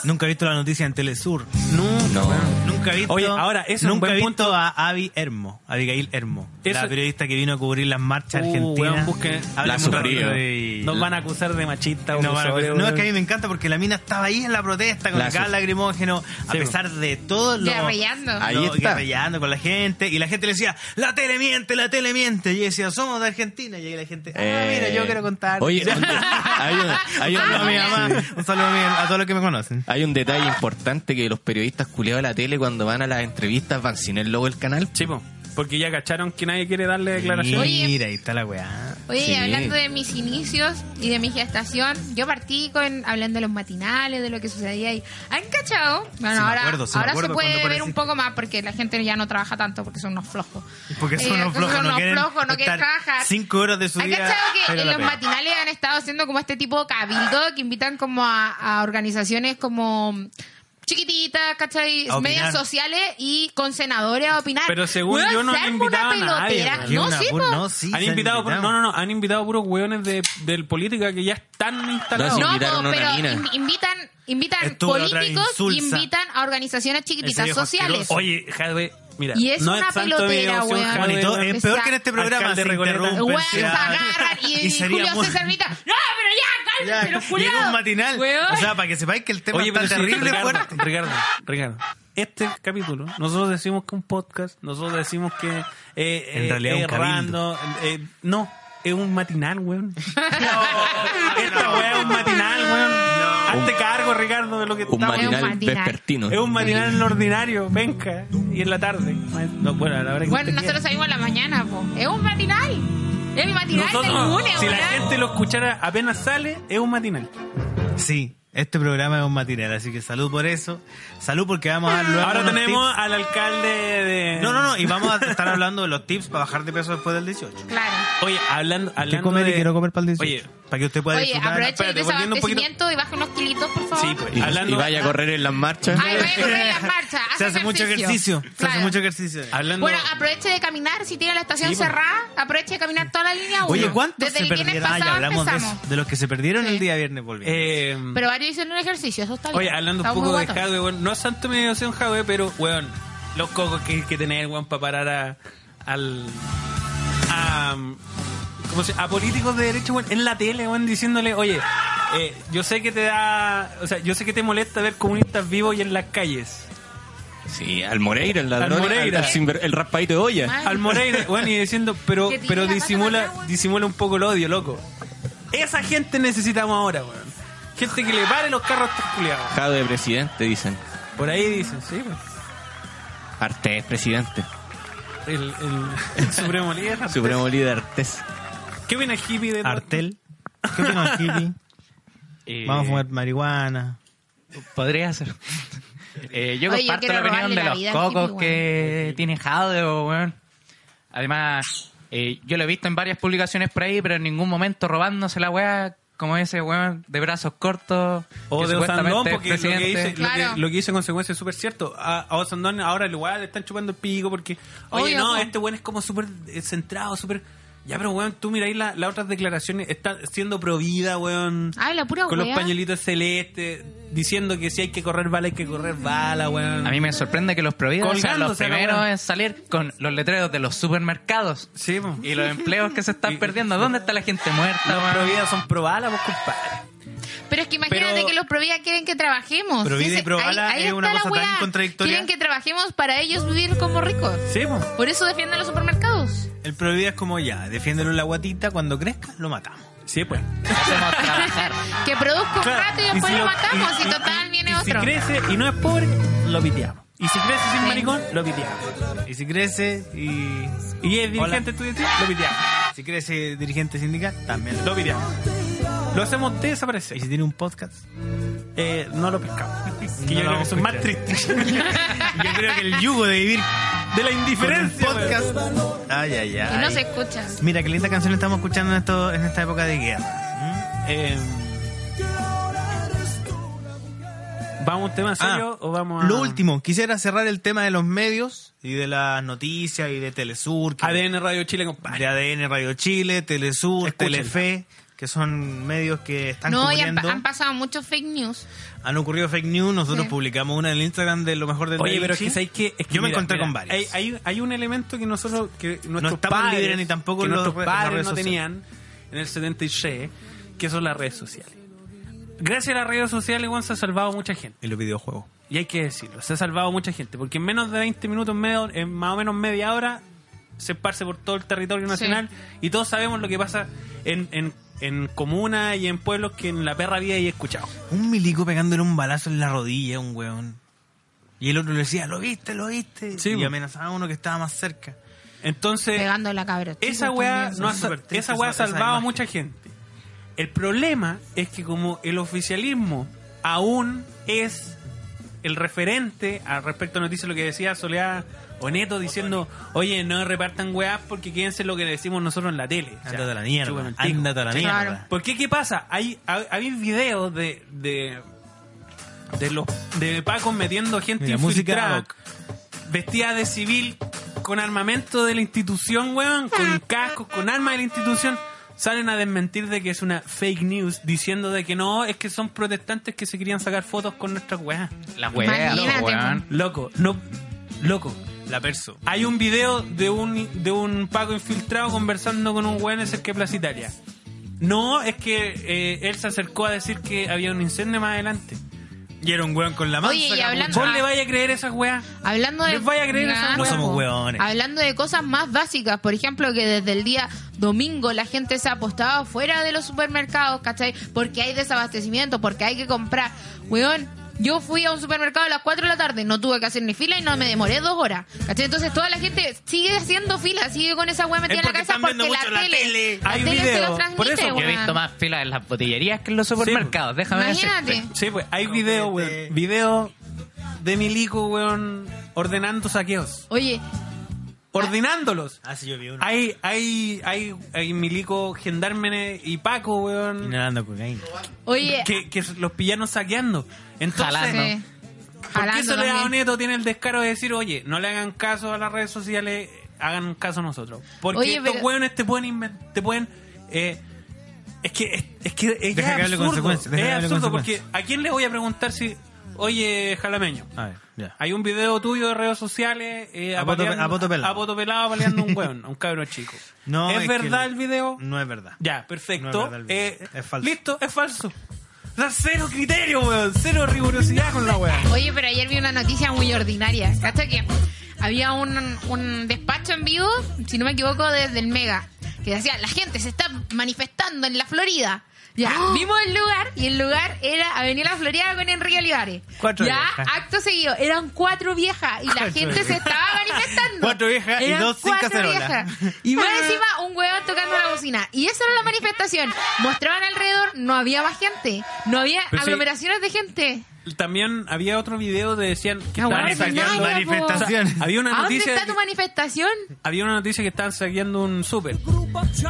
S1: Nunca he visto la noticia en Telesur.
S3: Nunca.
S4: No.
S1: Nunca he visto.
S3: Oye, ahora, eso es un
S1: Nunca
S3: buen
S1: he visto
S3: punto.
S1: a Avi Hermo, Abigail Hermo,
S3: Eso-
S1: la periodista que vino a cubrir las marchas
S3: Uh, weón,
S1: argentinas.
S3: busquen-
S1: Hablemos
S4: La
S1: un rato
S4: sufrió.
S1: de-
S3: Nos van a acusar de machista.
S1: No,
S3: homosexual,
S1: bueno,
S3: weón.
S1: no, es que a mí me encanta porque la mina estaba ahí en la protesta con
S4: La
S1: el gas
S4: suf-
S1: lagrimógeno, a
S3: Sí,
S1: pesar de todo lo.
S2: Guerrillando.
S1: lo-
S4: Ahí está.
S1: guerrillando con la gente. Y la gente le decía, la tele miente, la tele miente. Y yo decía, somos de Argentina. Y ahí la gente, ah,
S4: Eh,
S1: mira, yo quiero contar.
S4: Oye, oye, hay un, hay
S1: un
S4: un-
S1: saludo a mi mamá,
S4: sí.
S1: un saludo a, mi- a todos los que me conocen.
S4: Hay un detalle importante que los periodistas culeados de la tele cuando van a las entrevistas van sin el logo del canal.
S3: Sí, po, porque ya cacharon que nadie quiere darle declaración.
S2: Oye.
S1: Mira, ahí está la weá.
S2: Oye,
S4: Sí.
S2: hablando de mis inicios y de mi gestación, yo partí con hablando de los matinales, de lo que sucedía ahí. ¿Han cachado? Bueno,
S1: Sí, me
S2: ahora,
S1: acuerdo, sí, me
S2: ahora se
S1: acuerdo
S2: puede
S1: cuando
S2: ver un
S1: apareciste.
S2: poco más porque la gente ya no trabaja tanto porque son unos flojos.
S1: Porque son
S2: Eh,
S1: unos flojos,
S2: son
S1: no
S2: unos
S1: quieren
S2: flojos, no quieren
S1: estar
S2: trabajar.
S1: cinco horas de su
S2: ¿Han
S1: día.
S2: cachado que
S1: pero
S2: en
S1: la
S2: los
S1: pega.
S2: matinales han estado haciendo como este tipo de cabildo que invitan como a, a organizaciones como chiquititas, ¿cachai?
S1: A opinar.
S2: Medias sociales y con senadores a opinar.
S3: Pero según
S2: Weón,
S3: yo no han
S2: ¿saben
S3: invitado
S2: una
S3: a nadie,
S2: pelotera?
S3: weón.
S1: Que
S2: No,
S1: una
S2: sí,
S1: pu-
S2: po.
S1: no, sí,
S3: han
S1: se
S3: invitado,
S1: invitamos.
S3: no, no, no, han invitado puros weones de, del política que ya están instalados.
S4: No,
S2: No,
S4: invitaron
S2: po,
S4: a una
S2: pero
S4: mina.
S2: in- invitan, invitan
S1: Estuvo la otra
S2: políticos y
S1: insulsa.
S2: invitan a organizaciones
S1: Ese
S2: chiquititas
S1: viejo
S2: sociales.
S1: asqueroso.
S3: Oye, Jadwe, mira,
S2: Y es
S3: no
S2: una
S3: es tanto mi
S2: pelotera,
S3: devoción,
S2: weón.
S3: Jadwe,
S1: Bueno, y todo-
S3: no-
S1: es peor que en este programa.
S3: Alcalde
S1: Se
S3: Recoleta.
S1: interrumpen,
S2: Weón,
S1: se
S2: se
S1: hablan.
S2: agarran y,
S1: Y sería
S2: Julio
S1: muy-
S2: César grita, no, pero ya,
S1: Ya,
S2: cálmense los
S1: llegó
S2: culiados".
S1: un matinal.
S2: Weón.
S1: O sea, para que sepáis que el tema
S3: Oye,
S1: está
S3: pero sí,
S1: terrible
S3: Ricardo,
S1: fuerte.
S3: Ricardo, Ricardo, este capítulo, nosotros decimos que un podcast, nosotros decimos que eh, eh,
S1: realidad
S3: eh,
S1: un cabildo.
S3: random, eh, no, es un matinal, weón. Esta weá es un matinal, weón. Hazte cargo, Ricardo, de lo que
S4: Un
S3: estamos-
S4: matinal,
S2: matinal.
S4: vespertino.
S3: Es un matinal en ordinario, venga, y en la tarde. No, bueno, a la hora que
S2: Bueno,
S3: usted
S2: nosotros salimos en la mañana, po. Es un matinal. Es mi
S3: quiera.
S2: matinal del
S3: Nosotros,
S2: lunes,
S3: si la
S2: weón.
S3: gente lo escuchara apenas sale, es un matinal.
S1: Sí, este programa es un matinal, así que salud por eso. Salud porque vamos a dar Ah, luego
S3: Ahora
S1: unos
S3: tenemos
S1: tips.
S3: al alcalde de...
S1: No, no, no, y vamos a estar hablando de los tips para bajar de peso después del 18.
S2: Claro.
S3: Oye, hablando, hablando
S1: ¿Qué comer
S3: de...
S1: y quiero comer para el 18?
S3: Oye,
S1: para que usted pueda
S2: Oye,
S1: disfrutar.
S2: aproveche el
S3: espérate, volviendo un poquito-
S2: desabastecimiento y baja unos kilitos, por favor.
S3: Sí, pues,
S4: Y,
S3: hablando,
S4: y vaya a correr en las marchas.
S2: Ay, vaya a correr en la marcha.
S1: Se hace mucho ejercicio. Se hace
S2: Claro.
S1: mucho ejercicio.
S3: hablando-
S2: Bueno, ah, aproveche de caminar. Si tiene la estación
S3: Sí, pues.
S2: cerrada, aproveche de caminar toda la línea 1.
S1: Oye, ¿cuántos
S2: Desde
S1: se
S2: el viernes
S1: perdieron? Ah,
S2: pasado
S1: ya hablamos de
S2: empezamos.
S1: eso. De los que se perdieron
S2: Sí.
S1: el día viernes volviendo.
S3: eh,
S2: Pero varios hicieron un ejercicio, eso está bien.
S3: oye, hablando un
S2: Estamos
S3: poco
S2: muy
S3: de
S2: guatos.
S3: Jadwe, weón, no es tanto mi devoción Jadwe, pero, weón, los cocos que hay que tener, weón, para parar a, al... A, ¿cómo se, a políticos de derecho, weón, en la tele, weón, diciéndole, oye, eh, yo sé que te da... O sea, yo sé que te molesta ver comunistas vivos y en las calles.
S4: Sí, al Moreira, el ladrón,
S3: Al
S4: al
S3: Moreira.
S4: al sinver- el raspadito de olla.
S2: Mal.
S3: al Moreira, bueno, y diciendo, pero,
S2: Que tire
S3: pero
S2: la pata
S3: disimula,
S2: para acá, weón.
S3: disimula un poco el odio, loco. Esa gente necesitamos ahora, weón. Gente que le pare los carros a estos culiados.
S4: Jado de presidente, dicen.
S3: Por ahí dicen, sí, pues, weón.
S4: Artés, presidente.
S3: El, el, el supremo líder. Artés.
S4: Supremo líder Artés.
S3: ¿Qué viene hippie de todo
S1: Artel. ¿Qué opinas, hippie?
S5: Eh,
S1: Vamos a fumar marihuana.
S5: Podría ser. Eh, yo
S2: Oye, yo
S5: comparto
S2: quiero
S5: la opinión
S2: robarle
S5: de
S2: la
S5: los
S2: vida al
S5: cocos
S2: hippie,
S5: que tiene Jade, weón. Además, eh, yo lo he visto en varias publicaciones por ahí, pero en ningún momento robándose la weá como ese weón de brazos cortos.
S3: O
S5: que
S3: de
S5: supuestamente
S3: Osandón,
S5: es
S3: porque lo que,
S5: presidente.
S3: dice, lo,
S2: Claro.
S3: que, lo que dice en consecuencia es súper cierto. A, a Osandón ahora igual le están chupando el pico porque, oye,
S2: Obvio,
S3: no,
S2: po.
S3: este weón es como súper eh, centrado, súper... Ya, pero weón, tú miráis la- las otras declaraciones. Está siendo provida, weón.
S2: Ay, la pura
S3: Con los
S2: wea.
S3: pañuelitos celestes. Diciendo que si hay que correr bala, hay que correr bala, weón.
S5: A mí me sorprende que los proveedores sean los
S3: Colgándose la
S5: primeros
S3: weá.
S5: en salir con los letreros de los supermercados
S3: Sí, po.
S5: y los empleos que se
S3: Y-
S5: están perdiendo. ¿Dónde está la gente muerta?
S3: Las
S5: weón?
S3: providas son probala, vos, compadre.
S2: Pero es que imagínate
S3: Pero-
S2: que los Provida quieren que trabajemos.
S1: Provida y
S2: Ese-
S1: Provala es
S2: está
S1: una
S2: la
S1: cosa tan
S2: weá.
S1: contradictoria.
S2: Quieren que trabajemos para ellos vivir como ricos.
S3: Sí, po.
S2: Por eso defienden los supermercados.
S1: El prohibida es como ya, defiéndelo en la guatita, cuando crezca lo matamos.
S3: Sí, pues.
S5: Hacemos trabajar.
S2: Que produzca un
S3: Claro,
S2: rato y después
S3: si
S2: lo,
S3: lo-
S2: matamos y,
S3: y-
S2: total viene
S3: y
S2: otro.
S3: Si crece y no es pobre, lo piteamos. Y si crece sin
S2: Sí.
S3: maricón, lo piteamos.
S1: Y si crece y.
S3: Y es
S1: Hola.
S3: dirigente estudiantil, lo piteamos.
S1: Si crece dirigente sindical, también.
S3: Lo piteamos. Lo hacemos desaparecer.
S1: Y si tiene un podcast,
S3: Eh, no lo pescamos. Que
S1: No
S3: yo
S1: lo
S3: creo que
S1: vamos
S3: eso
S1: a
S3: es más
S1: escuchar.
S3: triste. yo creo que el
S1: yugo de vivir
S3: de la
S1: con un
S3: indiferencia. weón.
S1: podcast. Ay, ay,
S2: Que
S1: ay.
S2: no se escucha.
S1: Mira, qué linda canción estamos escuchando en, esto, en esta época de guerra.
S3: Eh,
S1: Em,
S3: ¿Vamos a un tema serio o vamos a.?
S1: Ah, Lo último, quisiera cerrar el tema de los medios y de las noticias y de Telesur. que-
S3: ADN Radio Chile, compadre.
S1: de ADN Radio Chile, Telesur,
S3: Escúchenla.
S1: Telefe, que son medios que están
S2: No, y han,
S1: cubriendo.
S2: pa- han pasado muchos fake news.
S1: Han ocurrido fake news, nosotros
S2: Sí.
S1: publicamos una en el Instagram de lo mejor del
S3: Oye,
S1: Da
S3: pero es
S1: Vinci.
S3: que, ¿sabes qué? Es que
S1: Yo me encontré con varios.
S3: Hay, hay, hay un elemento que nosotros, que nuestros
S1: estamos
S3: padres,
S1: libres ni tampoco
S3: que
S1: los
S3: nuestros
S1: re- las
S3: padres
S1: redes
S3: no
S1: sociales.
S3: tenían en el 76, que son las redes sociales. Gracias a las redes sociales, Juan, se ha salvado mucha gente.
S1: Y los videojuegos.
S3: Y hay que decirlo, se ha salvado mucha gente, porque en menos de 20 minutos, en medio- en más o menos media hora, se esparce por todo el territorio nacional y todos sabemos lo que pasa en, en, en comunas y en pueblos que en la perra vida he escuchado.
S1: Un milico pegándole un balazo en la rodilla a un weón. Y el otro le decía, lo viste, lo viste.
S3: Sí,
S1: y
S3: po.
S1: amenazaba a uno que estaba más cerca.
S3: Entonces,
S2: Pegando la cabra. chica
S3: esa weá,
S2: también.
S3: no ha,
S1: Súper triste
S3: esa weá ha
S1: esa- esa
S3: salvado a
S1: imagen.
S3: mucha gente. El problema es que como el oficialismo aún es el referente al respecto a noticias, lo que decía Soledad Oneto diciendo, oye, no repartan weás porque quédense lo que le decimos nosotros en la tele. O sea,
S1: Ándate a la mierda.
S3: chúpame el pico.
S1: Ándate a la mierda.
S2: Claro.
S3: ¿Por qué? ¿Qué pasa? Hay, hay, hay videos de, de, de los de Paco metiendo gente
S1: Mira, música ad
S3: infiltrada,
S1: hoc.
S3: vestida de civil, con armamento de la institución, weón, con cascos, con armas de la institución. Salen a desmentir de que es una fake news, diciendo de que no, es que son protestantes que se querían sacar fotos con nuestras weas.
S5: Las weas,
S2: Imagínate,
S5: weón.
S3: Loco, no, loco.
S1: La perso.
S3: Hay un video de un, de un Paco infiltrado conversando con un weón en Cerque Plaza Italia. No, es que eh, él se acercó a decir que había un incendio más adelante.
S1: Y era un weón con la mano.
S2: Oye, y hablando,
S3: ¿Vos le vaya a creer a esas weas?
S2: Hablando de,
S3: Les vaya a creer
S2: Nah,
S3: esa
S1: No
S3: weá.
S1: somos
S2: po.
S1: weones.
S2: Hablando de cosas más básicas, por ejemplo, que desde el día domingo la gente se ha apostado fuera de los supermercados, ¿cachai? Porque hay desabastecimiento, porque hay que comprar. Weón, yo fui a un supermercado a las 4 de la tarde, no tuve que hacer ni fila y no me demoré dos horas, ¿cachai? Entonces toda la gente sigue haciendo fila, sigue con esa weá metida
S1: Es
S2: en la
S1: porque
S2: cabeza
S1: están
S2: porque
S1: viendo
S2: la
S1: mucho la
S2: tele,
S1: tele.
S2: la
S3: Hay
S2: tele se
S3: video.
S2: lo transmite,
S3: Por eso
S5: Yo he
S2: weón.
S5: visto más filas en las botillerías que en los supermercados. Déjame
S2: Imagínate.
S5: decirte.
S3: Sí, pues, hay video, weón. Video de Milico, weón, ordenando saqueos.
S2: Oye,
S3: Ordenándolos.
S1: Ah, sí, yo vi uno.
S3: Hay, hay, hay, hay Milico, Gendarmene y Paco, weón,
S1: Inhalando cocaína.
S2: oye,
S3: que, que los pillaron saqueando. Entonces,
S5: Jalando.
S2: sí.
S3: ¿Por qué
S2: Jalando
S3: Soledad
S2: también.
S3: Neto tiene el descaro de decir, oye, no le hagan caso a las redes sociales, hagan caso a nosotros? Porque
S2: Oye,
S3: estos
S2: pero-
S3: hueones te pueden... inven- Te pueden eh, es que es, es que es
S1: Deja que hable
S3: absurdo.
S1: consecuencias, deja que
S3: es
S1: hable
S3: absurdo porque
S1: consecuencias.
S3: ¿a quién le voy a preguntar si, oye, jalameño,
S1: A ver, ya.
S3: hay un video tuyo de redes sociales eh,
S1: A poto-
S3: apaleando-
S1: a poto pelado.
S3: a poto pelado apaleando a un hueón, a un cabro chico.
S1: No,
S3: ¿Es,
S1: es que
S3: verdad
S1: el-
S3: el video?
S1: No es verdad.
S3: Ya,
S1: No
S3: perfecto.
S1: es verdad el video.
S3: Eh,
S1: Es falso.
S3: Listo, es falso. O sea, cero criterio, weón. Cero rigurosidad con la weá.
S2: Oye, pero ayer vi una noticia muy ordinaria. ¿Cachai? Que había un, un despacho en vivo, si no me equivoco, desde el Mega, que decía, la gente se está manifestando en la Florida. Ya,
S1: ¡Ah!
S2: vimos el lugar y el lugar era Avenida La Florida con Enrique Olivares.
S1: Cuatro
S2: ya,
S1: viejas.
S2: acto seguido, eran cuatro viejas y la
S1: Cuatro
S2: gente se
S1: viejas.
S2: estaba manifestando.
S1: Cuatro viejas y
S2: Eran
S1: dos sin
S2: cuatro
S1: cacerola.
S2: viejas. Y más encima un huevón tocando la bocina. Y esa era la manifestación. Mostraban alrededor, no había más gente, no había
S3: Pero sí.
S2: aglomeraciones de gente.
S3: También había otro video de decían que
S2: Ah,
S3: estaban
S2: bueno,
S3: saqueando.
S2: nada, po.
S3: O sea, había una
S2: pues. ¿A dónde
S3: noticia.
S2: está tu manifestación?
S3: Había una noticia que estaban saqueando un súper.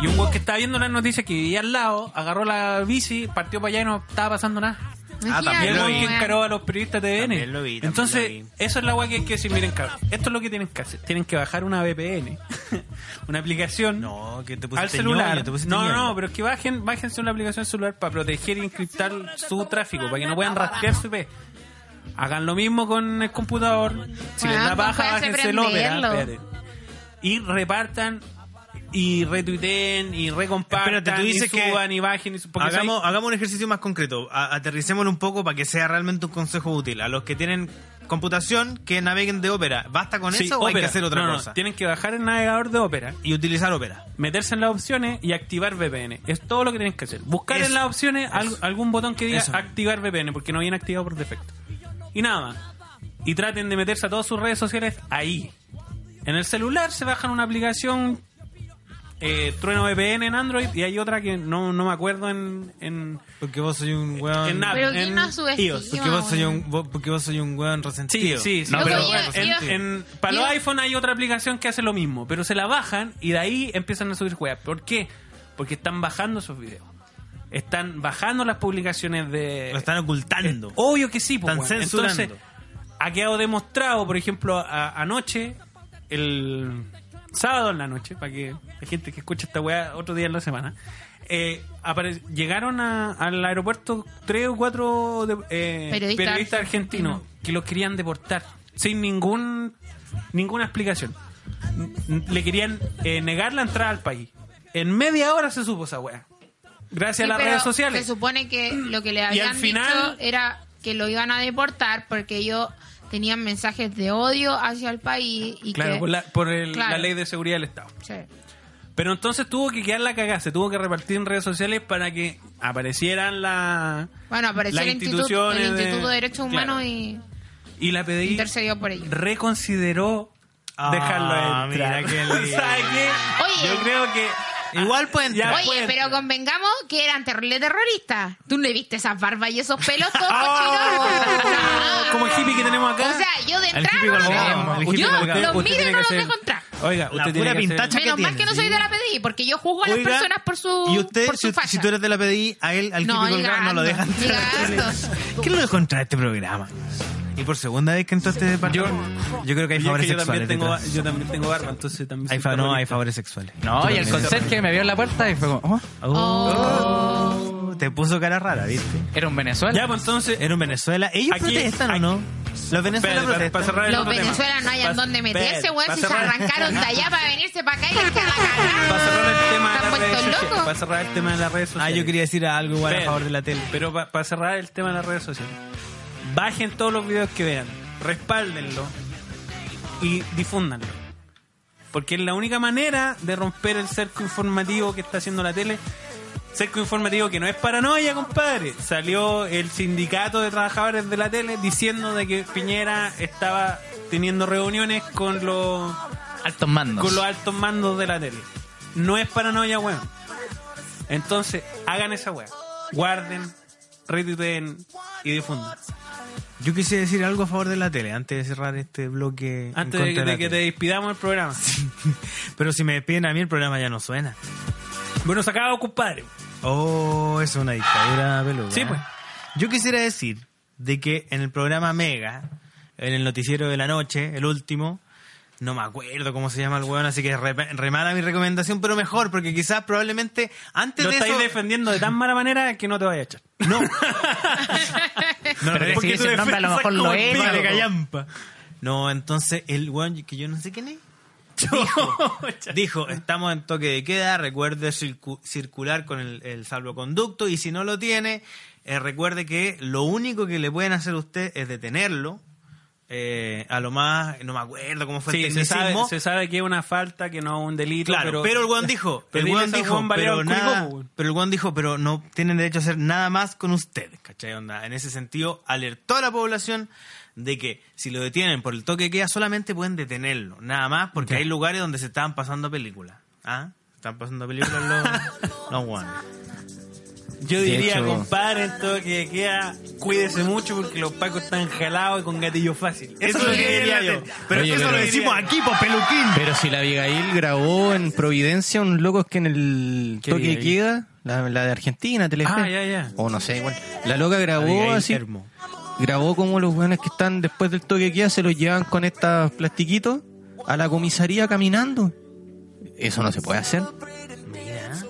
S3: Y un weón que estaba viendo las noticias que vivía al lado, agarró la bici, partió para allá y no estaba pasando nada.
S1: Ah,
S3: Y
S1: también
S3: el
S1: lo
S3: weón
S1: vi.
S3: que encaró a los periodistas de
S1: También
S3: TVN.
S1: lo vi, también
S3: Entonces,
S1: lo vi.
S3: eso es la weá que hay que decir. Miren, cabrón, esto es lo que tienen que hacer. Tienen que bajar una VPN, una aplicación
S1: No, que te pusiste
S3: al celular.
S1: Pues este ñoño, te pusiste
S3: no,
S1: ñoño.
S3: no, pero es que bajen, bájense una aplicación celular para proteger y encriptar su tráfico, para que no puedan rastrear su IP. Hagan lo mismo con el computador. Si les da
S2: Weón,
S3: baja,
S2: pues,
S3: bájense el
S2: prenderlo.
S3: Opera. espérate. Y repartan y retuiteen y recompartan
S1: Espérate, tú dices
S3: y
S1: que
S3: suban y bajen. Y su- porque
S1: Hagamos,
S3: ¿sabes?
S1: hagamos un ejercicio más concreto. A- aterricémoslo un poco para que sea realmente un consejo útil. A los que tienen computación, que naveguen de Opera. ¿Basta con
S3: Sí,
S1: eso o hay
S3: Opera.
S1: que hacer otra
S3: No, no,
S1: cosa?
S3: tienen que bajar el navegador de Opera.
S1: Y utilizar Opera.
S3: meterse en las opciones y activar VPN. Es todo lo que tienes que hacer. Buscar en
S1: Eso,
S3: las opciones al- algún botón que diga
S1: Eso.
S3: activar VPN, porque no viene activado por defecto. Y nada más. Y traten de meterse a todas sus redes sociales ahí. En el celular se bajan una aplicación eh, Trueno VPN en Android y hay otra que no, no me acuerdo en, en,
S1: Porque vos soy un weón.
S3: en Apple,
S2: Pero ¿quién
S3: en
S2: no subestima,
S3: iOS.
S1: Porque vos soy
S2: weón?
S1: un, vos- porque vos soy un weón
S3: Sí,
S1: resentido.
S3: sí, sí.
S2: No,
S3: pero
S2: pero yo-
S3: en-
S2: yo-
S3: en- para los
S2: yo-
S3: iPhone hay otra aplicación que hace lo mismo, pero se la bajan y de ahí empiezan a subir juegas. ¿Por qué? Porque están bajando esos videos. Están bajando las publicaciones de...
S1: Lo están ocultando.
S3: Obvio que sí, pues,
S1: Están
S3: weón.
S1: censurando.
S3: Entonces, ha quedado demostrado, por ejemplo, a- anoche, el sábado en la noche, para que la gente que escucha esta weá otro día en la semana, eh, apare- llegaron a- al aeropuerto tres o cuatro de- eh,
S2: Periodistas
S3: periodistas argentinos que los querían deportar sin ningún ninguna explicación. N- Le querían eh, negar la entrada al país. En media hora se supo esa weá. Gracias
S2: Sí,
S3: a las
S2: pero
S3: redes sociales.
S2: Se supone que lo que le
S3: al
S2: habían
S3: final-
S2: dicho era que lo iban a deportar porque ellos tenían mensajes de odio hacia el país y
S3: Claro,
S2: que-
S3: por, la, pues por el-
S2: Claro.
S3: la ley de seguridad del Estado.
S2: Sí.
S3: Pero entonces tuvo que quedar la cagada, se tuvo que repartir en redes sociales para que aparecieran la,
S2: Bueno, apareció
S3: las
S2: el Instituto,
S3: instituciones
S2: el Instituto de Derechos Humanos
S3: Claro.
S2: y
S3: y la PDI
S2: intercedió por ello.
S3: reconsideró
S1: Ah,
S3: dejarlo entrar.
S1: mira qué lindo.
S3: ¿Sabes qué?
S2: Oye.
S3: Yo creo que
S1: Igual pueden
S3: Ya,
S2: Oye,
S3: pues.
S2: pero convengamos que eran terribles terroristas. ¿Tú no viste esas barbas y esos pelos todos cochinos?
S3: ¡Ah!
S2: No.
S3: como el hippie que tenemos acá.
S2: O sea, yo de
S1: Al
S2: entrada
S1: hippie
S2: no
S1: colgado,
S2: lo
S1: al
S2: dejo.
S1: hippie
S2: Yo
S1: colgado.
S2: los
S3: Usted
S2: miro y
S3: tiene
S2: no
S3: que
S2: los
S3: hacer-
S2: dejo entrar.
S3: Oiga, usted
S1: La
S3: tiene
S1: pura
S3: que hacer-
S1: pintacha.
S2: Menos
S1: ¿qué
S2: mal que no
S1: tienes?
S2: soy de la PDI, porque yo juzgo a las
S1: Oiga,
S2: personas por su
S1: Y usted,
S2: por su
S1: si,
S2: facha.
S1: si tú eres de la PDI, a él, al
S2: No,
S1: hippie colgado, no lo dejan
S2: llegando,
S1: entrar.
S2: llegando.
S1: ¿Quién lo dejó entrar a este programa? Y por segunda vez que entró a este departamento. Yo, creo que hay
S3: Y es
S1: favores
S3: que yo
S1: sexuales.
S3: también, tengo,
S1: detrás.
S3: yo también tengo barba, entonces también.
S1: Hay
S3: soy
S1: fa- no, hay
S3: terrorista.
S1: favores sexuales.
S5: No, y el
S1: Totalmente.
S5: conserje me vio en la puerta y fue como, oh,
S2: Oh.
S1: Te puso cara rara, ¿viste?
S5: era un Venezuela.
S3: Ya, pues entonces.
S1: Era un Venezuela. ¿Ellos
S3: Aquí-
S1: protestan
S3: aquí-
S1: o no? Los venezolanos
S3: Espérate, para- para
S1: protestan.
S3: cerrar el
S2: Los
S3: otro tema.
S2: venezolanos no hayan
S3: Para-
S2: dónde meterse,
S3: espérate,
S2: weón, si se
S3: para cerrar-
S2: arrancaron de allá para venirse para acá y están acá.
S3: Para cerrar el tema de
S2: ¿Están
S3: las redes
S2: vueltos
S3: sociales.
S2: locos?
S3: Para cerrar el tema de las redes
S1: Ah,
S3: sociales.
S1: yo quería decir algo igual a
S3: Espérate,
S1: favor de la tele.
S3: Pero para cerrar el tema de las redes sociales. Bajen todos los videos que vean, respáldenlo y difúndanlo. Porque es la única manera de romper el cerco informativo que está haciendo la tele. Cerco informativo que no es paranoia, compadre. Salió el sindicato de trabajadores de la tele diciendo de que Piñera estaba teniendo reuniones con los
S5: Altos mandos.
S3: con los altos mandos de la tele. No es paranoia, weón. Entonces, hagan esa weá. Guarden, retuiteen y difundan.
S1: Yo quise decir algo a favor de la tele antes de cerrar este bloque. en
S3: Antes de,
S1: contra
S3: de
S1: la
S3: que te
S1: tele.
S3: despidamos el programa.
S1: Pero si me despiden a mí, el programa ya no suena.
S3: Bueno, se acaba, compadre.
S1: Oh, es una dictadura peluda.
S3: Sí, pues.
S1: Yo quisiera decir de que en el programa Mega, en el noticiero de la noche, el último, no me acuerdo cómo se llama el weón, así que re, re mala mi recomendación, pero mejor, porque quizás probablemente antes
S3: Lo
S1: de
S3: estáis
S1: eso...
S3: defendiendo de tan mala manera que no te vayas a echar.
S1: No. no,
S5: Pero si dice el nombre, a lo mejor lo es,
S1: de
S5: loco.
S1: callampa. No, entonces el weón que yo no sé quién es. Dijo, dijo, estamos en toque de queda, recuerde circu- circular con el, el salvoconducto y si no lo tiene, eh, recuerde que lo único que le pueden hacer a usted es detenerlo. eh, a lo más, no me acuerdo cómo fue el
S3: Sí, se sabe,
S1: tecnicismo.
S3: se sabe que es una falta, que no es un delito.
S1: Claro, pero,
S3: pero,
S1: el weón dijo,
S3: pero
S1: el
S3: dile
S1: weón
S3: ese
S1: dijo,
S3: weón baleado
S1: pero
S3: en
S1: nada,
S3: Curicó, weón.
S1: pero el weón dijo, pero no tienen derecho a hacer nada más con usted, ¿cachai? Onda? En ese sentido, alertó a la población de que si lo detienen por el toque de queda, solamente pueden detenerlo, nada más, porque hay lugares donde se estaban pasando películas, ¿ah? Están pasando películas los, los weones.
S3: Yo
S4: De
S3: diría,
S4: hecho-
S3: compadre, en todo que queda, cuídese mucho porque los pacos están jalados y con gatillo fácil. Eso es lo que diría yo.
S1: Pero
S4: Oye,
S1: eso
S4: pero-
S1: lo decimos aquí, por peluquín.
S4: Pero si la Abigail grabó en Providencia un loco que en el
S3: ¿Qué
S4: toque de
S3: Abigail?
S4: queda la, la de Argentina, Telefe.
S3: Ah, ya, ya.
S4: O no sé, bueno. La loca grabó
S3: Oh,
S1: Abigail
S4: así.
S1: Termo.
S4: Grabó como los weones que están después del toque que queda se los llevan con estos plastiquitos a la comisaría caminando. Eso no se puede hacer.
S1: Mira.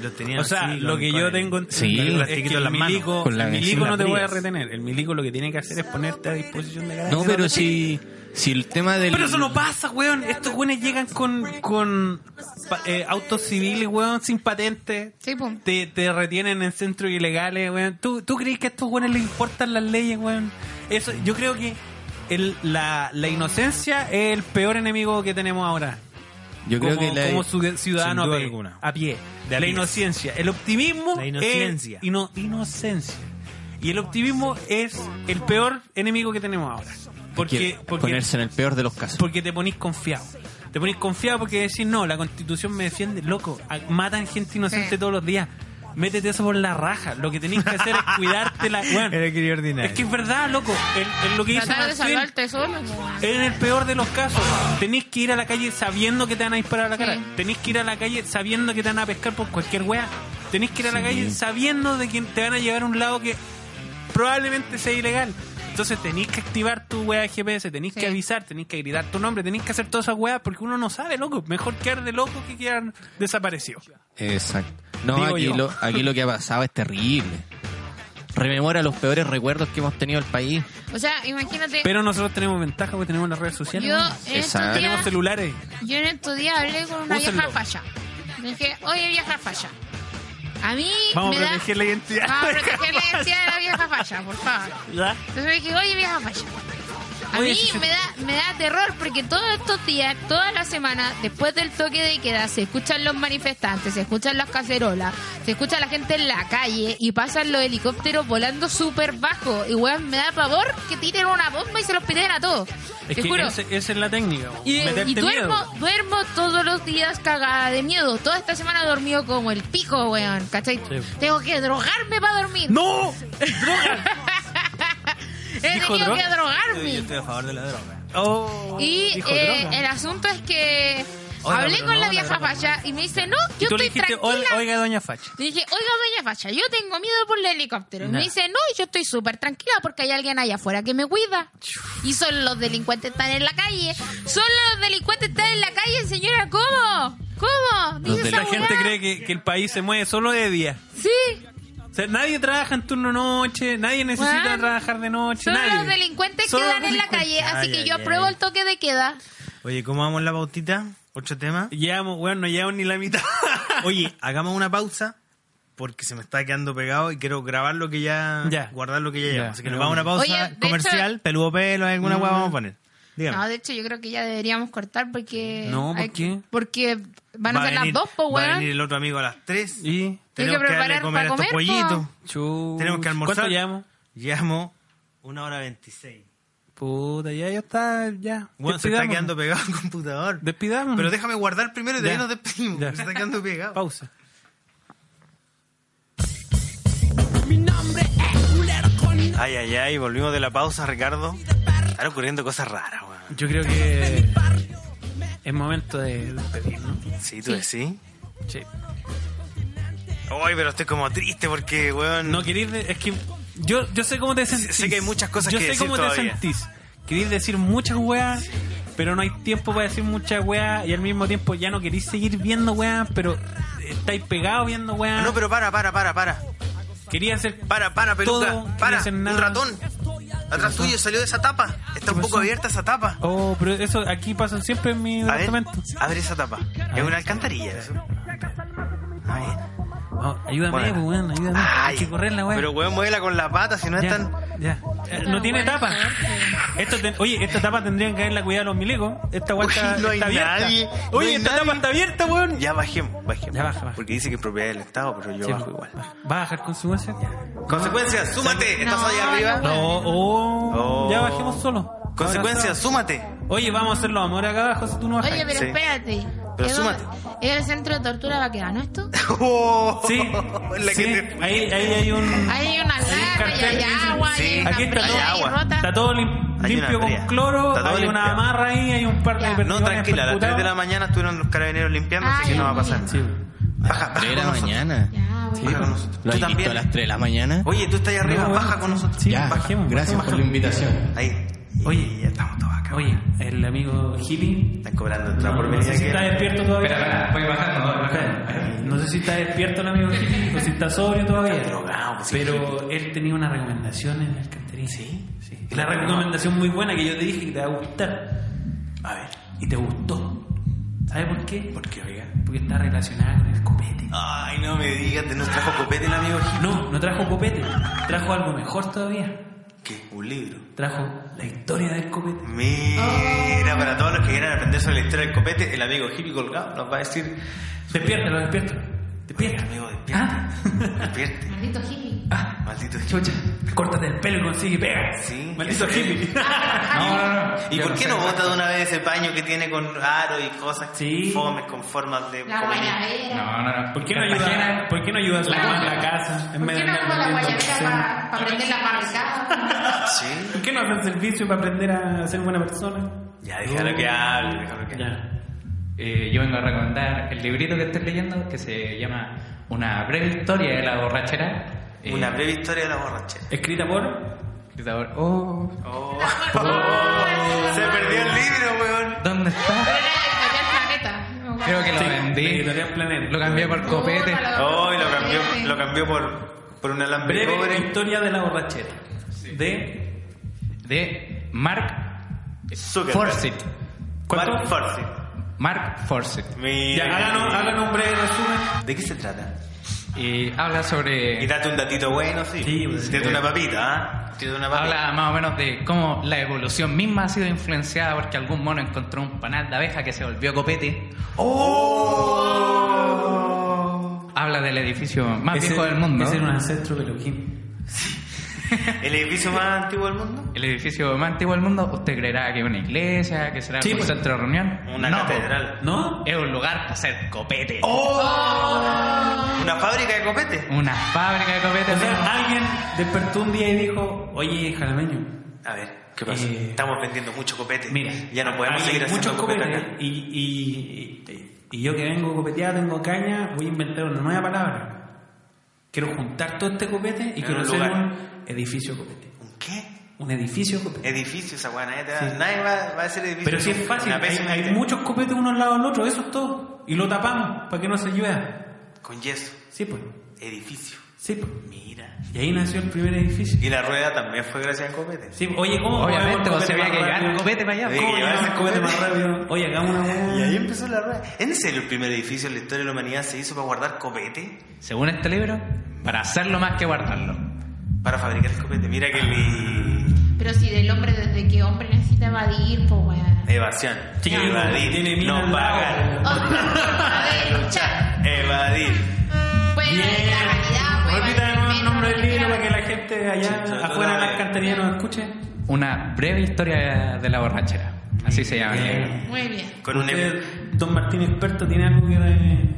S1: Lo tenían
S3: O sea,
S1: así,
S3: lo
S1: con-
S3: que
S1: con
S3: yo
S1: el-
S3: tengo en- en
S4: Sí.
S1: Con
S3: es que
S1: plastiquito en
S3: el
S1: las manos.
S3: milico,
S4: Con la-
S3: el
S4: sin
S3: milico
S4: las
S3: no te voy a
S4: brillas.
S3: retener. El milico lo que tiene que hacer es ponerte a disposición de cada
S4: No, pero
S3: vez.
S4: si, si el tema del...
S3: Pero eso no pasa, weón. Estos weones llegan con, con pa- eh, autos civiles, weón, sin patente.
S2: Sí, pum.
S3: Te, te retienen en centros ilegales, weón. ¿Tú, ¿Tú crees que a estos weones les importan las leyes, weón? Eso, yo creo que el- la, la inocencia es el peor enemigo que tenemos ahora.
S4: Yo creo
S3: como,
S4: que la-
S3: como su-
S1: sin
S3: ciudadano a
S1: duda
S3: pie.
S1: alguna.
S3: A pie.
S1: De a
S3: la
S1: pies.
S3: inocencia. El optimismo
S1: La inocencia.
S3: es ino- inocencia. Y el optimismo es el peor enemigo que tenemos ahora. Porque,
S4: que
S3: porque
S4: ponerse en el peor de los casos.
S3: porque te ponís confiado. Te ponís confiado porque decís, no, la constitución me defiende, loco. a- Matan gente inocente
S2: Sí.
S3: todos los días. Métete eso por la raja. Lo que tenés que hacer es cuidarte la. Bueno,
S1: Era que era ordinario.
S3: es que es verdad, loco. Es es lo que dice
S2: Tratar de
S3: Martín.
S2: salvarte solo. po.
S3: En el peor de los casos, tenés que ir a la calle sabiendo que te van a disparar a la cara.
S2: Sí.
S3: Tenés que ir a la calle sabiendo que te van a pescar por cualquier wea. Tenés que ir a la calle sabiendo de que te van a llevar a un lado que probablemente sea ilegal. Entonces tenés que activar tu wea de GPS, tenés
S2: Sí.
S3: que avisar, tenés que gritar tu nombre, tenés que hacer todas esas weas porque uno no sabe, loco. Mejor quedar de loco que quedar desaparecido.
S4: Exacto. No,
S3: Digo
S4: aquí
S3: yo.
S4: lo, aquí lo que ha pasado es terrible. Rememora los peores recuerdos que hemos tenido el país.
S2: O sea, imagínate.
S3: Pero nosotros tenemos ventaja porque tenemos las redes sociales.
S2: yo,
S3: weón.
S2: en estos
S4: Exacto.
S3: Tenemos
S2: días,
S3: celulares.
S2: yo en estos días hablé con una
S3: Úsenlo.
S2: vieja falla. Le dije, oye, vieja falla. A mí
S3: Vamos a
S2: me da.
S3: proteger la identidad.
S2: Vamos a proteger la identidad de la vieja falla, por favor.
S3: ¿Ya?
S2: Entonces me dije, oye, vieja falla. A
S3: Oye,
S2: mí
S3: sí, sí.
S2: me da, me da terror porque todos estos días, toda la semana, después del toque de queda, se escuchan los manifestantes, se escuchan las cacerolas, se escucha la gente en la calle y pasan los helicópteros volando súper bajo. Y weón, me da pavor que tiren una bomba y se los piden a todos.
S3: Es
S2: Te
S3: que
S2: juro.
S3: ese- esa es la técnica. weón.
S2: Y,
S3: Meterte
S2: y duermo,
S3: miedo.
S2: duermo todos los días cagada de miedo. Toda esta semana he dormido como el pico, weón. ¿Cachai? Tengo que drogarme para dormir.
S3: ¡No!
S2: He
S3: ¿Dijo
S2: tenido que
S3: droga?
S1: Yo
S2: drogarme.
S1: estoy a favor de la droga.
S3: Oh,
S2: Y
S3: dijo
S2: eh,
S3: droga.
S2: el asunto es que
S1: Oiga,
S2: hablé
S1: pero
S2: con
S1: no,
S2: la
S1: la
S2: vieja
S1: droga.
S2: Falla y me dice, no,
S3: Y
S2: yo
S3: tú le
S2: estoy
S3: dijiste, "Ol-
S2: tranquila.
S3: oiga, doña Facha.
S2: Le dije, oiga, bella Facha, yo tengo miedo por el helicóptero. Y me
S3: Nah.
S2: dice, no, yo estoy súper tranquila porque hay alguien allá afuera que me cuida. Y son los delincuentes están en la calle. Solo los delincuentes están en la calle, señora, ¿cómo? ¿Cómo?
S4: Los
S2: Dice
S4: de
S2: esa
S3: La gente
S2: weá.
S3: cree que, que el país se mueve solo de día.
S2: Sí,
S3: O sea, nadie trabaja en turno noche, nadie necesita
S2: Weón.
S3: trabajar de noche.
S2: solo
S3: nadie.
S2: los delincuentes
S3: Solo
S2: quedan
S3: los
S2: en la
S3: delincuentes.
S2: calle. Así
S1: Ay,
S2: que
S1: ay,
S2: yo
S1: ay.
S2: apruebo el toque de queda.
S1: Oye, ¿cómo vamos la bautita? ¿Otro tema?
S3: Llevamos, weón, no llevamos ni la mitad.
S1: Oye, hagamos una pausa porque se me está quedando pegado y quiero grabar lo que ya,
S3: Ya.
S1: guardar lo que ya
S3: Ya. Mm.
S1: llevamos. Así que nos vamos a una pausa
S2: Oye, de Ah,
S1: comercial, peludo pelo, alguna hueá vamos a poner. Dígame.
S2: No, de hecho, yo creo que ya deberíamos cortar porque.
S3: No, ¿por
S2: hay-
S3: qué?
S2: Porque van a
S1: Va
S2: ser las
S1: venir-
S2: dos, po,
S1: Va a
S2: weón.
S1: venir el otro amigo a las 3.
S3: y.
S1: Tenemos que, darle
S2: preparar
S1: de comer a
S2: para
S1: estos
S2: comer, po.
S1: pollitos.
S3: Chus.
S1: Tenemos que almorzar.
S3: ¿Cuánto llevamos?
S1: Llevamos una hora 26.
S3: Puta, ya, ya está, ya.
S1: Bueno, se está
S3: Despidámonos.
S1: quedando pegado el computador.
S3: Despidamos.
S1: Pero déjame guardar primero y de
S3: Ya.
S1: ahí nos despedimos.
S3: Ya.
S1: Se está quedando pegado.
S3: Pausa.
S1: Ay, ay, ay, volvimos de la pausa, Ricardo. Están ocurriendo cosas raras, weón.
S3: Yo creo que es momento de despedirnos.
S1: Sí, tú decís.
S3: Sí.
S1: Ay, pero estoy como triste porque, weón.
S3: No querís, de- es que yo, yo sé cómo te sentís.
S1: sé que hay muchas cosas
S3: yo
S1: que
S3: sé
S1: decir
S3: cómo te
S1: todavía.
S3: sentís. Querís decir muchas weas, pero no hay tiempo para decir muchas weas y al mismo tiempo ya no querís seguir viendo weas, pero estáis pegados viendo
S1: Ah,
S3: weas.
S1: No, pero para, para, para, para.
S3: Quería hacer
S1: Para, para, peluca.
S3: Todo, no
S1: para,
S3: hacer
S1: un
S3: nada.
S1: ratón. Atrás tuyo salió de esa tapa. Está un poco
S3: pasó?
S1: abierta esa tapa.
S3: Oh, pero eso aquí pasa siempre en mi
S1: A ver,
S3: departamento.
S1: abre esa tapa. Es
S3: ver.
S1: una alcantarilla eso. A ver.
S3: Oh, ayúdame,
S1: Bueno.
S3: pues, weón, ayúdame.
S1: Ay,
S3: hay que correr la wea.
S1: Pero weón, muévela con la pata, si no es
S3: Ya,
S1: tan.
S3: ya. Eh, No
S2: Una
S3: tiene
S2: buena
S3: tapa.
S2: suerte.
S3: Esto ten- oye, esta tapa tendrían que haberla cuidado los milicos. Esta guay está,
S1: Uy, no hay
S3: está abierta.
S1: nadie, no
S3: oye,
S1: hay
S3: esta
S1: nadie.
S3: tapa está abierta, weón.
S1: Ya bajemos, bajemos.
S3: Ya baja, baja.
S1: Porque dice que es propiedad del Estado, pero yo
S3: Sí,
S1: bajo
S3: pues,
S1: igual.
S3: baja. ¿Va a bajar consecuencias?
S1: Consecuencias, súmate. Estás
S2: No,
S1: allá arriba.
S2: no.
S3: No, oh,
S1: Oh.
S3: ya bajemos solo.
S1: Consecuencias, súmate.
S3: Oye, vamos a hacer los amores acá abajo si tú no bajas.
S2: Oye, pero
S1: Sí.
S2: espérate.
S1: Pero
S2: Es
S1: súmate.
S2: donde- Es el centro de tortura vaquera, ¿no es esto?
S1: Oh,
S3: Sí,
S1: la
S3: sí,
S1: que te-
S3: ahí, ahí hay un...
S2: Ahí hay una lata, y
S3: cartel
S2: hay
S3: que dice-
S2: agua, y
S1: Sí,
S2: hay una
S3: Aquí está
S2: presa
S3: todo.
S2: ahí
S1: Hay agua.
S2: rota.
S3: Está todo lim-
S1: Hay una
S3: limpio con
S1: fría.
S3: cloro,
S1: Está todo
S3: hay una
S1: limpiado.
S3: amarra ahí, hay un par de
S2: Ya. No,
S1: No,
S3: perdigones
S1: tranquila, a las 3 de la
S3: percutados.
S1: mañana estuvieron los carabineros limpiando, así
S2: Ay,
S1: que no va a
S2: Dios
S1: pasar.
S2: mío.
S3: Sí.
S1: Baja, baja
S4: Tres de
S1: con
S4: la
S1: nosotros.
S4: mañana.
S2: Ya,
S1: Baja con nosotros.
S4: Lo
S1: Tú
S4: he visto
S1: Ah. también.
S4: a las 3 de la mañana.
S1: Oye, tú estás ahí arriba, baja con nosotros.
S4: ya,
S1: baja.
S4: gracias por la invitación.
S1: Ahí. Oye, ya estamos todos acá.
S3: Oye, el amigo Gili.
S1: Están cobrando el trapo por
S3: No
S1: medida
S3: sé si
S1: que-
S3: está despierto todavía.
S5: voy bajando, voy
S3: No sé si está despierto el amigo Gili o si está sobrio todavía. Pero él tenía una recomendación en el canterín. Sí, sí. La recomendación muy buena que yo te dije que te va a gustar. A ver, y te gustó. ¿Sabes por qué? Porque, oiga, porque está relacionada con el copete.
S1: Ay, no me digas, te nos trajo copete el amigo Gil.
S3: No, no trajo copete, trajo algo mejor todavía.
S1: ¿Qué? Un libro.
S3: Trajo la historia del copete.
S1: Mira, para todos los que quieran aprender sobre la historia del copete, el amigo Gil colgado nos va a decir:
S3: Despiértalo, despiértalo.
S1: Despierta,
S3: Despierta.
S1: amigo, despierta. Despierte.
S2: Maldito hippie.
S1: Maldito Gil.
S3: Chucha, córtate el pelo y consigue pega.
S1: Sí.
S3: Maldito hippie.
S5: No, no, no.
S1: ¿Y
S5: Yo
S1: por qué
S5: sé.
S1: no bota de una vez ese paño que tiene con aro y cosas
S3: Sí.
S1: fomes, con formas de
S2: La
S1: comer?
S2: guayabera.
S5: No, no, no.
S3: ¿Por qué no ayuda,
S5: Cartagena-
S3: ¿por qué no ayuda a su mamá en la casa? En
S2: ¿Por
S3: vez
S2: qué
S3: de
S2: no
S3: andar
S2: hago la
S3: vendiendo
S2: guayabera
S3: opciones?
S2: para aprender la marcada?
S1: Sí.
S3: ¿Por qué no hacer servicio para aprender a ser buena persona?
S1: Ya, déjalo que hable, déjalo que hable.
S3: Ya.
S5: Eh, yo vengo a recomendar el librito que estoy leyendo que se llama Una breve historia de la borrachera. Eh,
S1: Una breve historia de la borrachera.
S3: Escrita por.
S5: escritor- Oh,
S1: Oh. Se perdió el libro, weón.
S5: ¿dónde está?
S2: Pero era el planeta.
S5: Creo que lo
S3: Sí, de
S5: vendí.
S3: Editorial Planeta.
S5: Lo cambié por copete.
S1: Oh, y lo cambió, lo cambió por, por un alambre de
S3: Breve
S1: cobre.
S3: historia de la borrachera. De.
S5: De Mark
S1: Zuckerberg.
S5: Forsyth.
S3: ¿Cuánto?
S1: Mark Forsyth.
S5: Mark Forsyth.
S1: Mira.
S3: Ya, háganos, háganos un breve resumen.
S1: ¿De qué se trata?
S5: Y habla
S1: Y
S5: sobre.
S1: date un datito bueno, sí.
S3: Sí, pues,
S1: Tírate
S3: sí.
S1: una papita, ¿ah? Tírate una papita.
S5: Habla más o menos de cómo la evolución misma ha sido influenciada porque algún mono encontró un panal de abeja que se volvió copete.
S1: ¡Oh!
S5: Habla del edificio más
S3: Ese-
S5: viejo del mundo.
S3: Ese era un ancestro de Luquín.
S1: ¿El edificio más antiguo del mundo?
S5: El edificio más antiguo del mundo, usted creerá que es una iglesia, que será
S3: Sí,
S5: un
S3: pues.
S5: centro de reunión.
S1: Una
S5: No,
S1: catedral.
S3: ¿No?
S5: es un lugar para hacer copete.
S3: Oh.
S1: ¿Una fábrica de copete?
S5: Una fábrica de copete.
S3: O sea, ah. alguien despertó un día y dijo: Oye, jalameño,
S1: A ver, ¿qué pasa?
S3: Eh,
S1: Estamos vendiendo mucho copete.
S3: Mira,
S1: ya no podemos
S3: hay
S1: seguir haciendo
S3: muchos
S1: copete
S3: copetes
S1: acá.
S3: y, y, y- y yo que vengo copeteado, tengo caña, voy a inventar una nueva palabra. Quiero juntar todo este copete y
S1: En un
S3: quiero hacer
S1: lugar.
S3: un edificio copete.
S1: ¿Un qué?
S3: Un edificio copete.
S1: Edificio esa weá, nadie, te va-
S3: Sí.
S1: nadie va, va a hacer edificio.
S3: Pero si es fácil,
S1: Una
S3: hay,
S1: pésima
S3: hay
S1: idea.
S3: muchos copetes uno al lado del otro, eso es todo. Y lo tapamos para que no se llueva.
S1: Con yeso,
S3: Sí, pues.
S1: edificio.
S3: Sí, pues.
S1: Mira.
S3: Y ahí nació el primer edificio.
S1: Y la rueda también fue gracias al copete.
S3: Sí, pues. oye, ¿cómo movemos
S5: Obviamente, vos
S3: el
S5: se
S3: copete
S5: veía que
S3: más
S5: llegar
S3: rápido?
S5: copete para allá.
S1: Sí.
S3: ¿Cómo
S1: que
S3: llevamos
S1: llevar
S3: el
S1: el
S3: copete más
S1: copete.
S3: rápido? Oye, hagamos una
S1: Y ahí empezó la rueda. ¿En serio el primer edificio en la historia de la humanidad se hizo para guardar copete?
S5: Según este libro, para hacerlo más que guardarlo.
S1: Para fabricar el copete. Mira que li...
S2: Pero si del hombre, ¿desde qué hombre necesita evadir, pues weón?
S1: Evasión.
S3: Chiquillo,
S1: evadir.
S3: tiene mina al
S1: no pagar.
S3: lado.
S2: A ver, luchar.
S1: Evadir.
S2: Puede
S3: Bien.
S2: evadir la realidad, puede
S3: Repita de nuevo
S2: evadir
S3: el
S2: el
S3: nombre del libro
S2: menos,
S3: para que la gente allá
S1: Sí, sobre
S3: afuera de
S1: todo
S3: las
S1: la-
S3: canterías nos escuche.
S5: Una breve historia de la borrachera. Así se llama el libro.
S2: Muy bien.
S1: Con un
S3: Usted,
S1: em-
S3: Don Martín experto tiene algo que eh,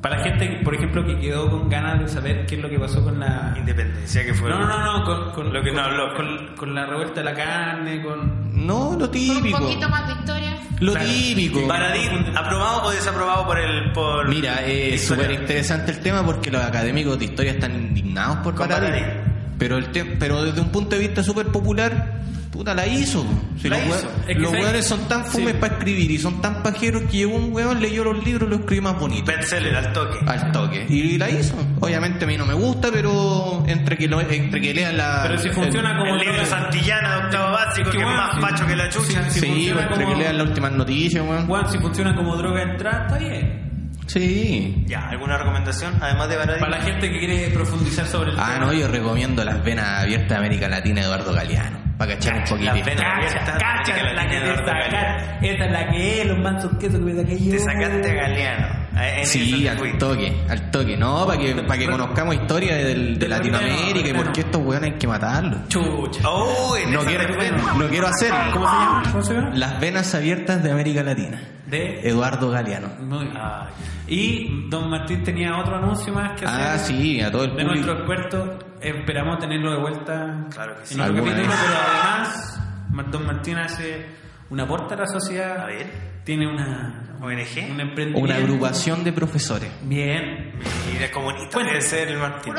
S3: para la gente, por ejemplo, que quedó con ganas de saber qué es lo que pasó con la
S1: independencia que fue.
S3: no, no, no, no, con, con-
S1: Lo que
S3: con-
S1: no habló.
S3: con, con la revuelta de la carne, con
S4: No, lo
S2: Un
S4: típico.
S2: poquito más de historia.
S4: Lo
S3: Claro.
S4: típico.
S1: Paradigma, ¿aprobado o desaprobado por el por
S4: Mira, es
S1: Historia.
S4: súper interesante el tema porque los académicos de historia están indignados por
S1: Con
S4: Paradis.
S1: Paradis.
S4: Pero, el te- pero desde un punto de vista súper popular, puta, la hizo. Si
S1: La
S4: los
S1: hizo.
S4: hue-
S3: Es que
S4: los
S3: ¿sabes?
S4: hueones son tan fumes
S3: Sí.
S4: para escribir y son tan pajeros que llegó un hueón, leyó los libros y los escribió más bonitos.
S1: bestseller al toque?
S4: Al toque. Y la hizo. Obviamente a mí no me gusta, pero entre que, lo- entre que lea la...
S3: Pero si funciona como
S1: El libro
S3: droga.
S1: Santillana de octavo básico
S3: que
S1: que es
S3: bueno,
S1: más
S3: sí.
S1: pacho que la chucha.
S3: Sí,
S4: Sí,
S3: si funciona
S4: entre
S3: como-
S4: que lean las últimas noticias, weón.
S3: Juan, si funciona como droga entrar, está bien.
S4: Sí.
S1: Ya, ¿alguna recomendación? Además de Paradis.
S3: Para la gente que quiere profundizar sobre el
S4: Ah,
S3: tema.
S4: no, yo recomiendo las venas abiertas de América Latina de Eduardo Galeano. Para cachar un poquitito.
S1: las venas abiertas.
S3: Cacha,
S1: América
S3: la que
S1: Latina,
S3: te
S1: Eduardo Galeano.
S3: sacar. Esta es la que es, los mansos quesos que me saqué yo.
S1: Te sacaste a Galeano. Eh, en
S4: Sí,
S1: eso te
S4: al
S1: fuiste.
S4: toque, al toque, no, para que, para que conozcamos historia del- de Latinoamérica y por qué estos weones hay que matarlos.
S3: Chucha.
S1: Oh, en
S4: No
S1: esa
S4: quiero,
S1: te fuiste.
S4: no quiero hacer
S3: ¿Cómo se llama? ¿Cómo se llama?
S4: las venas abiertas de América Latina.
S3: De...
S4: Eduardo Galeano.
S3: Muy bien.
S1: Ay,
S3: Y don Martín tenía otro anuncio más que hacer.
S4: Ah, sí, a todo el
S3: De nuestro
S4: público.
S3: experto, esperamos tenerlo de vuelta
S1: Claro que sí.
S3: en otro
S4: Alguna
S3: capítulo,
S4: vez.
S3: pero además Mar- don Martín hace un aporte a la sociedad.
S1: A ver.
S3: Tiene una
S1: ONG.
S3: un emprendimiento.
S4: Una agrupación de profesores.
S3: Bien.
S1: Mira, comunista puede ser el Martín.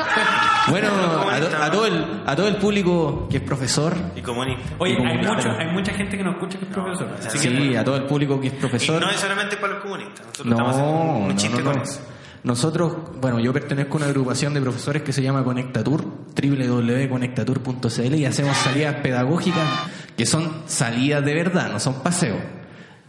S4: Bueno, a, to- a todo el, a todo el público que es profesor,
S1: Y comunista.
S3: Oye, hay,
S4: comunista.
S3: mucho, hay mucha gente que nos escucha que es profesor. Así que-
S4: sí, a todo el público que es
S1: Y
S4: profesor.
S1: no es solamente para los comunistas. Nosotros
S4: No,
S1: estamos haciendo un-
S4: no,
S1: un chiste
S4: no, no.
S1: con eso.
S4: Nosotros, bueno, yo pertenezco a una agrupación de profesores que se llama Conectatur, www.conectatur.cl y hacemos salidas pedagógicas que son salidas de verdad, no son paseos.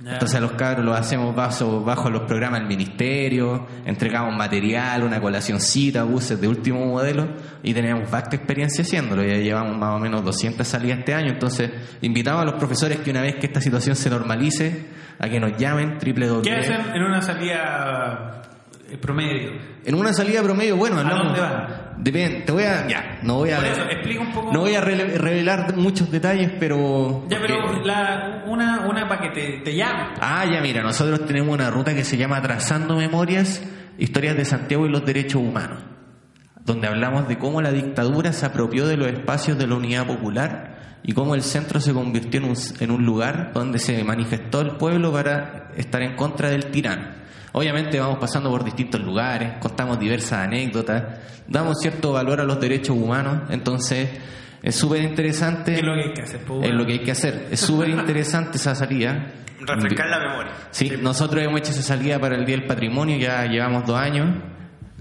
S4: Entonces a los cabros los hacemos bajo, bajo los programas del ministerio, entregamos material, una colacioncita, buses de último modelo y tenemos vasta experiencia haciéndolo. Ya llevamos más o menos 200 salidas este año, entonces invitamos a los profesores que una vez que esta situación se normalice, a que nos llamen www.
S3: ¿Qué hacen en una salida eh, promedio?
S4: En una salida promedio, bueno, hablamos.
S3: dónde van?
S4: Depende, te voy a. Ya, no voy a.
S3: Ah, Por eso, explica un poco.
S4: No voy a rele- revelar muchos detalles, pero.
S3: Ya,
S4: porque-
S3: pero la, una, una para que te, te llamen.
S4: Ah, ya, mira, nosotros tenemos una ruta que se llama Trazando Memorias, Historias de Santiago y los Derechos Humanos, donde hablamos de cómo la dictadura se apropió de los espacios de la unidad popular y cómo el centro se convirtió en un, en un lugar donde se manifestó el pueblo para estar en contra del tirano. Obviamente vamos pasando por distintos lugares, contamos diversas anécdotas, damos cierto valor a los derechos humanos, entonces es súper interesante.
S3: ¿Qué es lo que hay que hacer? Pues, po,
S4: Es lo que hay que hacer. Es súper interesante esa salida.
S1: Refrescar la memoria.
S4: Sí, nosotros hemos hecho esa salida para el Día del Patrimonio, ya llevamos dos años.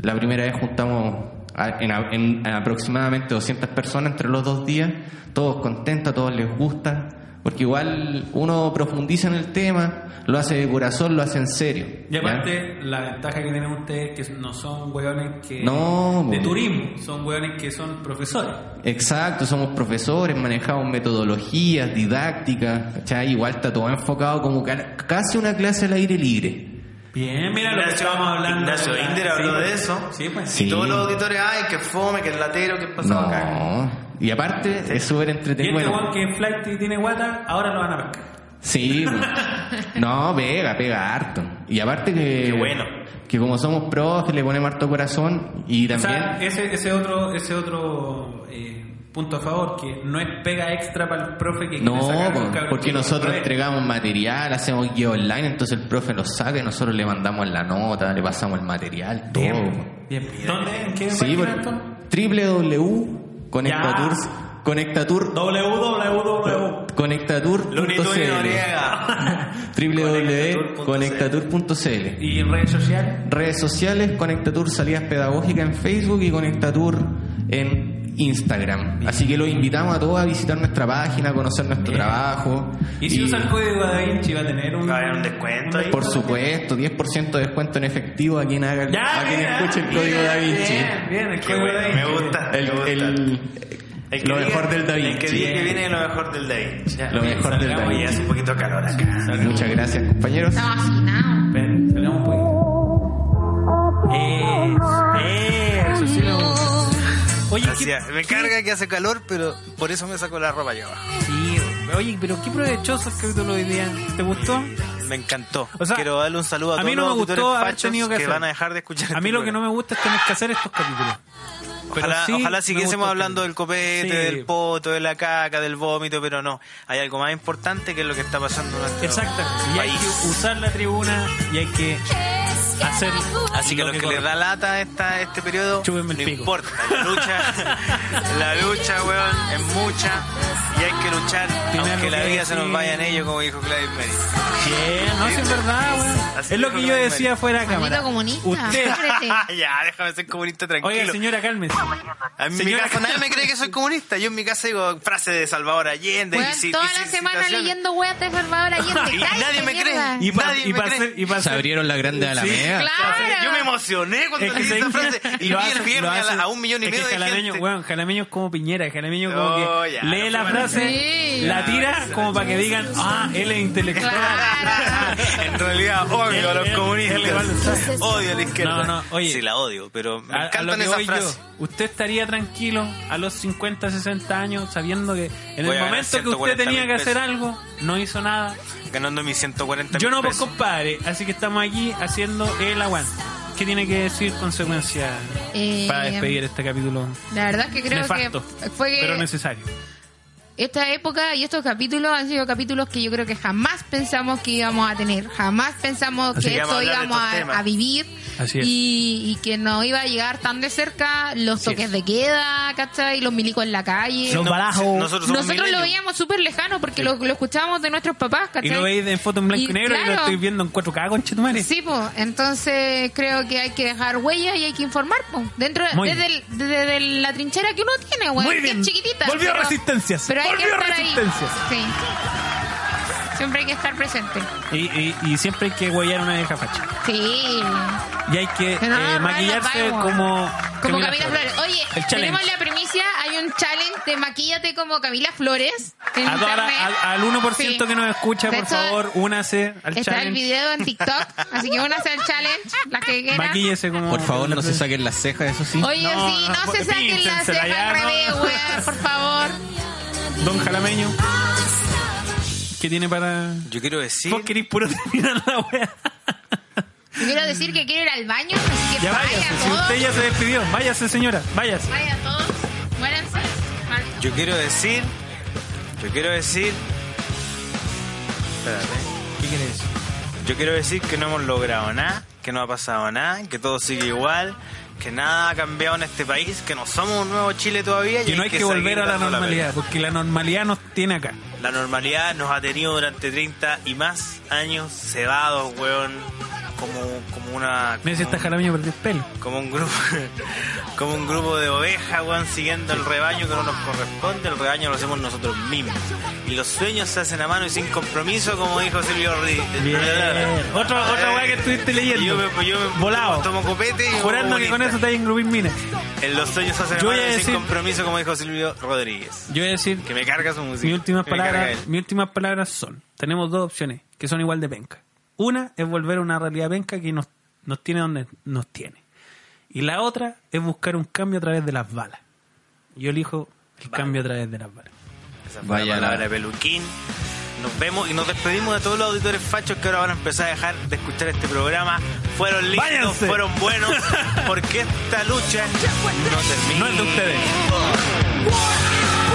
S4: La primera vez juntamos a- en, a- en aproximadamente 200 personas entre los dos días, todos contentos, a todos les gusta, porque igual uno profundiza en el tema, lo hace de corazón, lo hace en serio.
S3: Y
S4: ¿ya?
S3: aparte, la ventaja que tienen ustedes es que no son hueones que...
S4: No, pues.
S3: De
S4: po.
S3: turismo, son hueones que son profesores.
S4: Exacto, somos profesores, manejamos metodologías, didácticas, ¿cachai? Igual está todo enfocado como ca- casi una clase al aire libre.
S3: Bien, mira lo que
S1: Ignacio-
S3: estábamos hablando.
S1: Ignacio Inder habló de eso.
S3: Sí, pues.
S4: Sí.
S1: Y todos los auditores, ay, que fome, que el latero, que pasó acá.
S4: No. Y aparte, es súper
S3: Y
S4: entretenido.
S3: este
S4: Bueno,
S3: hueón que en flight y tiene guata, ahora lo van a pescar.
S4: Sí, pues. no, pega, pega harto. Y aparte que.
S1: Qué bueno.
S4: Que como somos profes, le ponemos harto corazón y
S3: O
S4: también.
S3: sea, eh, ese, ese otro, ese otro eh, punto a favor, que no es pega extra para los profes que
S4: no,
S3: quieren sacar
S4: po,
S3: un cabrón
S4: porque
S3: chico
S4: nosotros
S3: otra vez.
S4: entregamos material, hacemos guía online, entonces el profe lo saca y nosotros le mandamos la nota, le pasamos el material, todo. po.
S3: Bien, bien. ¿Dónde? ¿En qué
S4: Sí,
S3: página esto?
S4: www.conectatours. Conectatur.
S3: www.
S1: Lunitud y
S4: Conectatur.cl
S1: Noriega.
S4: www.conectatur.cl
S3: ¿Y en redes sociales?
S4: Redes sociales, Conectatur Salidas Pedagógicas en Facebook y Conectatur en Instagram. Así que los invitamos a todos a visitar nuestra página, a conocer nuestro trabajo.
S3: ¿Y si usa el código Da Vinci va a tener un...
S1: Va a haber un descuento ahí.
S4: Por supuesto, 10% de descuento en efectivo a quien haga el-
S3: Ya,
S4: a quien
S3: bien,
S4: escuche el código
S3: bien,
S4: Da Vinci.
S3: Bien, bien, el
S1: Qué
S3: código
S1: bueno,
S3: Da
S1: me
S3: Vinci.
S1: gusta.
S4: El-
S1: me gusta.
S4: el-
S1: El que
S4: lo
S1: diga-
S4: mejor del Da
S1: El que
S4: Vinci.
S1: diga que viene lo mejor del Da Vinci.
S3: Ya,
S4: Lo
S3: bien,
S4: mejor del
S3: salgamos
S4: Da
S1: Oye,
S3: ya.
S1: hace un poquito de calor acá.
S4: Muchas gracias, compañeros.
S2: Estaba afinado.
S3: Ven, salgamos un poquito. Eso, eso sí me gusta. Oye, ¿qué-
S1: Gracias. Me carga que hace calor, pero por eso me saco la ropa yo abajo.
S3: Sí, oye, pero qué provechoso el capítulo de hoy día. ¿Te gustó?
S1: Me encantó.
S3: O sea,
S1: Quiero darle un saludo a,
S3: a
S1: todos
S3: mí no
S1: los
S3: me gustó
S1: auditores
S3: haber
S1: fachos
S3: tenido que hacer.
S1: van a dejar de escuchar este
S3: A mí lo que no me gusta es tener que hacer estos capítulos. Pero
S1: Ojalá,
S3: sí me
S1: ojalá siguiésemos
S3: gustó
S1: hablando del
S3: el capítulo.
S1: copete,
S3: Sí.
S1: del poto, de la caca, del vómito, pero no. Hay algo más importante que es lo que está pasando en nuestro
S3: Exactamente. Y hay
S1: país.
S3: que usar la tribuna y hay que hacer.
S1: Así que lo, que, le da lata a esta, este periodo,
S3: Chúpenme el
S1: no
S3: pico.
S1: importa. La lucha, la lucha, weón, es mucha y hay que luchar
S3: Tiene
S1: aunque
S3: algo
S1: la
S3: que
S1: vida se nos
S3: decir.
S1: vaya en ello, como dijo Claudio Meri.
S3: Bien, no, sí, es verdad, güey.
S1: Así
S3: Es lo
S1: dijo
S3: que yo
S1: Gabriel.
S3: decía fuera de
S2: Maldito
S3: cámara.
S2: comunista.
S3: Usted.
S2: Ábrete.
S1: ya, déjame ser comunista tranquilo.
S3: Oiga, señora, cálmese.
S1: A mí en mi
S3: señora-
S1: casa nadie me cree que soy comunista. Yo en mi casa digo frases de Salvador Allende.
S2: Weón,
S1: y si-
S2: toda
S1: y
S2: la
S1: si-
S2: semana
S1: citaciones.
S2: leyendo weas de Salvador Allende.
S1: Y
S2: Cállate,
S1: nadie me cree.
S2: mierda.
S3: Y para
S1: Nadie
S3: y
S1: me
S3: pa
S1: cree.
S3: hacer- y pa
S4: Se
S3: hacer-
S4: abrieron la grande alameda.
S2: Claro.
S1: Yo me emocioné cuando
S3: Es que
S1: leí esa
S3: se-
S1: frase y
S3: lo
S1: vi
S3: hace-
S1: el viernes
S3: lo
S1: a, la-
S3: hace-
S1: a un millón y
S3: es que
S1: medio de
S3: jalameño,
S1: gente.
S3: weón, jalameño es como Piñera, jalameño como
S1: Oh,
S3: que
S1: ya,
S3: lee
S1: no
S3: la
S1: se
S3: frase,
S2: Sí.
S3: la tira como para que digan, ah, él es intelectual.
S2: Claro.
S1: en realidad odio a los
S3: Él- él igual lo sabe.
S1: comunistas. Odio a la izquierda.
S3: No, no, oye.
S1: Sí, la odio, pero me
S3: A- a lo
S1: encantan
S3: que
S1: esas
S3: voy
S1: frases.
S3: yo, usted estaría tranquilo a los 50, 60 años sabiendo que en
S1: Voy a
S3: el
S1: ganar
S3: momento que usted
S1: 140.000
S3: tenía que hacer
S1: pesos.
S3: algo, no hizo nada.
S1: Ganando mis 140
S3: Yo no, pues
S1: pesos.
S3: compadre, así que estamos aquí haciendo el aguante. ¿Qué tiene que decir consecuencia
S2: Eh,
S3: para despedir este capítulo
S2: La verdad es que creo
S3: nefasto,
S2: que fue que
S3: pero necesario?
S2: esta época y estos capítulos han sido capítulos que yo creo que jamás pensamos que íbamos a tener, jamás pensamos
S1: Así
S2: que
S1: que vamos a
S2: esto
S1: hablar de
S2: íbamos
S1: estos
S2: a,
S1: temas.
S2: a vivir
S3: Así es.
S2: y, y que nos iba a llegar tan de cerca los toques de queda, ¿cachai? Los milicos en la calle.
S6: Los barajos.
S1: Nosotros, somos
S2: Nosotros lo
S1: millennials.
S2: veíamos súper lejano porque lo, lo escuchábamos de nuestros papás, ¿cachai?
S3: Y lo veis en foto en blanco y,
S2: Y
S3: negro y lo
S2: claro.
S3: estoy viendo en 4K, conchetumare.
S2: Sí, pues, entonces creo que hay que dejar huella y hay que informar, pues. Dentro,
S3: Muy
S2: desde, el- desde el- la trinchera que uno tiene, güey,
S3: Muy
S2: que
S3: bien.
S2: es chiquitita.
S3: Volvió
S2: pero-
S3: Resistencias.
S2: Pero hay
S3: Volvió
S2: que estar
S3: Resistencias.
S2: ahí. Sí. Siempre hay que estar presente.
S3: Y, y, y siempre hay que huellar una vieja facha.
S2: Sí.
S3: Y hay que
S2: Que no,
S3: eh,
S2: no, no,
S3: maquillarse
S2: no, no.
S3: como.
S2: Como Camila Flores. Oye,
S3: El challenge.
S2: tenemos la primicia, hay un challenge de maquillate como Camila Flores. en
S3: A toda la-
S2: internet.
S3: al, al 1%
S2: Sí.
S3: que nos escucha,
S2: De
S3: por
S2: hecho,
S3: favor, únase al
S2: Está el
S3: challenge.
S2: video en TikTok, así que únanse al challenge, la que quieran.
S3: Maquíllese como.
S4: Por favor, no se saquen las cejas, eso sí.
S2: Oye,
S3: No,
S2: sí, no,
S3: no,
S2: se saquen la
S3: píntensela
S2: ceja
S3: ya,
S2: al
S3: ¿no?
S2: revés, weón, por favor.
S3: Don Jalameño. ¿Qué tiene para.?
S1: Yo quiero decir.
S3: Vos querís puro terminar la wea.
S2: Yo Quiero decir que quiero ir al baño, así que
S3: Ya
S2: vaya,
S3: váyase. Si
S2: todos.
S3: usted ya se despidió, váyase, señora. Váyase.
S2: Vaya todos, muéranse. Vale.
S1: Yo quiero decir. Yo quiero decir. Espérate. ¿Qué quieres decir? Yo quiero decir que no hemos logrado nada, que no ha pasado nada, que todo sigue igual, que nada ha cambiado en este país, que no somos un nuevo Chile todavía. y
S3: Que no hay que volver
S1: seguir
S3: a la
S1: dando
S3: normalidad, porque la normalidad nos tiene acá.
S1: pelea. La normalidad nos ha tenido durante 30 y más años cebados, weón, como, como una...
S3: Mira si
S1: como
S3: esta
S1: un-
S3: Jalameño perdió el pelo.
S1: como un grupo como un grupo de ovejas weón, siguiendo el rebaño que no nos corresponde el rebaño lo hacemos nosotros mismos y los sueños se hacen a mano y sin compromiso como dijo Silvio Rodríguez Eh,
S3: Bien. Otro- otra weá que estuviste leyendo.
S1: yo me, yo me-
S3: Volado.
S1: tomo copete y
S3: Jurando
S1: como bonita.
S3: que con eso te hay en Grubin Mina.
S1: en los sueños se hacen a
S3: Yo voy
S1: mano
S3: a
S1: y
S3: decir-
S1: sin compromiso como dijo Silvio Rodríguez
S3: Yo voy a decir
S1: que me carga su música
S3: mis últimas
S1: que me carga
S3: palabras
S1: él.
S3: mis últimas palabras son tenemos dos opciones que son igual de penca una es volver a una realidad penca que nos, nos tiene donde nos tiene y la otra es buscar un cambio a través de las balas yo elijo el cambio a través de las balas
S1: Esa fue
S4: Vaya
S1: la
S4: la-
S1: palabra de peluquín. Nos vemos y nos despedimos de todos los auditores fachos que ahora van a empezar a dejar de escuchar este programa. Fueron lindos,
S3: Váyanse.
S1: fueron buenos, porque esta lucha no termina.
S3: no es de ustedes
S7: War is